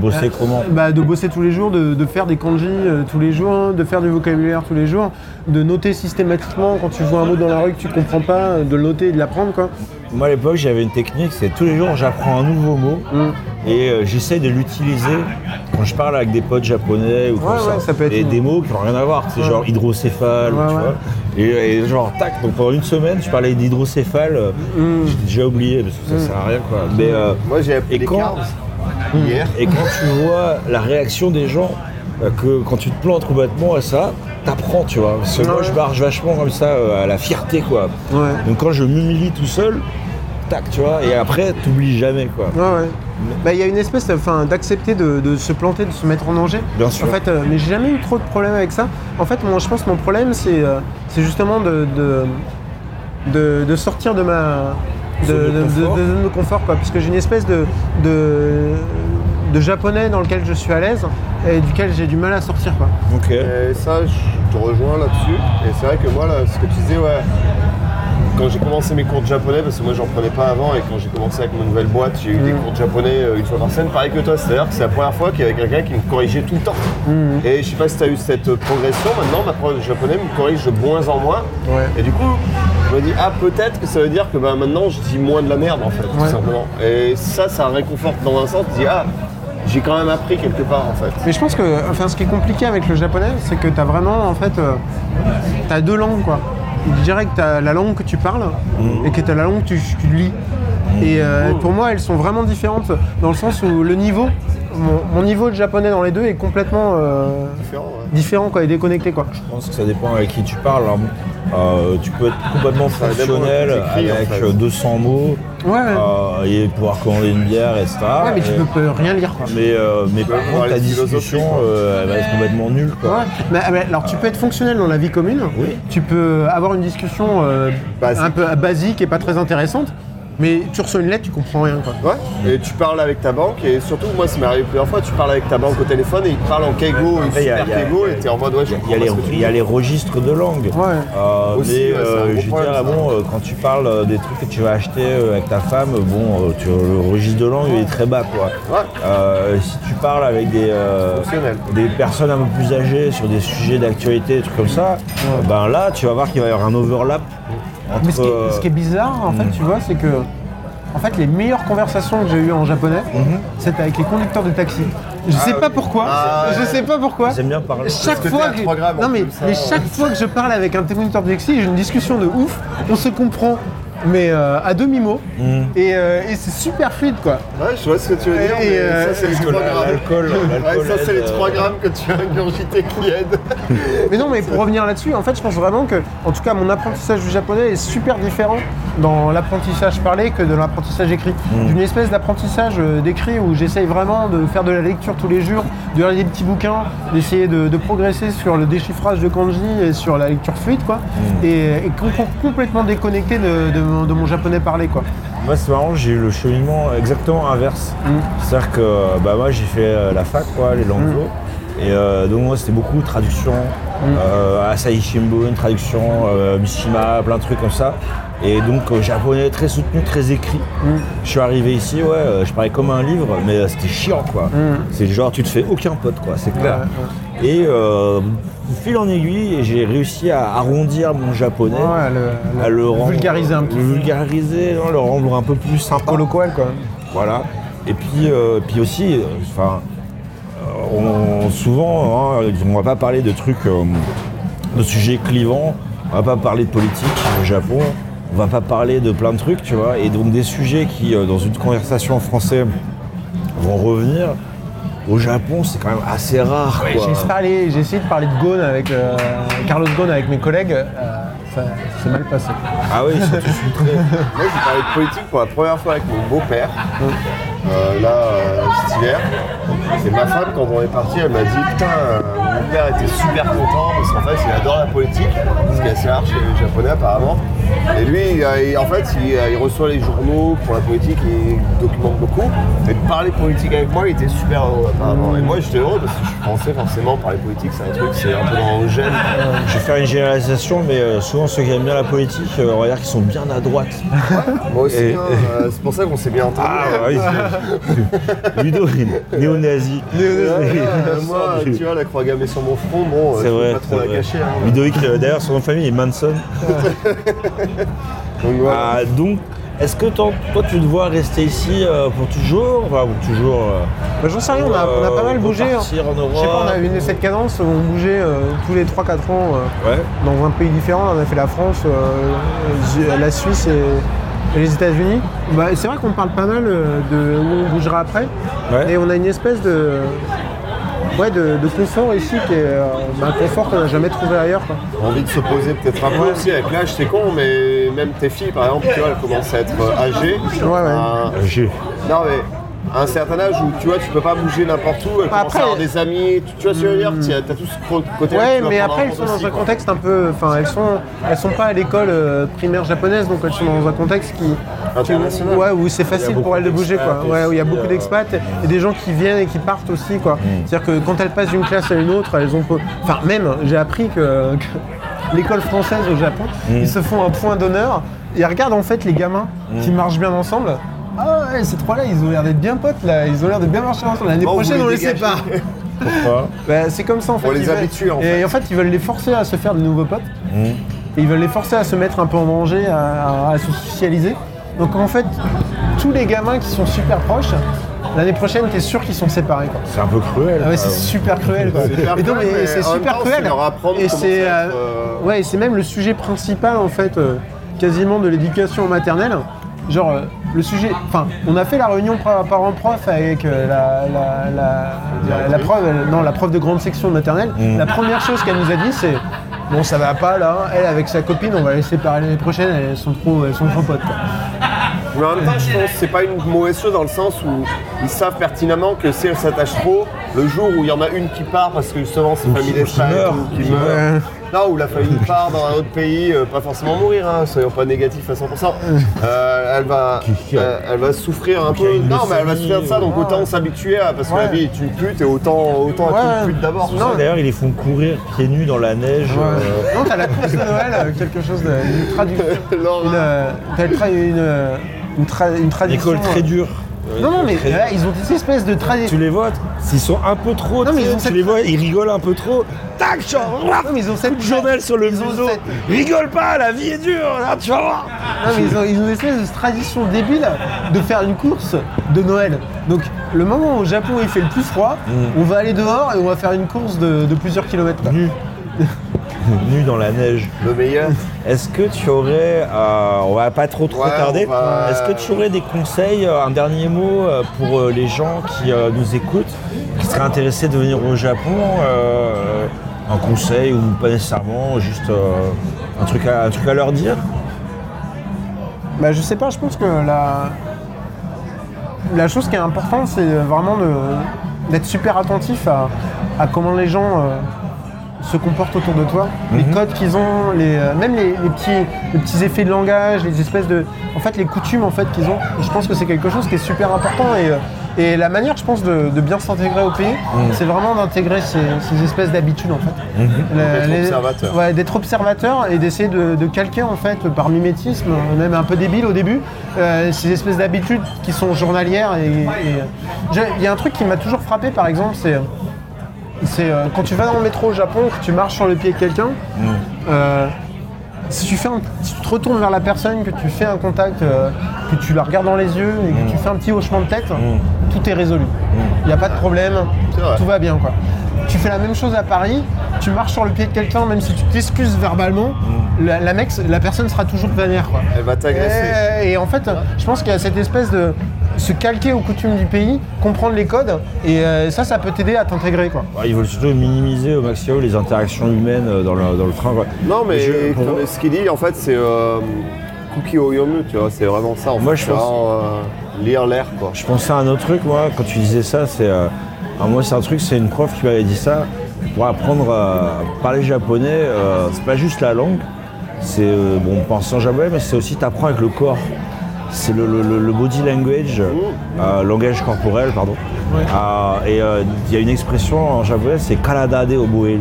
S1: bosser comment
S3: Bah, de bosser tous les jours, de, de faire des kanji euh, tous les jours, de faire du vocabulaire tous les jours, de noter systématiquement quand tu vois un mot dans la rue que tu comprends pas, euh, de le noter et de l'apprendre quoi.
S1: Moi à l'époque j'avais une technique, c'est tous les jours j'apprends un nouveau mot
S3: Mm.
S1: et euh, j'essaie de l'utiliser quand je parle avec des potes japonais ou comme
S3: Ouais,
S1: ça.
S3: ouais, ça peut être
S1: et
S3: une-
S1: des mots qui n'ont rien à voir, c'est genre hydrocéphale,
S3: Ouais,
S1: tu
S3: ouais.
S1: vois. Et, et genre tac, donc pendant une semaine je parlais d'hydrocéphale, euh,
S3: Mm.
S1: j'ai déjà oublié parce que ça sert à rien quoi. Mais euh,
S2: moi j'ai appris
S1: et
S2: les
S1: quand-
S2: cartes
S3: Hmm.
S2: hier.
S1: Et quand tu vois la réaction des gens, euh, que quand tu te plantes complètement à ça, t'apprends, tu vois. Parce que moi,
S3: Ouais.
S1: je marche vachement comme ça euh, à la fierté, quoi.
S3: Ouais.
S1: Donc quand je m'humilie tout seul, tac, tu vois. Et après, t'oublies jamais, quoi.
S3: Ouais, ouais. Bah, il y a une espèce enfin, d'accepter de, de se planter, de se mettre en danger.
S1: Bien sûr.
S3: En fait, euh, mais j'ai jamais eu trop de problèmes avec ça. En fait, moi, je pense que mon problème, c'est euh, c'est justement de, de, de- de sortir de ma de,
S1: Zone de
S3: de- de-
S1: confort.
S3: de zone de confort, quoi. Parce que j'ai une espèce de, de, de japonais dans lequel je suis à l'aise et duquel j'ai du mal à sortir, quoi.
S1: Ok.
S2: Et ça, je te rejoins là-dessus. Et c'est vrai que moi, là, ce que tu disais, ouais, quand j'ai commencé mes cours de japonais, parce que moi, j'en prenais pas avant, et quand j'ai commencé avec ma nouvelle boîte, j'ai eu des cours de japonais euh, une fois par semaine, pareil que toi. C'est-à-dire que c'est la première fois qu'il y avait quelqu'un qui me corrigeait tout le temps. Et je sais pas si tu as eu cette euh, progression. Maintenant, ma prof de japonais me corrige de moins en moins. Et du coup, je me dis, ah, peut-être que ça veut dire que bah, maintenant, je dis moins de la merde, en fait, tout
S3: Ouais.
S2: simplement. Et ça, ça réconforte dans un sens. Tu dis, ah, j'ai quand même appris quelque part, en fait.
S3: Mais je pense que enfin, ce qui est compliqué avec le japonais, c'est que tu as vraiment, en fait, euh, t'as deux langues, quoi. Je dirais que tu as la langue que tu parles et que tu as la langue que tu, tu lis. Et euh, pour moi, elles sont vraiment différentes dans le sens où le niveau, mon, mon niveau de japonais dans les deux est complètement euh,
S2: Différent, ouais.
S3: différent quoi, et déconnecté. Quoi.
S1: Je pense que ça dépend avec qui tu parles. hein. Euh, tu peux être complètement
S2: dépend de
S1: fonctionnel
S2: ce que t'écris, en
S1: avec
S2: fait.
S1: euh, 200 mots
S3: Ouais, ouais.
S1: euh, et pouvoir commander une bière, etc.
S3: Ouais, mais tu
S1: Et-
S3: peux, peux rien lire. Quoi.
S1: Ah, mais, euh, mais par
S2: Ouais,
S1: contre,
S2: les
S1: ta
S2: philosophies,
S1: discussion,
S2: quoi.
S1: euh, elle va être complètement nulle, quoi.
S3: Ouais. Mais, ah, mais alors tu peux être fonctionnel dans la vie commune,
S1: Oui.
S3: tu peux avoir une discussion euh,
S2: Basique.
S3: un peu euh, basique et pas très intéressante, mais tu reçois une lettre, tu comprends rien. Quoi.
S2: Ouais, et tu parles avec ta banque, et surtout, moi, ça m'est arrivé plusieurs fois, tu parles avec ta banque au téléphone et ils te parlent en keigo,
S1: Après,
S2: en
S1: il y a-
S2: super
S1: il y a-
S2: keigo, et t'es en mode, ouais, je
S1: Il y, a les, il y a les registres de langue. Euh,
S2: Aussi,
S1: mais
S2: ouais, c'est un
S1: euh,
S2: gros
S1: je veux
S2: problème,
S1: dire,
S2: ça.
S1: ah bon, euh, quand tu parles euh, des trucs que tu vas acheter euh, avec ta femme, euh, bon, euh, tu- le registre de langue il est très bas, quoi.
S2: Ouais.
S1: Euh, si tu parles avec des, euh,
S2: Fonctionnel.
S1: des personnes un peu plus âgées sur des sujets d'actualité, des trucs comme ça, ben là, tu vas voir qu'il va y avoir un overlap. Entre,
S3: Mais ce qui,
S2: Euh,
S3: est, ce qui est bizarre, en fait,
S2: mm.
S3: tu vois, c'est que en fait, les meilleures conversations que j'ai eues en japonais,
S2: Mm-hmm.
S3: c'était avec les conducteurs de taxi. Je
S2: Ah
S3: sais pas pourquoi. je sais pas pourquoi.
S1: J'aime euh, bien parler.
S3: Chaque
S2: que
S3: fois
S2: t'es
S3: que,
S2: un programme, en
S3: non mais,
S2: plus, ça, hein.
S3: mais
S2: ouais.
S3: chaque fois que je parle avec un conducteur de taxi, j'ai une discussion de ouf. On se comprend. mais euh, à demi-mot.
S1: Mm.
S3: Et, euh, et c'est super fluide, quoi.
S2: Ouais, je vois ce que tu veux dire,
S3: Et,
S2: mais
S3: euh,
S2: ça, c'est les
S1: Parce que
S2: 3
S1: la-
S2: grammes.
S1: l'alcool, l'alcool
S2: Ouais, ça, c'est
S1: aide,
S2: les 3
S1: euh,
S2: grammes que tu as ingurgité qui aident.
S3: Mais non, mais pour revenir là-dessus, en fait, je pense vraiment que, en tout cas, mon apprentissage du japonais est super différent dans l'apprentissage parlé que de l'apprentissage écrit. D'une espèce d'apprentissage euh, d'écrit où j'essaye vraiment de faire de la lecture tous les jours, de lire des petits bouquins, d'essayer de, de progresser sur le déchiffrage de kanji et sur la lecture fluide, quoi. Et, et com- com- complètement déconnecté de, de mon- de mon japonais parlé, quoi.
S1: Moi, c'est marrant, j'ai eu le cheminement exactement inverse. C'est-à-dire que bah, moi, j'ai fait euh, la fac, quoi, les langues Et euh, donc, moi, c'était beaucoup traduction, euh, Asahi Shimbun, traduction, euh, Mishima, plein de trucs comme ça. Et donc, euh, japonais très soutenu, très écrit. Je suis arrivé ici, ouais, euh, je parlais comme un livre, mais euh, c'était chiant, quoi. C'est le genre, tu te fais aucun pote, quoi, c'est clair. Et euh, fil en aiguille, j'ai réussi à arrondir mon japonais
S3: Ouais, le-
S1: à
S3: le-
S1: le rendre-
S3: vulgariser un petit
S1: le
S3: peu.
S1: vulgariser, non, le rendre un peu plus sympa.
S3: colloquial, quoi.
S1: Voilà. Et puis, euh, puis aussi, euh, enfin, euh, on- souvent, hein, on va pas parler de trucs, euh, de sujets clivants. On va pas parler de politique au Japon. On va pas parler de plein de trucs, tu vois. Et donc des sujets qui, euh, dans une conversation en français, vont revenir. Au Japon, c'est quand même assez rare. quoi.
S3: J'ai parlé- j'ai essayé de parler de Gaune avec euh, Carlos Gaune avec mes collègues. euh, ça s'est mal passé.
S1: Ah oui, ils sont tous filtrés.
S2: Moi, j'ai parlé de politique pour la première fois avec mon beau-père, euh, là, euh, cet hiver. Et ma femme, quand on est parti, elle m'a dit Putain, euh, mon père était super content parce qu'en fait, il adore la politique, ce qui est assez rare chez les Japonais apparemment. Et lui, il a- il- en fait, il, euh, il reçoit les journaux pour la politique, il documente beaucoup. Et de parler politique avec moi, il était super heureux apparemment. Et moi, j'étais heureux parce que je pensais forcément parler politique, c'est un truc, c'est un peu dans le gène.
S1: Je vais faire une généralisation, mais euh, souvent ceux qui aiment bien la politique, euh, on va dire qu'ils sont bien à droite.
S2: Moi aussi,
S1: Et-
S2: hein, euh, c'est pour ça qu'on s'est bien entendu.
S1: Ah oui, c'est- Ludo, néo-nazi.
S2: Ouais,
S3: Ah,
S2: euh, moi,
S1: Sorti.
S2: tu vois, la croix gammée sur mon front, bon, euh,
S1: C'est
S2: je peux
S1: vrai.
S2: pas trop
S1: c'est
S2: la
S1: vrai.
S2: cacher. hein.
S1: Ludovic, euh, d'ailleurs, son nom de famille est Manson.
S2: Donc, voilà.
S1: Ah, donc, est-ce que t'en- toi, tu te vois rester ici euh, pour toujours Enfin, pour toujours. euh,
S3: Bah, J'en sais rien, on a, on a pas
S1: euh,
S3: mal bougé. hein. Je sais
S1: repartir en Europe.
S3: pas, on a eu une- cette cadence où on bougeait euh, tous les 3-4 ans euh,
S1: Ouais.
S3: dans un pays différent. On a fait la France, euh, Zu- la Suisse et, et les États-Unis. Bah, c'est vrai qu'on parle pas mal euh, de où on bougera après.
S1: Ouais.
S3: Et on a une espèce de, ouais, de, de confort ici qui est euh, bah, un confort qu'on n'a jamais trouvé ailleurs. quoi.
S1: Ah.
S2: Envie de se poser peut-être un peu aussi avec l'âge, c'est con, mais même tes filles, par exemple, tu vois, elles commencent à être euh, âgées.
S3: ouais.
S2: À-
S1: Bah, J'ai-
S2: Non, mais à un certain âge où, tu vois, tu peux pas bouger n'importe où, elles commencent
S3: Après- hmm.
S2: à avoir des amis, tu, tu vois ce que je veux dire T'as- T'as tout ce co- côté
S3: Ouais, mais après elles sont dans un contexte un peu. Enfin, elles sont, elles sont pas à l'école euh, primaire japonaise, donc elles sont dans un contexte qui, qui-
S2: International.
S3: ouais, où c'est facile
S1: beaucoup
S3: pour elles de bouger, quoi.
S1: d'expats
S3: Ouais, où il y a
S1: aussi,
S3: beaucoup
S1: euh,
S3: d'expats et des gens qui viennent et qui partent aussi, quoi.
S2: Hmm.
S3: C'est-à-dire que quand elles passent d'une classe à une autre, elles ont, peu- enfin, même, hein, j'ai appris que, que l'école française au Japon,
S2: Hmm.
S3: ils se font un point d'honneur et ils regardent en fait les gamins
S2: Hmm.
S3: qui marchent bien ensemble. Ah ouais, ces trois-là, ils ont l'air d'être bien potes là, ils ont l'air de bien marcher ensemble. L'année
S2: Bon, vous
S3: prochaine,
S2: les
S3: on les
S2: dégagez.
S3: sépare.
S1: Pourquoi
S3: Bah, c'est comme ça en fait.
S2: On les
S3: ils veulent-
S2: habitue, en
S3: et
S2: fait. Mmh.
S3: en fait, ils veulent les forcer à se faire de nouveaux potes. Et ils veulent les forcer à se mettre un peu en danger, à, à se socialiser. Donc en fait, tous les gamins qui sont super proches, l'année prochaine, t'es sûr qu'ils sont séparés. quoi.
S1: C'est un peu cruel.
S3: Ah ouais, c'est
S1: quoi.
S3: super cruel. Quoi.
S2: super
S3: Et non, mais
S2: cruel, mais
S3: c'est
S2: en même
S3: super
S2: temps,
S3: cruel.
S2: c'est leur apprendre
S3: et
S2: comment
S3: c'est
S2: ça,
S3: euh,
S2: euh,
S3: ouais, et c'est même le sujet principal en fait, euh, quasiment de l'éducation maternelle. Genre euh, le sujet. Enfin, on a fait la réunion pra- parents-prof avec euh, la, la, la, la, la prof, euh, non, la prof de grande section de maternelle. La première chose qu'elle nous a dit, c'est bon, ça va pas là. Elle avec sa copine, on va les séparer l'année prochaine. Elles sont trop, elles sont trop potes. quoi.
S2: Mais en même temps, je pense que c'est pas une mauvaise chose dans le sens où ils savent pertinemment que si elles s'attachent trop, le jour où il y en a une qui part parce que justement c'est une famille
S1: qui- ou qui
S2: d'Espagne
S1: meurt,
S2: ou
S1: ou
S2: qui
S1: qui
S3: Euh,
S2: meurt, là où la famille part dans un autre pays, euh, pas forcément mourir, hein, soyons pas négatifs à 100%, euh, elle, va,
S1: Qui- qui a-
S2: euh, elle va souffrir un
S1: Qui a
S2: peu.
S1: une euh,
S2: Non, mais elle va souffrir de ça, donc
S3: ou-
S2: autant s'habituer à, parce que la vie est une pute et autant, autant être
S3: Ouais.
S2: une pute d'abord.
S1: Ça, D'ailleurs, ils les font courir pieds nus dans la neige. euh,
S3: Non, t'as la course de Noël, euh, quelque chose de une traduction.
S2: Laura.
S3: Une, euh, t'as une, tra- une, euh, une tra- une traduction.
S1: L'école très
S3: euh.
S1: dure.
S3: Non, non, mais
S1: Très-
S3: là, ils ont des espèces de
S1: Tu
S3: traduction.
S1: les vois, s'ils sont un peu trop,
S3: Non,
S1: tu
S3: mais ils
S1: sais,
S3: ont
S1: tu
S3: cette-
S1: les vois, ils rigolent un peu trop. Tac, genre, ouah,
S3: Non, mais ils ont cette
S1: coup de journal sur le
S3: Ils ont
S1: museau.
S3: cette-
S1: Rigole pas, la vie est dure, là, tu vas voir.
S3: Non, mais ils ont, ils ont une espèce de tradition débile de faire une course de Noël. Donc, le moment où au Japon il
S1: Mm.
S3: fait le plus froid, on va aller dehors et on va faire une course de, de plusieurs kilomètres. quoi.
S1: nu dans la neige.
S2: Le meilleur.
S1: Est-ce que tu aurais, euh, on va pas trop trop
S2: Ouais,
S1: tarder,
S2: on va-
S1: est-ce que tu aurais des conseils, euh, un dernier mot euh, pour euh, les gens qui euh, nous écoutent, qui seraient intéressés de venir au Japon euh, Un conseil ou pas nécessairement, juste euh, un, truc à, un truc à leur dire
S3: Bah, je sais pas, je pense que la, la chose qui est importante, c'est vraiment de- d'être super attentif à, à comment les gens euh, se comportent autour de toi, les codes qu'ils ont, les, euh, même les, les petits, les petits effets de langage, les espèces de. En fait, les coutumes en fait, qu'ils ont. Je pense que c'est quelque chose qui est super important et, euh, et la manière, je pense, de, de bien s'intégrer au pays, c'est vraiment d'intégrer ces, ces espèces d'habitudes en fait. La-
S2: D'être observateur.
S3: Ouais, d'être observateur et d'essayer de, de calquer en fait par mimétisme, même un peu débile au début, euh, ces espèces d'habitudes qui sont journalières. Et et- j'ai- il y a un truc qui m'a toujours frappé par exemple, c'est c'est euh, quand tu vas dans le métro au Japon, que tu marches sur le pied de quelqu'un. euh, si tu, fais un- si tu te retournes vers la personne, que tu fais un contact, euh, que tu la regardes dans les yeux et que tu fais un petit hochement de tête, tout est résolu. Il n'y a pas de problème,
S2: vrai.
S3: tout va bien. quoi. Tu fais la même chose à Paris, tu marches sur le pied de quelqu'un, même si tu t'excuses verbalement,
S1: Mm.
S3: la, la mec, la personne sera toujours vénère. Quoi.
S2: Elle va t'agresser.
S3: Et, et en fait, je pense qu'il y a cette espèce de se calquer aux coutumes du pays, comprendre les codes, et euh, ça, ça peut t'aider à t'intégrer. quoi.
S1: Bah, Ils veulent surtout minimiser au maximum les interactions humaines euh, dans le, dans le train. quoi.
S2: Non, mais
S1: Je- pour-
S2: comme ce qu'il dit, en fait, c'est euh, cookie au yomu, tu vois, c'est vraiment ça. En
S1: Moi,
S2: fait,
S1: je
S2: c'est
S1: pense-
S2: vraiment, euh, lire l'air, quoi.
S1: Je pensais à un autre truc, moi, quand tu disais ça, c'est. euh, alors moi, c'est un truc, c'est une prof qui m'avait dit ça. Pour apprendre à parler japonais, euh, c'est pas juste la langue, c'est. euh, bon, on pense en japonais, mais c'est aussi t'apprends avec le corps. C'est le, le- le- le body language, euh, langage corporel, pardon. Ah, et euh, il y a une expression en japonais, c'est karadade oboel.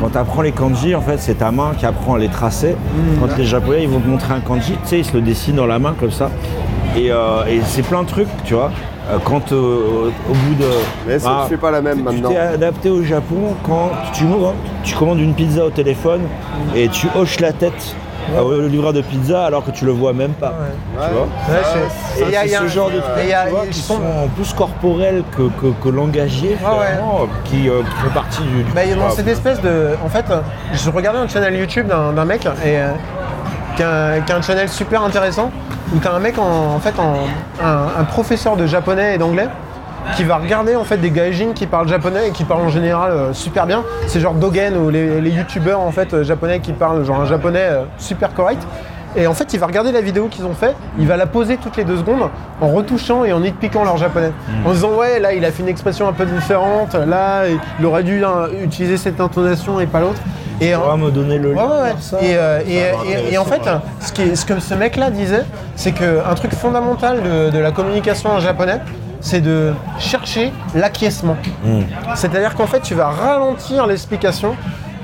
S1: Quand tu apprends les kanji, en fait, c'est ta main qui apprend à les tracer. Quand les japonais, ils vont te montrer un kanji, tu sais, ils se le dessinent dans la main comme ça. Et, euh, et c'est plein de trucs, tu vois. Euh, Quand euh, au bout de. bah,
S2: Mais ça, tu fais pas la même
S1: Ah. tu-
S2: maintenant.
S1: Tu t'es adapté au Japon quand tu, tu- tu commandes une pizza au téléphone et tu hoches la tête euh, au livreur de pizza alors que tu le vois même pas.
S2: Ouais.
S1: vois
S2: Ouais,
S3: Ça,
S2: c'est-
S1: Et
S3: Et il y a-
S1: c'est
S3: il y a
S1: ce
S3: un- euh,
S1: genre de trucs
S3: et il y a-
S1: tu vois,
S3: je
S1: qui
S3: pense-
S1: sont plus corporels que, que, que langagiers,
S3: Ah ouais.
S1: finalement, euh, qui, euh, qui font partie du. du-
S3: Bah, il y a dans
S1: Ah,
S3: cette espèce de. En fait, euh, je regardais un channel YouTube d'un d'un mec et, euh, qui, a, un- qui a un channel super intéressant où t'as un mec en, en fait en, un, un professeur de japonais et d'anglais qui va regarder en fait des gaijins qui parlent japonais et qui parlent en général euh, super bien. C'est genre Dogen ou les, les youtubeurs en fait euh, japonais qui parlent genre un japonais euh, super correct. Et en fait, il va regarder la vidéo qu'ils ont fait, il va la poser toutes les deux secondes en retouchant et en nitpiquant leur japonais. En disant, ouais, là, il a fait une expression un peu différente, là, il aurait dû hein, utiliser cette intonation et pas l'autre. Et euh,
S1: Tu pourras me donner le
S3: Ouais,
S1: lien
S3: ouais, ouais.
S1: vers ça.
S3: Et, euh, et-
S1: Ça va
S3: et-
S1: être
S3: et en fait, hein,
S1: intéressant,
S3: ce, qui- ce que ce mec-là disait, c'est qu'un truc fondamental de, de la communication en japonais, c'est de chercher l'acquiescement.
S1: Hmm.
S3: C'est-à-dire qu'en fait, tu vas ralentir l'explication.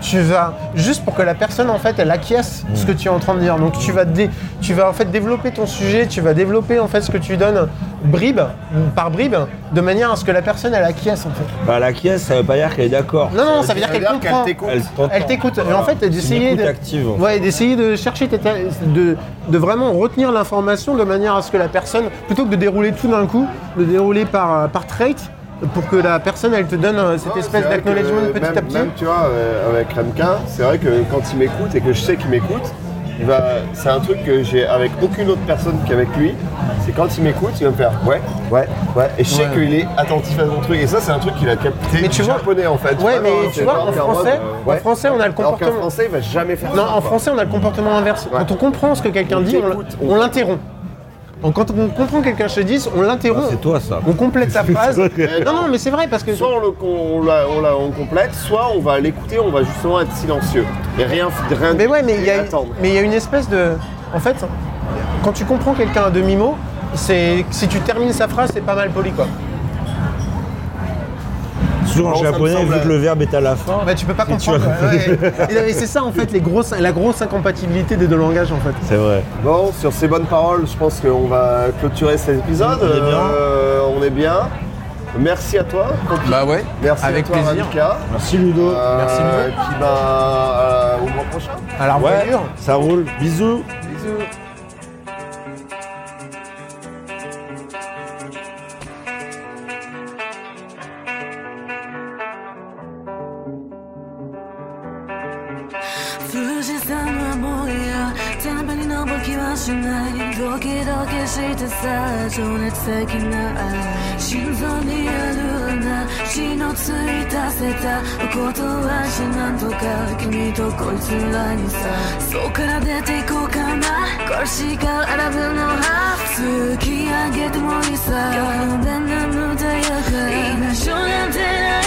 S3: Tu vas juste pour que la personne en fait elle acquiesce
S1: Hmm.
S3: ce que tu es en train de dire. Donc tu vas dé- tu vas en fait développer ton sujet, tu vas développer en fait ce que tu donnes bribe par bribe de manière à ce que la personne elle acquiesce en fait.
S1: Bah, la caisse, ça veut pas dire qu'elle est d'accord.
S3: Non non, ça veut dire qu'elle comprend.
S1: Elle t'entend.
S3: Elle t'écoute. Et en
S1: Voilà.
S3: fait,
S1: C'est une
S3: d'essayer
S1: écoute
S3: de,
S1: active, en fait.
S3: ouais, d'essayer de chercher, tes- de, de vraiment retenir l'information de manière à ce que la personne, plutôt que de dérouler tout d'un coup, de dérouler par, par trait pour que la personne, elle te donne euh, cette
S2: Ouais,
S3: espèce
S2: c'est vrai que
S3: d'acknowledgement petit
S2: même,
S3: à petit.
S2: Même, tu vois, euh, avec Ramka, c'est vrai que quand il m'écoute et que je sais qu'il m'écoute, il va- c'est un truc que j'ai avec aucune autre personne qu'avec lui. C'est quand il m'écoute, il va me faire ouais, ouais, ouais. Et je sais
S3: Ouais.
S2: qu'il est attentif à mon truc. Et ça, c'est un truc qu'il a capté
S3: Mais
S2: du
S3: tu vois-
S2: japonais en fait.
S3: Ouais, mais
S2: hein,
S3: tu
S2: c'est
S3: vois,
S2: genre qu'en
S3: en
S2: mode, euh,
S3: français- en français, on a le
S2: Alors qu'un
S3: comportement-
S2: français, il va jamais faire
S3: Non,
S2: ça.
S3: en
S2: quoi.
S3: français, on a le comportement inverse.
S2: Ouais.
S3: Quand on comprend ce que quelqu'un
S2: On
S3: dit, on,
S2: t'écoute,
S3: on l'interrompt. Donc, quand on comprend quelqu'un se dit, on l'interrompt.
S1: Ah, c'est toi, ça.
S3: On complète sa phrase.
S1: vrai.
S3: non, non, mais c'est vrai parce que.
S2: Soit on, le, con- on, la- on la- on complète, soit on va l'écouter, on va justement être silencieux. Et rien, rien
S3: Mais ouais, mais il y,
S2: et
S3: a-
S2: attendre.
S3: mais il y a une espèce de. En fait, quand tu comprends quelqu'un à demi-mot, c'est si tu termines sa phrase, c'est pas mal poli quoi.
S1: Toujours en
S2: Bon, ça me
S1: japonais,
S2: semble-
S1: vu que le verbe est à la fin.
S3: Bah, tu peux pas
S1: Si tu
S3: comprendre.
S1: as-
S3: ouais, ouais. Et non, mais c'est ça en fait, les grosses, la grosse incompatibilité des deux langages en fait.
S1: C'est vrai.
S2: Bon, sur ces bonnes paroles, je pense qu'on va clôturer cet épisode.
S1: On est bien.
S2: Euh, on est bien. Merci à toi. Kopi.
S8: Bah ouais,
S2: Merci
S8: avec
S2: à toi,
S8: plaisir.
S2: Radhika.
S1: Merci Ludo.
S2: Euh,
S8: Merci, Ludo.
S2: Et puis, bah, euh, au mois prochain.
S3: À la
S1: Ouais,
S3: revoyure.
S1: ça roule. Bisous.
S2: Bisous.
S4: 「
S8: たのはもう嫌ために登る気はしないドキドキしてさ情熱的な愛心臓にある穴血のついたせたことはしなんとか君とこいつらにさそこから出ていこうかなこれしか選ぶのは突き上げてもいいさ夜で眠たやか居場所なんてない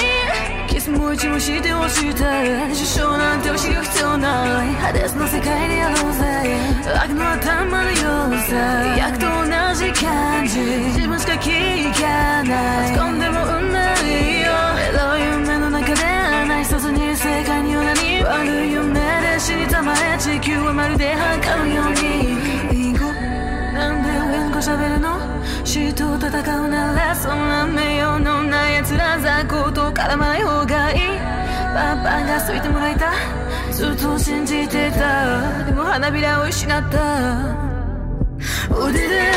S8: キスもう一度してほしいたい受賞なんて欲しが必要ない派手な世界でやろうぜ悪の頭の良さ役と同じ感じ自分しか聞かない突っ込んでも運ないよ偉い夢の中でないさずに世界には何悪い夢で死にたまえ地球はまるで測るようにいい子なんで俺んこ喋るの死と戦うならそんな名誉のない奴ら雑魚と絡まない方がいいパパがそう言ってもらえたずっと信じてたでも花びらを失った腕で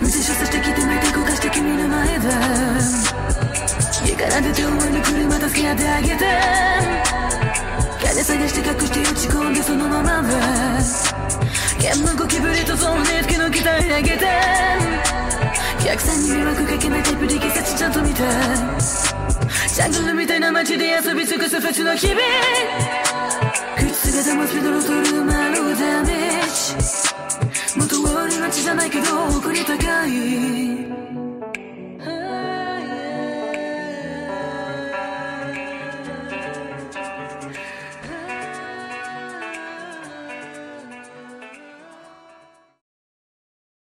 S8: 無事所してきてめて焦がして君の前で家から出て思いの車助け合ってあげて金探して隠して打ち込んでそのままで煙のゴキブリとゾンネ付けの期待投げて客さんに迷惑かけないテープで季節ちゃんと見てジャングルみたいな街で遊び尽くすフェチの日々靴がもスピードの取るまるダメージ元通り街じゃないけど誇り高い